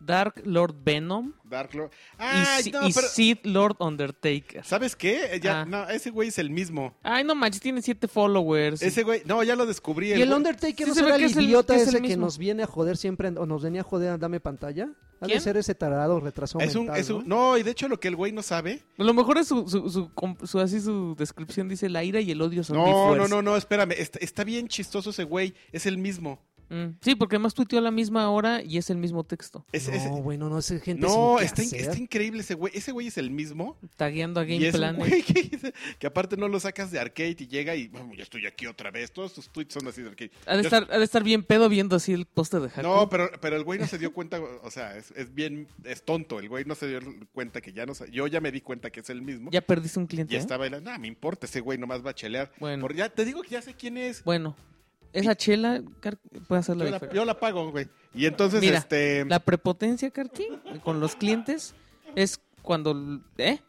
Dark Lord Venom
Dark Lord.
y,
Ay,
Si-
no,
y
pero-
Sith Lord Undertaker.
¿Sabes qué? Eh, Ya,
Ah.
No, ese güey es el mismo.
Ay, no manches, tiene siete followers.
Ese güey. No, ya lo descubrí.
¿Y el
güey-
Undertaker
Sí
no
se ve
será
que
el
es el-
idiota
que es el
ese que
mismo.
nos viene a joder siempre en- o nos venía a joder a Dame Pantalla? Ha de
¿Quién?
ser ese tarado retraso
Es un,
mental,
es un-
¿no?
no, y de hecho lo que el güey no sabe.
A lo mejor es su, su, su, com- su- así su descripción dice la ira y el odio son mi
No, no,
fuerza".
no, no, espérame. Está, está bien chistoso ese güey. Es el mismo.
Mm, Sí, porque además tuiteó a la misma hora y es el mismo texto.
Es- es-
No, bueno, no, es gente
no,
sin
está,
qué
in-
hacer.
está increíble ese güey. Ese güey es el mismo.
Tagueando a
y
Game
es un
Planet.
güey [LAUGHS] que, que aparte no lo sacas de arcade y llega y "Vamos, ya estoy aquí otra vez. Todos sus tweets son así de arcade.
Ha de,
Yo-
estar, ha de estar bien pedo viendo así el póster de Haku.
No, pero, pero el güey no
[LAUGHS]
se dio cuenta, o sea, es, es bien, es tonto, el güey no se dio cuenta que ya no, sa- yo ya me di cuenta que es el mismo.
Ya perdiste un cliente.
y
¿eh?
está bailando, no, me importa, ese güey nomás va a chelear.
Bueno.
Por- ya, te digo que ya sé quién es,
Bueno, esa chela Car- puede hacer la
yo, la,
diferencia.
yo la pago, güey. Y entonces,
Mira,
este,
La prepotencia, Carqui, con los clientes es cuando... ¿Eh?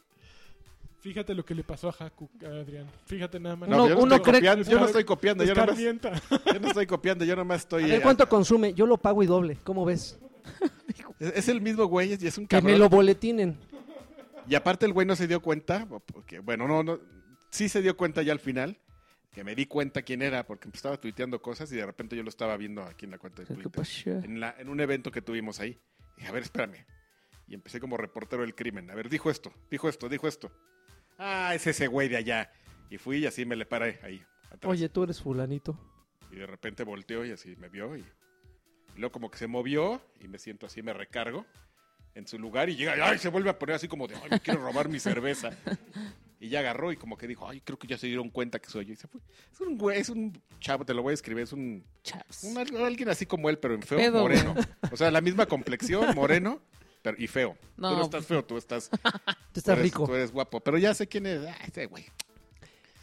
Fíjate lo que le pasó a Haku, a Adrián. Fíjate nada más.
uno-
pero yo
uno
estoy
cree-
copiando, yo no estoy copiando, yo nomás,
Escarmienta.
yo no estoy copiando, yo nomás estoy...
A ver
eh,
cuánto consume, yo lo pago y doble, ¿cómo ves?
eh, es, es el mismo güey y es un
Que me
cabrón.
lo boletinen.
Y aparte el güey no se dio cuenta, porque, bueno, no, no, sí se dio cuenta ya al final, que me di cuenta quién era, porque pues, estaba tuiteando cosas y de repente yo lo estaba viendo aquí en la cuenta de
¿Qué
Twitter,
pasó?
en, la- en un evento que tuvimos ahí. Y dije, a ver, espérame. Y empecé como reportero del crimen. A ver, dijo esto, dijo esto, dijo esto. Ah, es ese güey de allá. Y fui y así me le paré ahí. atrás.
Oye, tú eres fulanito.
Y de repente volteó y así me vio y, y luego como que se movió y me siento así, me recargo en su lugar y llega y ¡ay! se vuelve a poner así como de ay, me quiero robar mi cerveza. Y ya agarró y como que dijo, ay, creo que ya se dieron cuenta que soy yo. Y se fue. Es un güey, es un chavo, te lo voy a escribir, es un,
Chaps.
un al- alguien así como él, pero en feo,
Pedo,
moreno. O sea, la misma complexión, moreno, pero y feo.
No,
tú no
pues-
estás feo, tú estás, tú
Te estás
eres-
rico.
Tú eres guapo. Pero ya sé quién es, ah, ese güey.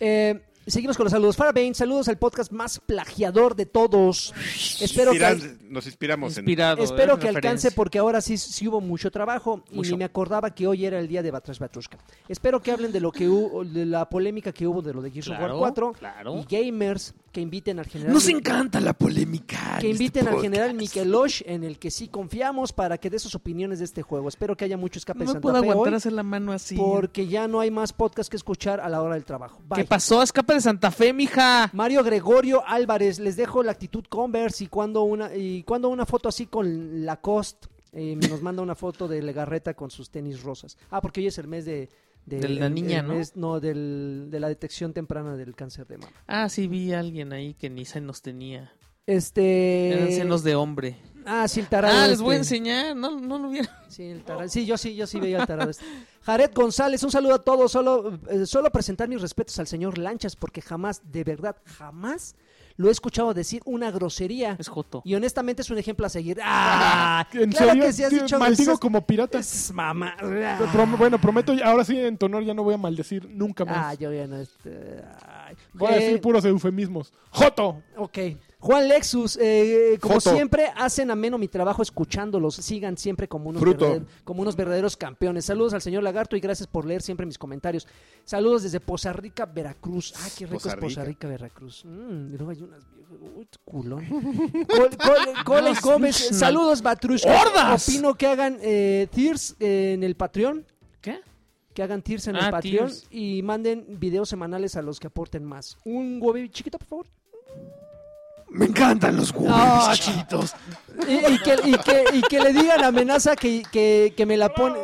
Eh, seguimos con los saludos. Farabane, saludos al podcast más plagiador de todos. Espero que,
Inspiran- Nos inspiramos en...
Inspirado.
espero
¿eh?
que alcance
Referencia.
porque ahora sí, sí hubo mucho trabajo y
Mucho.
ni me acordaba que hoy era el día de Batrash Batrushka. Espero que hablen de lo que hubo, de la polémica que hubo de lo de Gears of War
Claro,
4
claro.
y gamers que inviten al general
Nos encanta la polémica.
que
en este
inviten al
podcast.
general Mikelosh en el que sí confiamos para que dé sus opiniones de este juego. Espero que haya mucho escape
No
de
me
Santa
puedo
Fe
aguantar
hoy,
hacer la mano así.
porque ya no hay más podcast que escuchar a la hora del trabajo. Bye.
¿Qué pasó? Escapa de Santa Fe, mija.
Mario Gregorio Álvarez, les dejo la actitud Converse y cuando una, y cuando una foto así con Lacoste eh, nos manda una foto de Legarreta con sus tenis rosas. Ah, porque hoy es el mes de...
De la
el-
niña,
el
¿no?
mes- no, del- de la detección temprana del cáncer de mama.
Ah, sí, vi a alguien ahí que ni senos tenía. Eran
Este...
senos de hombre.
Ah, sí, el tarado.
Eh, Ah, les voy a
este.
enseñar. No, no lo vieron.
Sí, el tarado. Sí, yo sí, yo sí veía el tarado. este. Jared González, un saludo a todos. Solo, eh, solo presentar mis respetos al señor Lanchas, porque jamás, de verdad, jamás lo he escuchado decir una grosería.
[LAUGHS] Es Joto.
Y honestamente es un ejemplo a [LAUGHS] seguir. ¡Ah!
¿En
claro
serio?
que sí has
Tío,
dicho
Maldigo
esas-
como pirata.
esas mamá.
Prom- bueno, prometo, ahora sí en tu honor ya no voy a maldecir nunca
Ah,
más.
yo ya no. este, ay.
Voy a
Eh,
decir puros eufemismos. ¡Joto!
Ok. Juan Lexus, eh, como
Foto.
siempre, hacen ameno mi trabajo escuchándolos. Sigan siempre como unos,
Fruto.
verdader- como unos verdaderos campeones. Saludos al señor Lagarto y gracias por leer siempre mis comentarios. Saludos desde Poza Rica, Veracruz. Ah, qué rico
Poza
es Poza
Rica.
Rica, Veracruz. Mm, y luego hay unas. Uy, culón. Col-
[LAUGHS]
Col- Cole Gómez,
Snal-
saludos, Batrush.
¡Hordas!
Opino que hagan eh, Tears eh, en el Patreon.
¿Qué?
Que hagan tiers en el
Ah,
Patreon
tiers.
y manden videos semanales a los que aporten más. Un huevo chiquito, por favor.
Me encantan los huevos
Ah,
chitos.
Y, y que, y que- y que le digan amenaza que, que- que me la pone.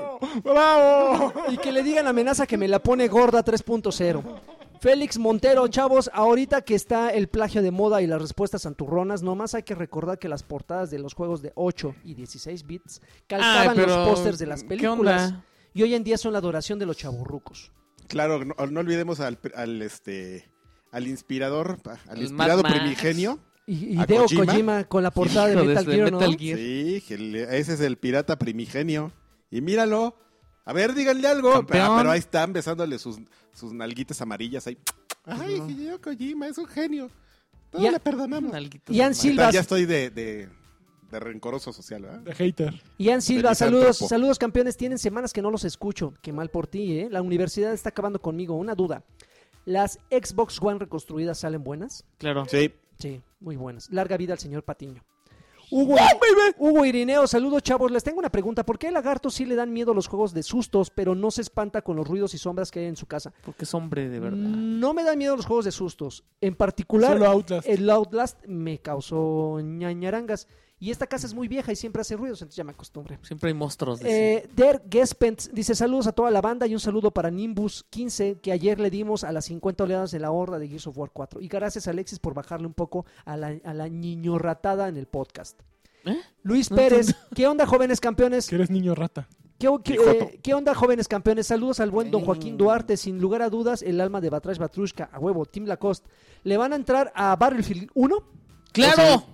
¡Bravo!
Y que le digan amenaza que me la pone gorda 3.0. Félix Montero, chavos, ahorita que está el plagio de moda y las respuestas santurronas, nomás hay que recordar que las portadas de los juegos de 8 y 16 bits calcaban
pero,
los pósters de las
¿qué
películas.
onda?
Y hoy en día son la adoración de los chaburrucos.
Claro, no, no olvidemos al, pr- al, este al inspirador, pa- al
El
inspirado
Mad Max.
primigenio.
Y, y
¿A
Deo
Kojima?
Kojima? con la portada
Hijo
de
de
Metal
su-
Gear, ¿no?
Metal Gear.
Sí, que le- ese es el pirata primigenio. Y míralo. A ver, díganle algo. Ah,
Campeón.
pero ahí están besándole sus, sus nalguitas amarillas ahí.
Pues
Ay, Hideo Kojima es un genio. Todos
Ya-
le perdonamos.
Nalguitas
Ian
de
Silva,
Ya estoy de, de, de rencoroso social, ¿verdad?
De hater.
Ian Silva,
Felizántropo.
saludos, saludos campeones. Tienen semanas que no los escucho. Qué mal por ti, ¿eh? La universidad está acabando conmigo. Una duda. ¿Las Xbox One reconstruidas salen buenas?
madre. Claro.
Sí.
Sí, muy buenas. Larga vida al señor Patiño. Hugo, Hugo Irineo, saludos chavos. Les tengo una pregunta. ¿Por qué al lagarto sí le dan miedo los juegos de sustos, pero no se espanta con los ruidos y sombras que hay en su casa?
Porque es hombre de verdad.
No me dan miedo los juegos de sustos. En particular,
Solo Outlast.
el Outlast me causó ñañarangas. Y esta casa es muy vieja y siempre hace ruidos, entonces ya me acostumbré.
Siempre hay monstruos. De
Eh, Der Gespens dice saludos a toda la banda y un saludo para Nimbus 15 que ayer le dimos a las 50 oleadas de la horda de Gears of War 4. Y gracias Alexis por bajarle un poco a la, a la niñorratada en el podcast.
¿Eh?
Luis
No
Pérez, ¿qué onda jóvenes campeones?
Que eres niño rata.
¿Qué, qué-
Hijoto.
eh, qué onda jóvenes campeones? Saludos al buen don Joaquín
Mm.
Duarte, sin lugar a dudas el alma de Batrash Batrushka, a huevo, Tim Lacoste. ¿Le van a entrar a Battlefield 1?
¡Claro!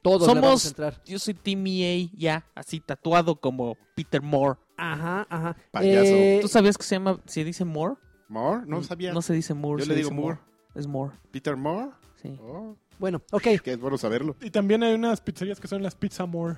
Todos le vamos a
Somos.
entrar.
Yo soy Team EA ya, así tatuado como Peter Moore.
Ajá, ajá.
Payaso.
Eh,
¿Tú sabías que se llama. ¿Se dice Moore?
Moore, no sabía.
Mm, No se dice Moore.
Yo
se
le
dice
digo Moore.
Es Moore.
Peter Moore.
Sí.
Oh,
bueno, ok.
que es bueno saberlo.
Y también hay unas pizzerías que son las Pizza More.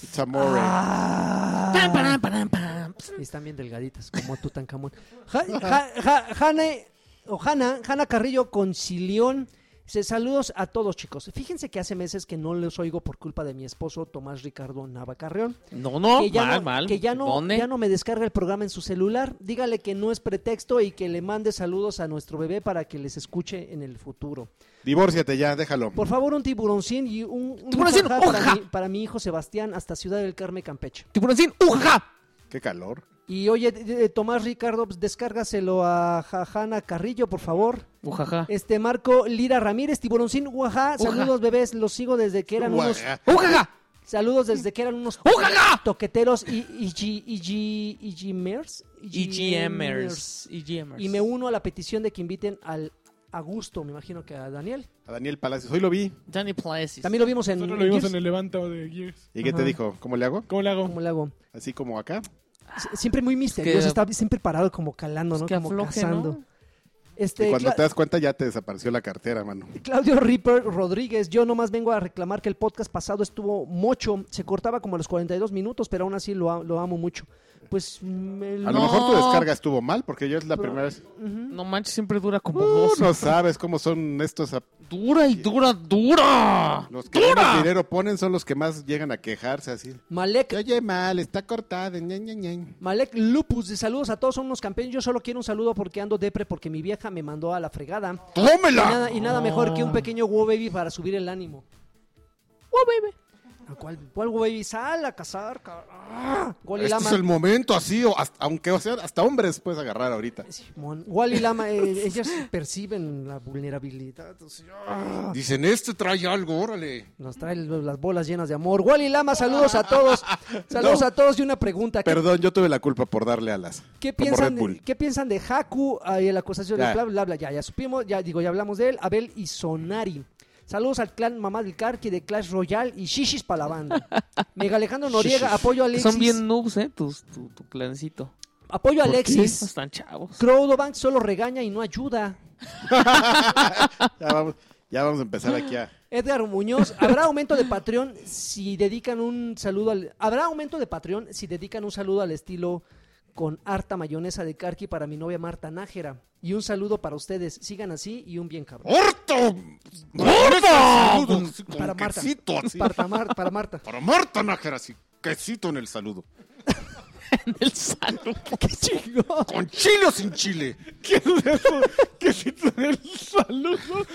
Pizza Moore.
Ah. Pam, pam, pam, pam.
Y Están bien delgaditas, como Tutankamón. Ja- ja- ja- Jane- o Hanna, Hanna Carrillo con Silión. Dice, saludos a todos, chicos. Fíjense que hace meses que no los oigo por culpa de mi esposo Tomás Ricardo Navacarreón.
No, no,
que ya
Oh, mal,
no,
mal.
Que ya no,
¿Dónde?
ya no me descarga el programa en su celular. Dígale que no es pretexto y que le mande saludos a nuestro bebé para que les escuche en el futuro.
Divórciate ya, déjalo.
Por favor, un tiburoncín y un, un
Tiburoncín,
ujajá para,
ujá.
mi, para mi hijo Sebastián hasta Ciudad del Carmen, Campeche.
Tiburoncín, ujaja.
Qué calor.
Y oye, eh, Tomás Ricardo, pues, descárgaselo a Jajana Carrillo, por favor.
Ujaja.
Este Marco Lira Ramírez, Tiburoncín, guajá,
Ujá.
saludos bebés, los sigo desde que eran unos
Guaja.
Ujaja.
saludos desde que eran unos
Ujaja.
toqueteros y y G- y G- y Gmers, y
EGMers. EGMers.
E Y me uno a la petición de que inviten al Augusto, me imagino que a Daniel.
A Daniel Palacios. Hoy lo vi.
Danny Places.
También lo vimos en,
Nosotros lo vimos
Gears.
en el levanto de Gears.
¿Y qué
Ajá.
te dijo? ¿Cómo le hago?
¿Cómo le hago?
¿Cómo le hago?
Así como acá.
Sie- Siempre muy misterioso,
que-
está siempre parado como calando,
Es
¿no?
que
como
afloje,
cazando.
¿no?
Este,
y cuando
Cla-
te das cuenta ya te desapareció la cartera, mano.
Claudio Ripper Rodríguez, yo nomás vengo a reclamar que el podcast pasado estuvo mocho, se cortaba como a los 42 minutos, pero aún así lo, a- lo amo mucho. Pues mm, el-
A lo
No.
mejor tu descarga estuvo mal, porque yo es la
Pero-
primera vez.
No manches, siempre dura como
Tú
dos.
no sabes cómo son estos. ap-
Dura y dura, dura.
Los que menos dinero ponen son los que más llegan a quejarse así.
Malek,
Oye, mal, está cortada. ña, ña, ña.
Malek Lupus, de saludos a todos, son unos campeones. Yo solo quiero un saludo porque ando depre porque mi vieja me mandó a la fregada. Y
¡Tómela!
nada, y nada mejor que un pequeño wow baby para subir el ánimo. Wow baby. ¿A ¿Cuál, cuál wow baby? Sal a cazar. ca- ¡Ah! Wally
Este
Lama.
es el momento, así, o hasta- aunque o sea, hasta hombres puedes agarrar ahorita.
Simón. Wally Lama, eh, ellas perciben la vulnerabilidad. entonces, ¡ah!
Dicen, este trae algo, órale.
Nos trae el- las bolas llenas de amor. Wally Lama, saludos a todos. Saludos
No.
a todos y una pregunta. ¿Qué,
Perdón, yo tuve la culpa por darle alas.
qué
Como
piensan,
Red Bull.
de, [LAUGHS] ¿qué piensan de Haku ah, y la acusación de
Ya.
bla, bla, bla? Ya, ya supimos, ya digo, ya hablamos de él. Abel y Sonari. Saludos al clan Mamá del Carqui de Clash Royale y Shishis para la banda. Mega Alejandro Noriega,
Shishis.
apoyo a
Que
Alexis.
son bien noobs, ¿eh? Tus, tu, tu clancito.
Apoyo a
No
Alexis.
Están chavos.
Crowdobank solo regaña y no ayuda.
Ya vamos, ya vamos a empezar aquí a...
Edgar Muñoz, ¿habrá aumento de Patreon si dedican un saludo al habrá aumento de Patreon si dedican un saludo al estilo con harta mayonesa de Karki para mi novia Marta Nájera? Y un saludo para ustedes, sigan así y un bien cabrón.
¡Orto!
Con-
¡Orto!
para Marta.
Quesito, así.
[LAUGHS] Para, Mar- para Marta.
Para Marta Nájera, así. Quesito en el saludo.
en el salón.
¡Qué chingón!
¿Con chile o sin chile?
¿Qué es eso? ¿Qué es eso del saludo?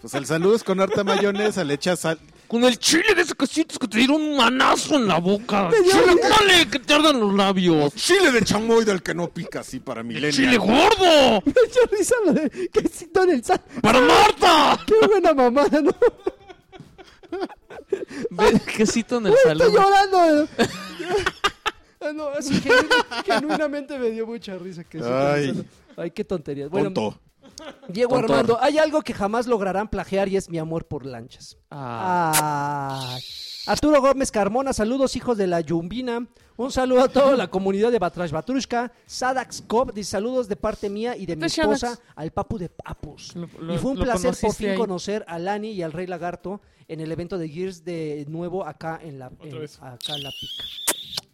Pues el saludo es con harta mayonesa, le echas sal.
Con el chile de ese que sientes que te dieron un manazo en la boca. Chile, dale, que te ardan los labios.
Chile de chamoy del que no pica así para mi
El chile gordo.
Me dio risa lo de que excitó en el sal.
Para Marta.
¡Qué buena mamada, no!
Ve quesito en el
¡Estoy
salón.
llorando! [LAUGHS] Ah, no, así genuina- genuinamente me dio mucha risa. Que eso,
Ay.
que eso no- Ay, qué tonterías. Bueno,
Tonto.
Diego
Tontor.
Armando, hay algo que jamás lograrán plagiar y es mi amor por lanchas.
Ah.
Ah. Arturo Gómez Carmona, saludos hijos de la Yumbina. Un saludo a toda la comunidad de Batrash Batrushka. Sadax Cobb dice saludos de parte mía y de mi
De Sadax.
esposa al Papu de Papus.
Lo- lo-
y fue un
lo
placer por
conociste
fin
ahí.
conocer a Lani y al Rey Lagarto en el evento de Gears de nuevo acá en la, en-
vez.
acá en la pica.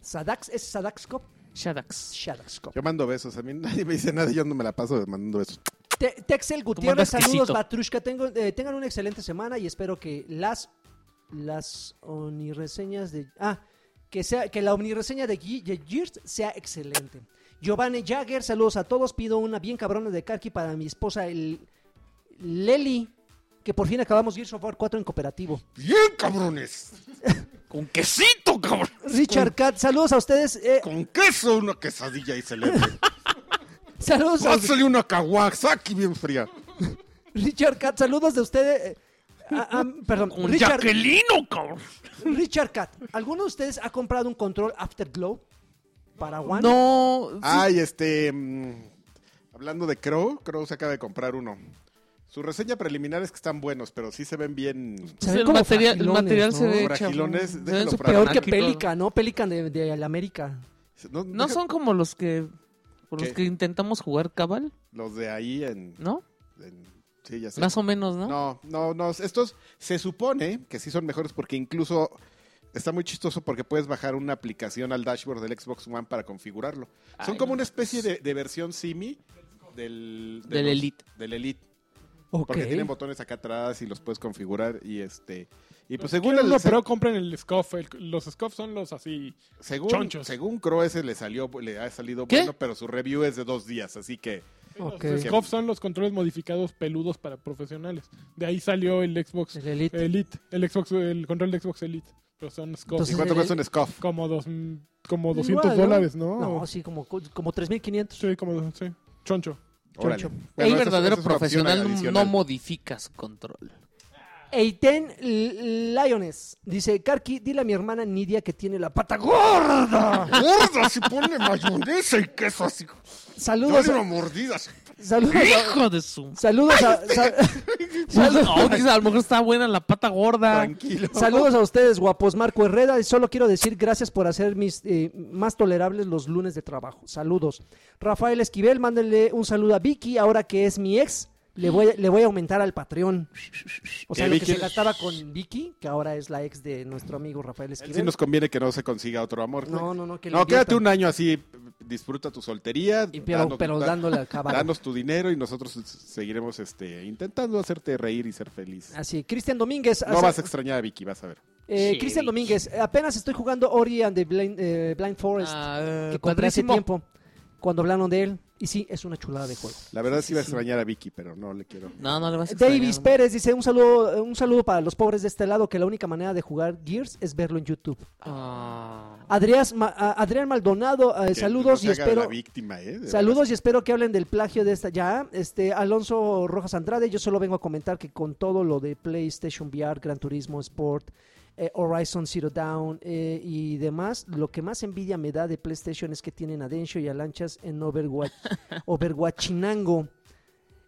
Sadax es Sadax Cobb.
Shadax.
Sadax Cobb.
Yo mando besos. A mí nadie me dice nada. Yo no me la paso mandando besos.
Te- Texel Gutiérrez,
mandas
saludos
quesito.
Batrushka, Tengo- eh, tengan una excelente semana y espero que las las onirreseñas de ah que sea que la omnireseña de, Ge- de Gears sea excelente. Giovanni Jagger, saludos a todos. Pido una bien cabrona de Karki para mi esposa el Leli, que por fin acabamos Gears of War 4 en cooperativo.
¡Bien, cabrones!
Con quesito, cabrón.
Richard Cat, saludos a ustedes. eh,
Con queso, una quesadilla y celebre.
saludos a
Pásale una kawasaki bien fría.
Richard Cat, saludos de ustedes. eh, a- a- perdón,
Con
Richard,
Jaquelino, cabrón.
Richard Cat, ¿alguno de ustedes ha comprado un control Afterglow para One?
No. sí.
Ay, este. mm, hablando de Crow, Crow se acaba de comprar uno. Su reseña preliminar es que están buenos, pero sí se ven bien.
Se ven
el,
como
material, el
fragilones,
material se
¿no?
ve
Fragilones,
chafón. Se
déjalo
ven súper
fragilones.
Peor que
anárquicos.
Pelican, ¿no? Pelican de, de la América.
No
deja-
son como los que por los
¿Qué?
que intentamos jugar cabal,
Los de ahí en.
¿no?
en- sí, ya sé.
Más o menos, ¿no?
No, no, no. Estos se supone que sí son mejores porque incluso está muy chistoso porque puedes bajar una aplicación al dashboard del Xbox One para configurarlo. Son
Ay,
como
no.
una especie de, de versión Simi del, de
Del
los-
Elite.
Del Elite.
Ok.
Porque tienen botones acá atrás y los puedes configurar y este. Y pues según
Según
el,
uno, pero compren el scuff. el- los scuff son los así.
según,
chonchos.
según Crow ese le salió, le ha salido
¿Qué?
bueno, pero su review es de dos días, así que
Ok.
Los scuff son los controles modificados peludos para profesionales. De ahí salió el Xbox
El
Elite.
Elite.
el, Xbox, el control de Xbox Elite. Pero son scuff.
¿y
Entonces,
cuánto
el-
cuesta un scuff?
como, dos, como
Igual,
200
¿no?
dólares, ¿no?
No, sí, como, como 3.500.
Sí, como dos- sí. Choncho.
Órale.
choncho.
Bueno,
el
esa es-
verdadero
esa es una opción
profesional no
adicional. [LAUGHS]
modifica su control.
Eiten Liones dice: Karki, dile a mi hermana Nidia que tiene la
[LAUGHS]
pata gorda.
gorda, si pone mayonesa y queso así.
Saludos,
una
a-
mordida.
saludos, a-
Hijo de su.
saludos, a, sa-
este
saludos,
No, dices, a lo mejor está buena la pata gorda. Ah,
Tranquilo.
Ah, Saludos a ustedes, guapos. Marco Herrera, y solo quiero decir gracias por hacer mis eh, más tolerables los lunes de trabajo. Saludos. Rafael Esquivel, mándenle un saludo a Vicky, ahora que es mi ex. Le voy, a- le voy a aumentar al Patreon. O sea,
¿Qué, Eh,
lo que
Vicky?
se gastaba con Vicky, que ahora es la ex de nuestro amigo Rafael
Él
Esquivel.
sí nos conviene que no se consiga otro amor.
No, no, no, que lo
No, quédate
inviertan.
un año así, disfruta tu soltería.
Y pero,
danos-
pero
da-
dándole al caballo.
Danos tu dinero y nosotros seguiremos este, intentando hacerte reír y ser feliz.
Así, Cristian Domínguez.
No
hace-
vas a extrañar a Vicky, vas a ver.
eh,
Sí,
Cristian
Vicky.
Domínguez, apenas estoy jugando Ori and the Blind, eh, Blind Forest.
Ah,
que compré Eh, hace
padrísimo.
tiempo. Cuando hablaron de él. Y sí, es una chulada de juego.
La verdad sí, iba a extrañar a Vicky, pero no le quiero.
No, no le vas a extrañar,
Davis
¿no?
Pérez dice un saludo, un saludo para los pobres de este lado que la única manera de jugar Gears es verlo en YouTube.
Ah.
Adriás Ma- a- Adrián Maldonado, eh,
Que no
saludos
se
y
haga la
espero
víctima, ¿eh? De
saludos y espero que hablen del plagio de esta ya. Este Alonso Rojas Andrade, yo solo vengo a comentar que con todo lo de PlayStation VR, Gran Turismo Sport, eh, Horizon Zero Down eh, y demás, lo que más envidia me da de PlayStation es que tienen a Densho y a Lanchas
[LAUGHS]
en Overwatch, Overwatchinango.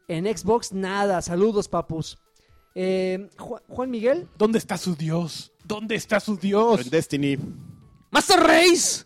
En Xbox nada, saludos papus. Eh, Ju- Juan Miguel,
¿Dónde está su Dios? ¿Dónde está su Dios?
veras. En Destiny,
Master Race.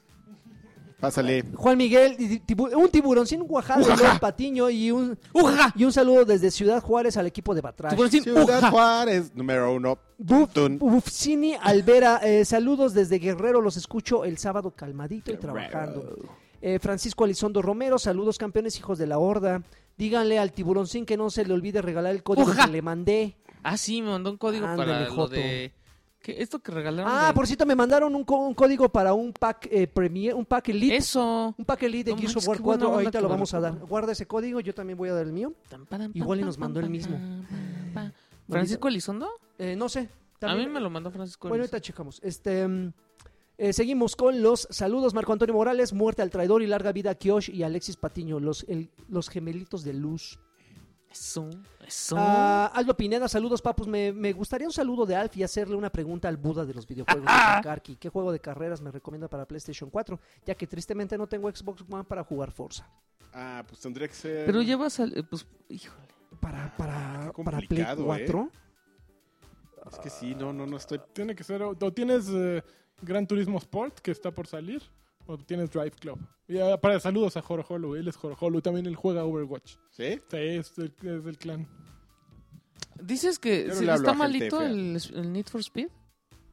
pásale.
Juan Miguel, y tibu- un tiburón sin Guajado, Lord Patiño y un
Uja.
y un saludo desde Ciudad Juárez al equipo de Batrash.
Tiburón sin
Ciudad
uja.
Juárez, número uno.
Buf-
Tun.
Bufcini Alvera, eh, saludos desde Guerrero, los escucho el sábado calmadito y trabajando. Eh, Francisco Elizondo Romero, saludos campeones hijos de la horda. Díganle al tiburón sin que no se le olvide regalar el código
Uja.
que le mandé.
Ah, sí, me mandó un código
Ándale,
para lo
Joto.
de ¿Qué- Esto que regalaron.
Ah,
de-
por cierto, me mandaron un, co- un código para un pack eh, Premier, un pack Elite.
Eso.
Un pack Elite de
No
Gears
manches,
of War
qué buena
4.
onda
Ahorita
que me
lo
lo
vamos a dar.
mandaron.
Guarda ese código, yo también voy a dar el mío.
Tan, paran, pam,
Igual y
pam,
nos mandó
pam,
el mismo.
pam, pam, pam. ¿Francisco Elizondo?
Eh, no sé.
A mí
también-
me lo mandó Francisco
Bueno,
Elizondo.
ahorita checamos. Este, mm, eh, seguimos con los saludos. Marco Antonio Morales, muerte al traidor y larga vida a Kiosh y Alexis Patiño, los, el- los gemelitos de luz.
Eso. Eso.
Ah, Aldo Pineda, saludos papus. Me, me gustaría un saludo de Alf y hacerle una pregunta al Buda de los videojuegos. dice Karki. ¿Qué juego de carreras me recomienda para PlayStation 4? Ya que tristemente no tengo Xbox One para jugar Forza.
Ah, pues tendría que ser.
Pero llevas al. eh, Pues, híjole.
Para, para,
qué
para Play
complicado,
4.
Es que sí, no, no, no estoy.
Tiene que ser. O o tienes eh, Gran Turismo Sport, que está por salir, o tienes Drive Club. Y, ah, para saludos a Joroholu, él es Joroholu, también él juega Overwatch.
¿Sí?
Sí, es del, es del clan.
Dices que
Yo no
se-
le hablo
está
a gente
malito
fea.
el, el Need for Speed.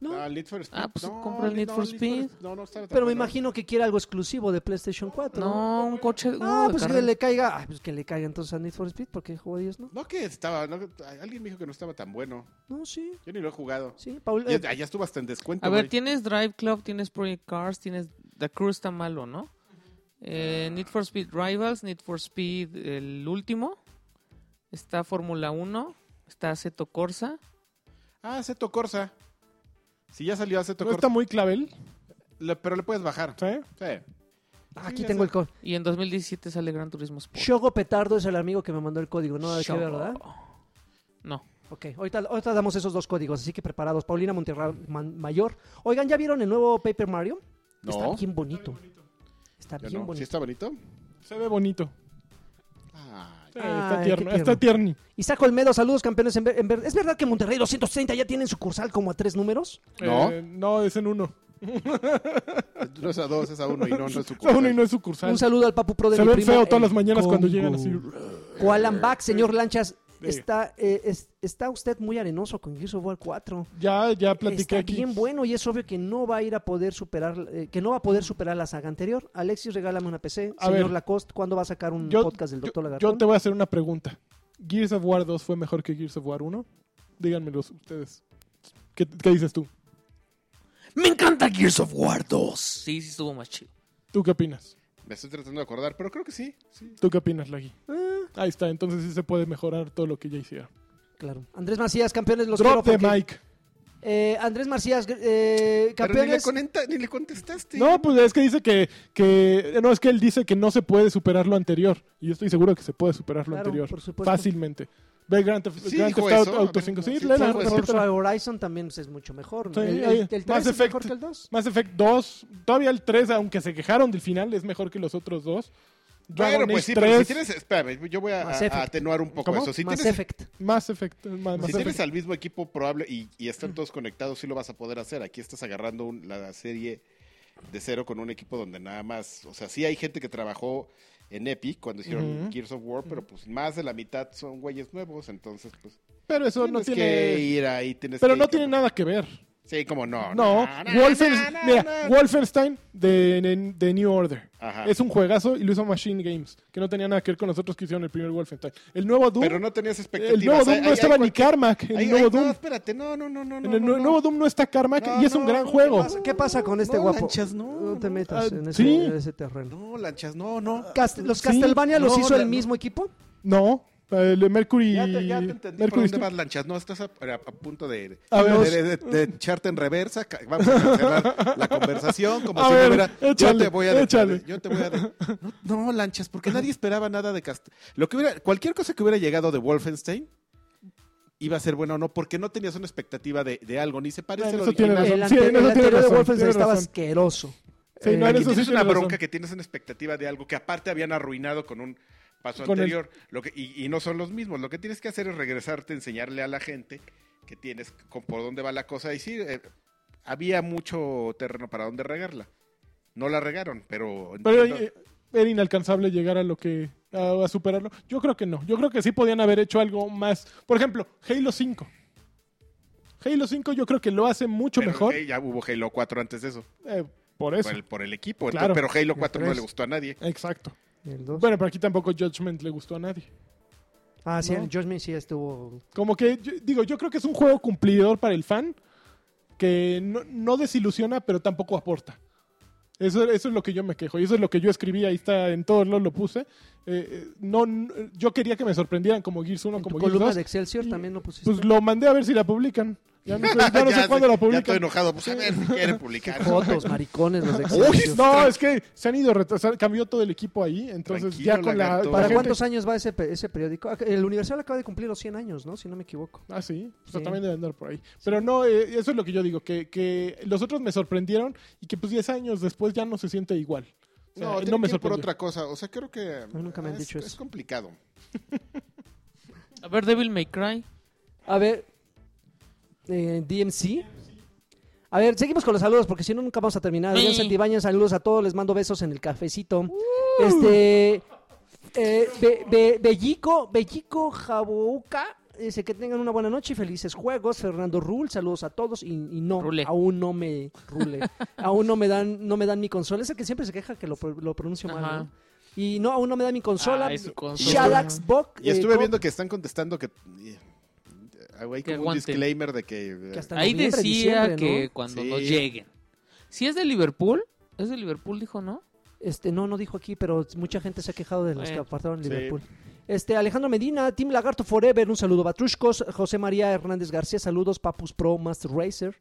No,
Ah, Need for Speed.
Ah, pues compra el Need for Speed.
no, no está tan
pero me
bueno.
imagino que quiere algo exclusivo de PlayStation 4.
No, un coche. uno
Ah,
de
pues que
carrera.
le caiga. Ay, pues que le caiga entonces a Need for Speed, porque jodidos, ¿no?
No, que estaba. no, que- alguien me dijo que no estaba tan bueno.
No, sí.
Yo ni lo he jugado.
Sí, Paul. eh,
Ya, ah, ya estuvo hasta en descuento.
A ver,
güey.
tienes Drive Club, tienes Project Cars, tienes. The Crew está malo, ¿no? Eh,
Ah.
Need for Speed Rivals, Need for Speed el último. Está Fórmula 1. Está Seto Corsa.
Ah, Seto Corsa. Si ya salió a Seto
No
Corsa.
está muy clavel,
le- pero le puedes bajar.
¿sí?
Sí.
ah, aquí
ya
tengo
sé.
el código.
Y en 2017 sale Gran Turismo Sport.
Shogo Petardo es el amigo que me mandó el código, ¿no? ¿De qué,
Show.
verdad?
No.
Ok, ahorita, ahorita damos esos dos códigos, así que preparados. Paulina Monterrado Man- Mayor. Oigan, ¿ya vieron el nuevo Paper Mario?
No.
Está bien bonito. Está
Yo
bien
no. ¿Sí
bonito.
está bonito?
Se ve bonito.
Ay,
Sí,
Ay,
está
qué
tierno,
tierno.
está tierni.
Isaac Olmedo, saludos campeones. En ver- en ver- ¿Es verdad que Monterrey 230 ya tienen sucursal como a tres números?
¿No?
Eh, no, es en uno.
no es a dos, es a uno y no, no es su
Es a uno y
cursal.
no es sucursal.
Un saludo al Papu Pro de
Se
mi
ven
primo,
feo todas
el
las mañanas cuando
Congo.
llegan así.
Koalan Back, señor Lanchas,
Sí.
está, eh, es- está usted muy arenoso con Gears of War 4.
Ya, ya platiqué
Está
aquí.
bien bueno y es obvio que no va a ir a poder superar, eh, que no va a poder superar la saga anterior. Alexis, regálame una PC.
A
Señor
ver,
Lacoste, ¿cuándo va a sacar un
yo-
podcast del Doctor
yo,
Lagartón?
yo te voy a hacer una pregunta. ¿Gears of War 2 fue mejor que Gears of War 1? Díganmelo ustedes. ¿Qué, qué dices tú?
Me encanta Gears of War 2. Sí, sí estuvo más chido.
¿Tú qué opinas?
Me estoy tratando de acordar, pero creo que sí. sí.
¿Tú qué opinas, Lagui?
Ah,
Ahí está, entonces sí se puede mejorar todo lo que ya hicieron.
claro. Andrés Macías, campeones, los quiero
Drop the
porque-
mic.
Eh, Andrés Macías, eh,
Pero ni le,
campeones.
conenta- ni le contestaste.
No, pues es que dice que, que... No, es que él dice que no se puede superar lo anterior. Y yo estoy seguro que se puede superar lo
Claro,
anterior.
por supuesto.
Fácilmente. Ve Grand, Theft-
Sí,
Grand
dijo
Theft
eso,
Auto, Auto
a mí
5.
sí,
Sí, le-
sí,
le-
fue
le-
Por
le-
otro, Horizon también pues, es mucho mejor. ¿no?
Sí,
el,
ahí,
el- el
Mass
3 es mejor
Effect.
que el 2.
Mass Effect 2. Todavía el 3, aunque se quejaron del final, es mejor que los otros dos. Dragon
Bueno, pues
Age
sí, pero si
3,
tienes. Espérame, yo voy a,
Mass
a- a
Effect.
atenuar un poco
¿Cómo?
eso. Si
Mass
tienes,
Effect.
Mass Effect. eh, Ma- Mass
si
Effect.
tienes al mismo equipo probable y, y
Mm.
están todos conectados, sí lo vas a poder hacer. Aquí estás agarrando un- la serie de cero con un equipo donde nada más. O sea, sí hay gente que trabajó en Epic cuando hicieron
Ujú.
Gears of War, pero pues más de la mitad son güeyes nuevos. Entonces, pues.
Pero eso no
tienes que
tiene.
ir ahí, tienes
Pero
que
no
ir,
tiene
como-
nada que ver.
Sí, como no.
No, Wolfenstein,
no,
mira,
no, Ah. no.
Wolfenstein de, de- de New Order.
Ajá.
Es un juegazo y lo hizo Machine Games, que no tenía nada que ver con nosotros que hicieron el primer Wolfenstein. El nuevo Doom,
Pero no tenías expectativas.
el nuevo Doom
Ahí-
no
ahí
estaba ni
cualquier-
Carmack en
ahí-
el nuevo
ahí-
Doom.
No, espérate, no, no, no, no.
en
no,
el nue-
no.
nuevo Doom no está Carmack
No,
y es un
no,
gran
no,
juego.
¿qué pasa?
¿Qué pasa con este
No,
guapo?
lanchas, no,
te
no,
metas
ah,
en, ese,
sí.
en ese terreno.
No, lanchas, no, no.
Cast- ¿Los
Sí.
Castlevania los
No,
hizo el
no.
mismo equipo?
No, el de Mercury.
Ya te, ya te entendí
Mercury
por dónde
Steam.
vas, lanchas. No, estás a, a- a punto de,
A ver,
de-
os-
de- de- de echarte en reversa. Ca- Vamos a cancelar la conversación como
[LAUGHS] A
si
ver,
no hubiera... yo
échale,
te voy a... de-
échale.
yo te voy a de- no, no, lanchas, porque nadie esperaba nada de Cast... Lo que hubiera, cualquier cosa que hubiera llegado de Wolfenstein iba a ser buena o no, porque no tenías una expectativa de, de algo, ni se parece
Bueno,
al
eso tiene
original.
razón.
El,
Sí,
anterior-
en eso
el
tiene
anterior de
razón,
Wolfenstein
tiene
estaba
razón.
asqueroso. Eh,
Sí, no, en
Aquí
eso sí
tienes una
tienes
bronca
razón.
que tienes una expectativa de algo que aparte habían arruinado con un paso
Con el-
anterior. Lo que, y, y no son los mismos. Lo que tienes que hacer es regresarte, enseñarle a la gente que tienes con- por dónde va la cosa. Y sí, eh, había mucho terreno para dónde regarla. No la regaron, pero...
Pero
entiendo-
eh, era inalcanzable llegar a lo que. A, a superarlo. Yo creo que no. Yo creo que sí podían haber hecho algo más. Por ejemplo, Halo 5. Halo 5 yo creo que lo hace mucho
pero,
mejor.
eh, ya hubo Halo 4 antes de eso,
eh, por eso.
Por, el, por el equipo.
Claro.
Entonces, pero Halo 4 no
Tres.
le gustó a nadie.
Exacto.
El dos.
Bueno, pero aquí tampoco Judgment le gustó a nadie.
ah, sí,
no.
el Judgment sí estuvo...
Como que, yo- digo, yo creo que es un juego cumplidor para el fan. que no, no desilusiona, pero tampoco aporta. Eso, eso es lo que yo me quejo y eso es lo que yo escribí, ahí está, en todos lados lo puse. Eh, eh, no, n- yo quería que me sorprendieran como Gears 1,
En tu
como Gears
columna
2.
de Excelsior
y-
también lo pusiste.
Pues lo mandé a ver si la publican.
[LAUGHS]
Ya no sé, ya no sé
Ya
cuándo la
sé- Ya estoy
publican.
enojado. Pues a ver si
[LAUGHS]
quieren publicar.
Jotos, maricones, los de
Uy,
Excelsior.
no, es que se han ido retrasando, cambió todo el equipo ahí, entonces
Tranquilo,
ya con la...
lagarto.
la
¿Para
gente-
cuántos años va ese, pe- ese periódico? Ah, El Universal acaba de cumplir los 100 años, ¿no? Si no me equivoco.
Ah, sí, o sea,
Sí.
también debe andar por ahí. Pero no, eh, eso es lo que yo digo, que, que los otros me sorprendieron y que pues 10 años después ya no se siente igual. O sea,
No,
no me
me por
sorprendió.
otra cosa. O sea, creo que.
mí nunca me han
es-
dicho eso.
Es complicado.
A ver, Devil May Cry.
A ver, eh, DMC. A ver, seguimos con los saludos porque si no nunca vamos a terminar.
Sí.
Adrián Santibáñez, saludos a todos, les mando besos en el cafecito.
Uh.
Este, eh, Be- Be- Bellico, Bellico Jabouca, dice que tengan una buena noche y felices juegos. Fernando Rul, saludos a todos y, y no,
Rule.
aún no me
[LAUGHS]
rule, aún no me dan, no me dan mi consola. Es el que siempre se queja que lo, pro- lo pronuncio
Ajá.
mal. ¿no? Y no, aún no me da mi consola. eh,
Ah, es su consola.
Shadaxbox.
Y estuve viendo que están contestando que. eh, Hay
Que
como un
aguante.
disclaimer de que. eh,
Que hasta-
Ahí
noviembre,
decía
diciembre,
que
¿no?
cuando
Sí.
nos lleguen. Si es de Liverpool, es de Liverpool, dijo, ¿no?
Este, no, no dijo aquí, pero mucha gente se ha quejado de los que
Bueno,
apartaron
sí.
Liverpool. Este, Alejandro Medina, Team Lagarto Forever, un saludo. Batrushkos, José María Hernández García, saludos. Papus Pro, Master Racer.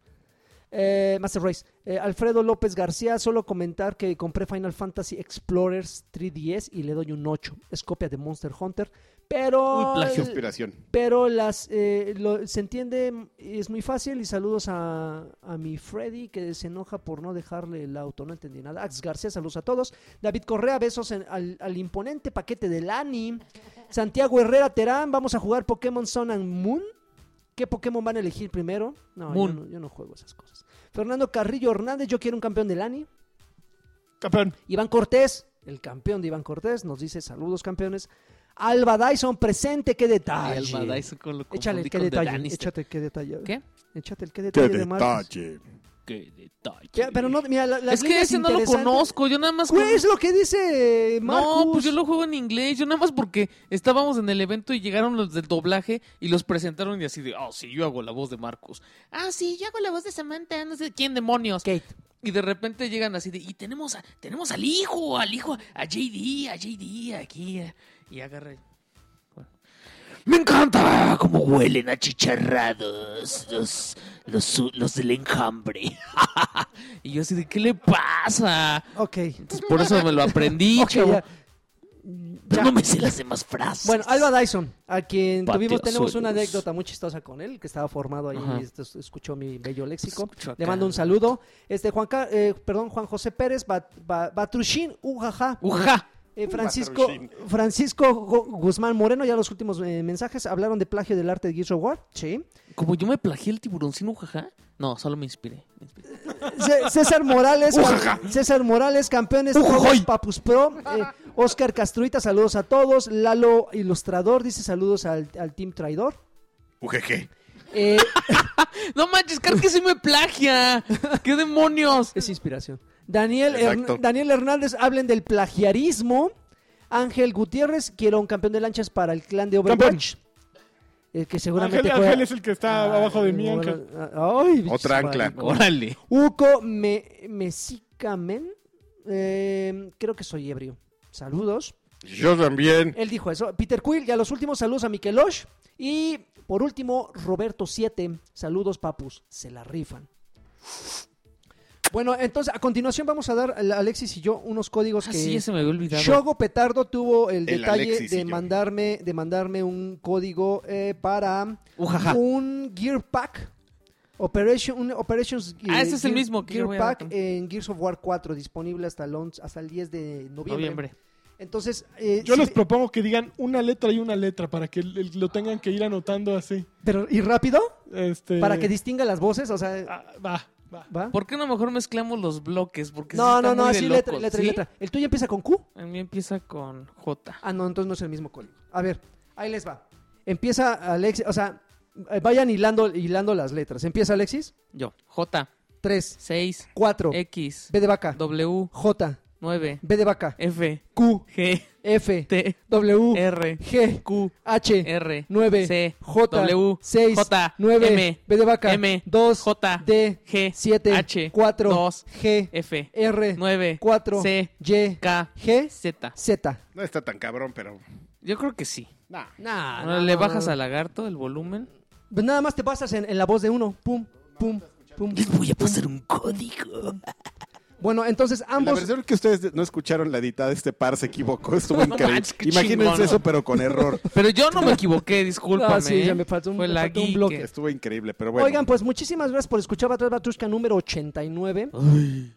Eh, Master Race. Eh, Alfredo López García, solo comentar que compré Final Fantasy Explorers 3DS y le doy un 8. Es copia de Monster Hunter, pero...
Uy, plagio.
Inspiración.
Pero las eh, lo- se entiende, es muy fácil. Y saludos a, a mi Freddy que se enoja por no dejarle el auto. No entendí nada. Ax García, saludos a todos. David Correa, besos en- al, al imponente paquete del Lani. Santiago Herrera Terán, vamos a jugar Pokémon Sun and Moon. ¿Qué Pokémon van a elegir primero? No, yo
Moon.
no, yo no juego esas cosas. Fernando Carrillo Hernández, yo quiero un campeón del Lani.
Campeón.
Iván Cortés, el campeón de Iván Cortés, nos dice saludos campeones. Alba Dyson presente, qué detalle.
Ay, Alba Dyson con lo
Échale,
confundí
qué
con The
detalle.
Lannister.
Échate, qué detalle.
¿Qué?
Échate el qué detalle de Marcus.
Qué detalle.
Ya, pero no, mira, la, las
es que
líneas
ese no lo
interesantes-
conozco, yo nada más...
Güey,
conozco-
es lo que dice Marcus.
No, pues yo lo juego en inglés. Yo nada más porque estábamos en el evento y llegaron los del doblaje y los presentaron y así de, oh, sí, yo hago la voz de Marcos. Ah, sí, yo hago la voz de Samantha, no sé quién demonios.
Kate.
Y de repente llegan así de, y tenemos, a, tenemos al hijo, al hijo, a JD, a JD, aquí. eh". Y agarré. Me encanta cómo huelen a chicharrados los, los, los del enjambre. [LAUGHS] y yo así de, ¿qué le pasa?
Ok.
Entonces, por eso me lo aprendí, [LAUGHS]
Ok,
chavo.
ya.
Yo
Ya.
no me sé las demás frases.
Bueno, Alba Dyson, a quien
Patea
tuvimos, tenemos
suelos.
una anécdota muy chistosa con él, que estaba formado ahí,
Ajá.
y esto- escuchó mi bello léxico.
Escuchó acá.
Le mando un saludo. Este, Juan, Ca- eh, perdón, Juan José Pérez, Bat- Ba- Batrushin, ujaja.
¡Uja!
Eh, Francisco,
Batrushin.
Francisco Gu- Guzmán Moreno, ya los últimos eh, mensajes hablaron de plagio del arte de Gears of War. Sí.
Como yo me plagié el tiburoncino, ujaja. No, solo me inspiré. me inspiré.
C- César Morales, César Morales, campeones todos, Papus Pro, eh, Oscar Castruita, saludos a todos, Lalo Ilustrador dice saludos al, al Team Traidor.
UGG.
Eh,
No manches, Car, que sí me [LAUGHS] plagia. ¡Qué demonios!
es inspiración. Daniel,
Exacto.
Hern- Daniel Hernández, hablen del plagiarismo. Ángel Gutiérrez, quiero un campeón de lanchas para el clan de Overwatch. Eh, que seguramente
Ángel,
juega-
Ángel es el que está
Ah,
abajo de mí,
bueno,
Ángel.
ah, ay,
Otra
bichos,
ancla.
marico.
Órale.
Uco me, Mesicamen. Eh, creo que soy ebrio. Saludos.
Yo también.
Él dijo eso. Peter Quill, ya los últimos saludos a Mikelosh. Y por último, Roberto 7. Saludos, papus. Se la rifan. Bueno, entonces a continuación vamos a dar, a Alexis y yo, unos códigos
Ah,
que.
sí, ya se me había olvidado.
Shogo Petardo tuvo el,
El
detalle
Alexis y
de
yo.
mandarme, de mandarme un código eh, para
Ujaja.
un Gear Pack. Operation, un Operations eh,
Ah, ese es el
Gear-
mismo que yo
Gear
voy a dar
Pack en Gears of War 4, disponible hasta el, 11 hasta el 10 de noviembre.
Noviembre.
Entonces, eh,
Yo
sí,
les propongo que digan una letra y una letra para que l- lo tengan que ir anotando así.
pero y rápido
Este...
para que distinga las voces, o sea,
Ah, va, va.
¿va?
¿Por qué no mejor mezclamos los bloques? Porque sí
No,
está
no, no,
muy de
así
locos,
letra, letra,
¿sí?
letra. El tuyo empieza con Q.
A mí empieza con J.
Ah, no, entonces no es el mismo código. A ver, ahí les va. Empieza Alexis, o sea, eh, vayan hilando hilando las letras. Empieza Alexis.
Yo. J.
3
6.
4
X.
B de vaca.
W.
J.
9,
B de vaca.
F,
Q,
G,
F,
E, T,
W,
R,
G,
Q,
H,
R,
9,
C,
J,
W,
6,
J,
9,
M,
B de vaca,
M,
2,
J,
D,
G,
7,
H,
4,
2,
G,
F,
R,
9,
4,
C,
Y,
K,
G,
Z.
Z.
No está tan cabrón, pero.
Yo creo que sí.
Nah.
Nah,
Ahora le bajas al lagarto el volumen.
Pues nada más te basas en, en la voz de uno. Pum, pum, pum.
a pasar un código.
Bueno, entonces
La
ambos.
versión que ustedes no escucharon, la editada, este par se equivocó.
[LAUGHS]
Estuvo
No
increíble.
manches, qué chingón.
Imagínense eso, pero con
[LAUGHS]
error.
Pero yo no me equivoqué, discúlpame.
Ah, sí, ya
¿eh?
me faltó un-
Fue
me
la
faltó un
geek.
bloque.
Estuvo increíble, pero bueno.
Oigan, pues muchísimas gracias por escuchar Batrás Batrushka número 89.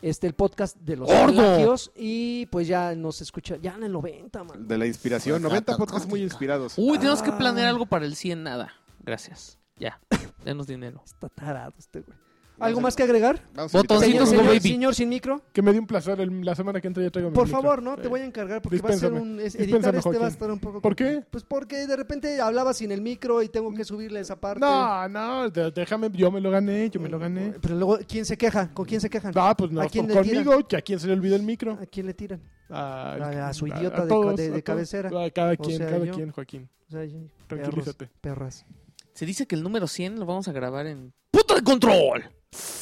Este, el podcast de los
¡Gordo!
plagios. Y pues ya nos escucha, ya en el 90, man.
de la inspiración, 90 podcasts muy inspirados.
Uy, tenemos que planear algo para el 100 nada. Gracias.
[LAUGHS]
Ya, denos dinero.
Está tarado este güey. ¿Algo más que agregar?
Vamos a invitar a-
Botoncitos,
Señor,
Go
señor,
Baby.
señor sin micro,
Que me dio un placer el- la semana que entra ya traigo mi
por
micro.
favor, ¿no? Te voy a encargar porque va a
Dispénsame.
ser un... es- editar
Dispénsame,
este va a
Joaquín.
estar un poco...
¿Por qué?
Pues porque de repente hablaba sin el micro y tengo que subirle esa parte.
No, no, de- déjame, yo me lo gané, yo me lo gané.
Pero luego, ¿quién se queja? ¿Con quién se quejan?
Ah, pues no,
¿A quién le
conmigo, que a quién se le olvidó el micro.
¿A quién le tiran?
Ah,
A- a su idiota de- de- de
todos.
cabecera.
A cada
O
quien,
sea,
cada
yo.
quien, Joaquín.
O sea, yo-
Tranquilízate.
perros, perras.
Se dice que el número 100 lo vamos a grabar en... ¡Puta de control!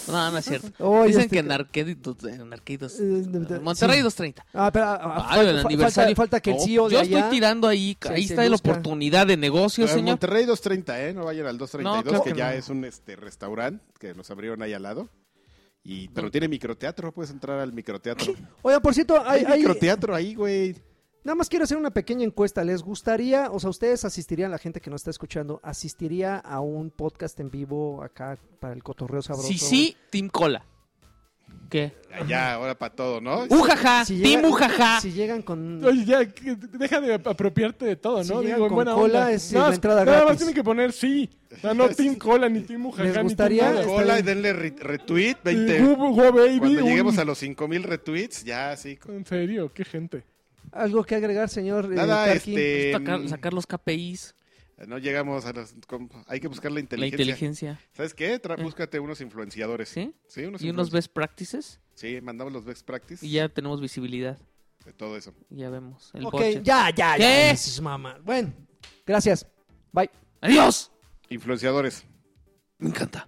No, no es cierto.
[LAUGHS] Oye,
Dicen
este
que
ca-
en Arcaditos... En Arcaditos...
Eh, de- de-
Monterrey
sí.
230.
Ah, pero, ah, ah,
Ah,
falta-
el
fa-
aniversario.
Falta, falta que el
No,
CEO de
Yo
allá...
estoy tirando ahí.
se-
ahí
se
está la
luzca.
oportunidad de negocio,
Pero en
señor.
Monterrey 230, ¿eh? No vayan al 232,
No, claro
que
que
ya
no.
es un este restaurante que nos abrieron ahí al lado. Y, pero
¿Dónde?
tiene microteatro, puedes entrar
[LAUGHS]
al microteatro.
Oiga, por cierto, hay,
Hay,
hay-
microteatro ahí, güey.
nada más quiero hacer una pequeña encuesta. ¿Les gustaría, o sea, ustedes asistirían, la gente que nos está escuchando, asistiría a un podcast en vivo acá para el cotorreo sabroso?
Sí, sí, Team Cola. ¿Qué?
Allá, ahora para todo, ¿no?
¡Ujaja!
Si
¡Team
llega-
Ujaja!
Si llegan con...
Oye, ya, que- deja de ap- apropiarte de todo, ¿no?
Si llegan
Digo, en
con
buena
cola,
onda.
es
Nada
la
más-
entrada
Nada más
gratis.
tiene que poner sí. O
[LAUGHS]
sea, no Team Cola, ni Team
Les
Mujaja, ni Team
gustaría-
nada.
Hola, y denle re- retweet, 20.
Y Go- Go Baby,
Cuando
un-
lleguemos a los 5000 retweets, ya sí. con-
En serio, qué gente.
¿Algo que agregar, señor eh,
Nada,
Tarkin?
este. mm,
Sacar, sacar los KPIs,
No llegamos a los. com- Hay que buscar la
la
inteligencia.
inteligencia,
¿Sabes qué? Tra-
Eh.
Búscate unos influenciadores.
¿sí?
Sí, unos
Y unos
influen-
best practices
Sí, mandamos los best practice.
y ya tenemos visibilidad.
De todo eso.
Y ya vemos el
Ok,
budget.
ya, ya, ya.
¿Qué?
no seas mamá. Bueno, gracias. Bye.
¡Adiós!
Influenciadores.
Me encanta.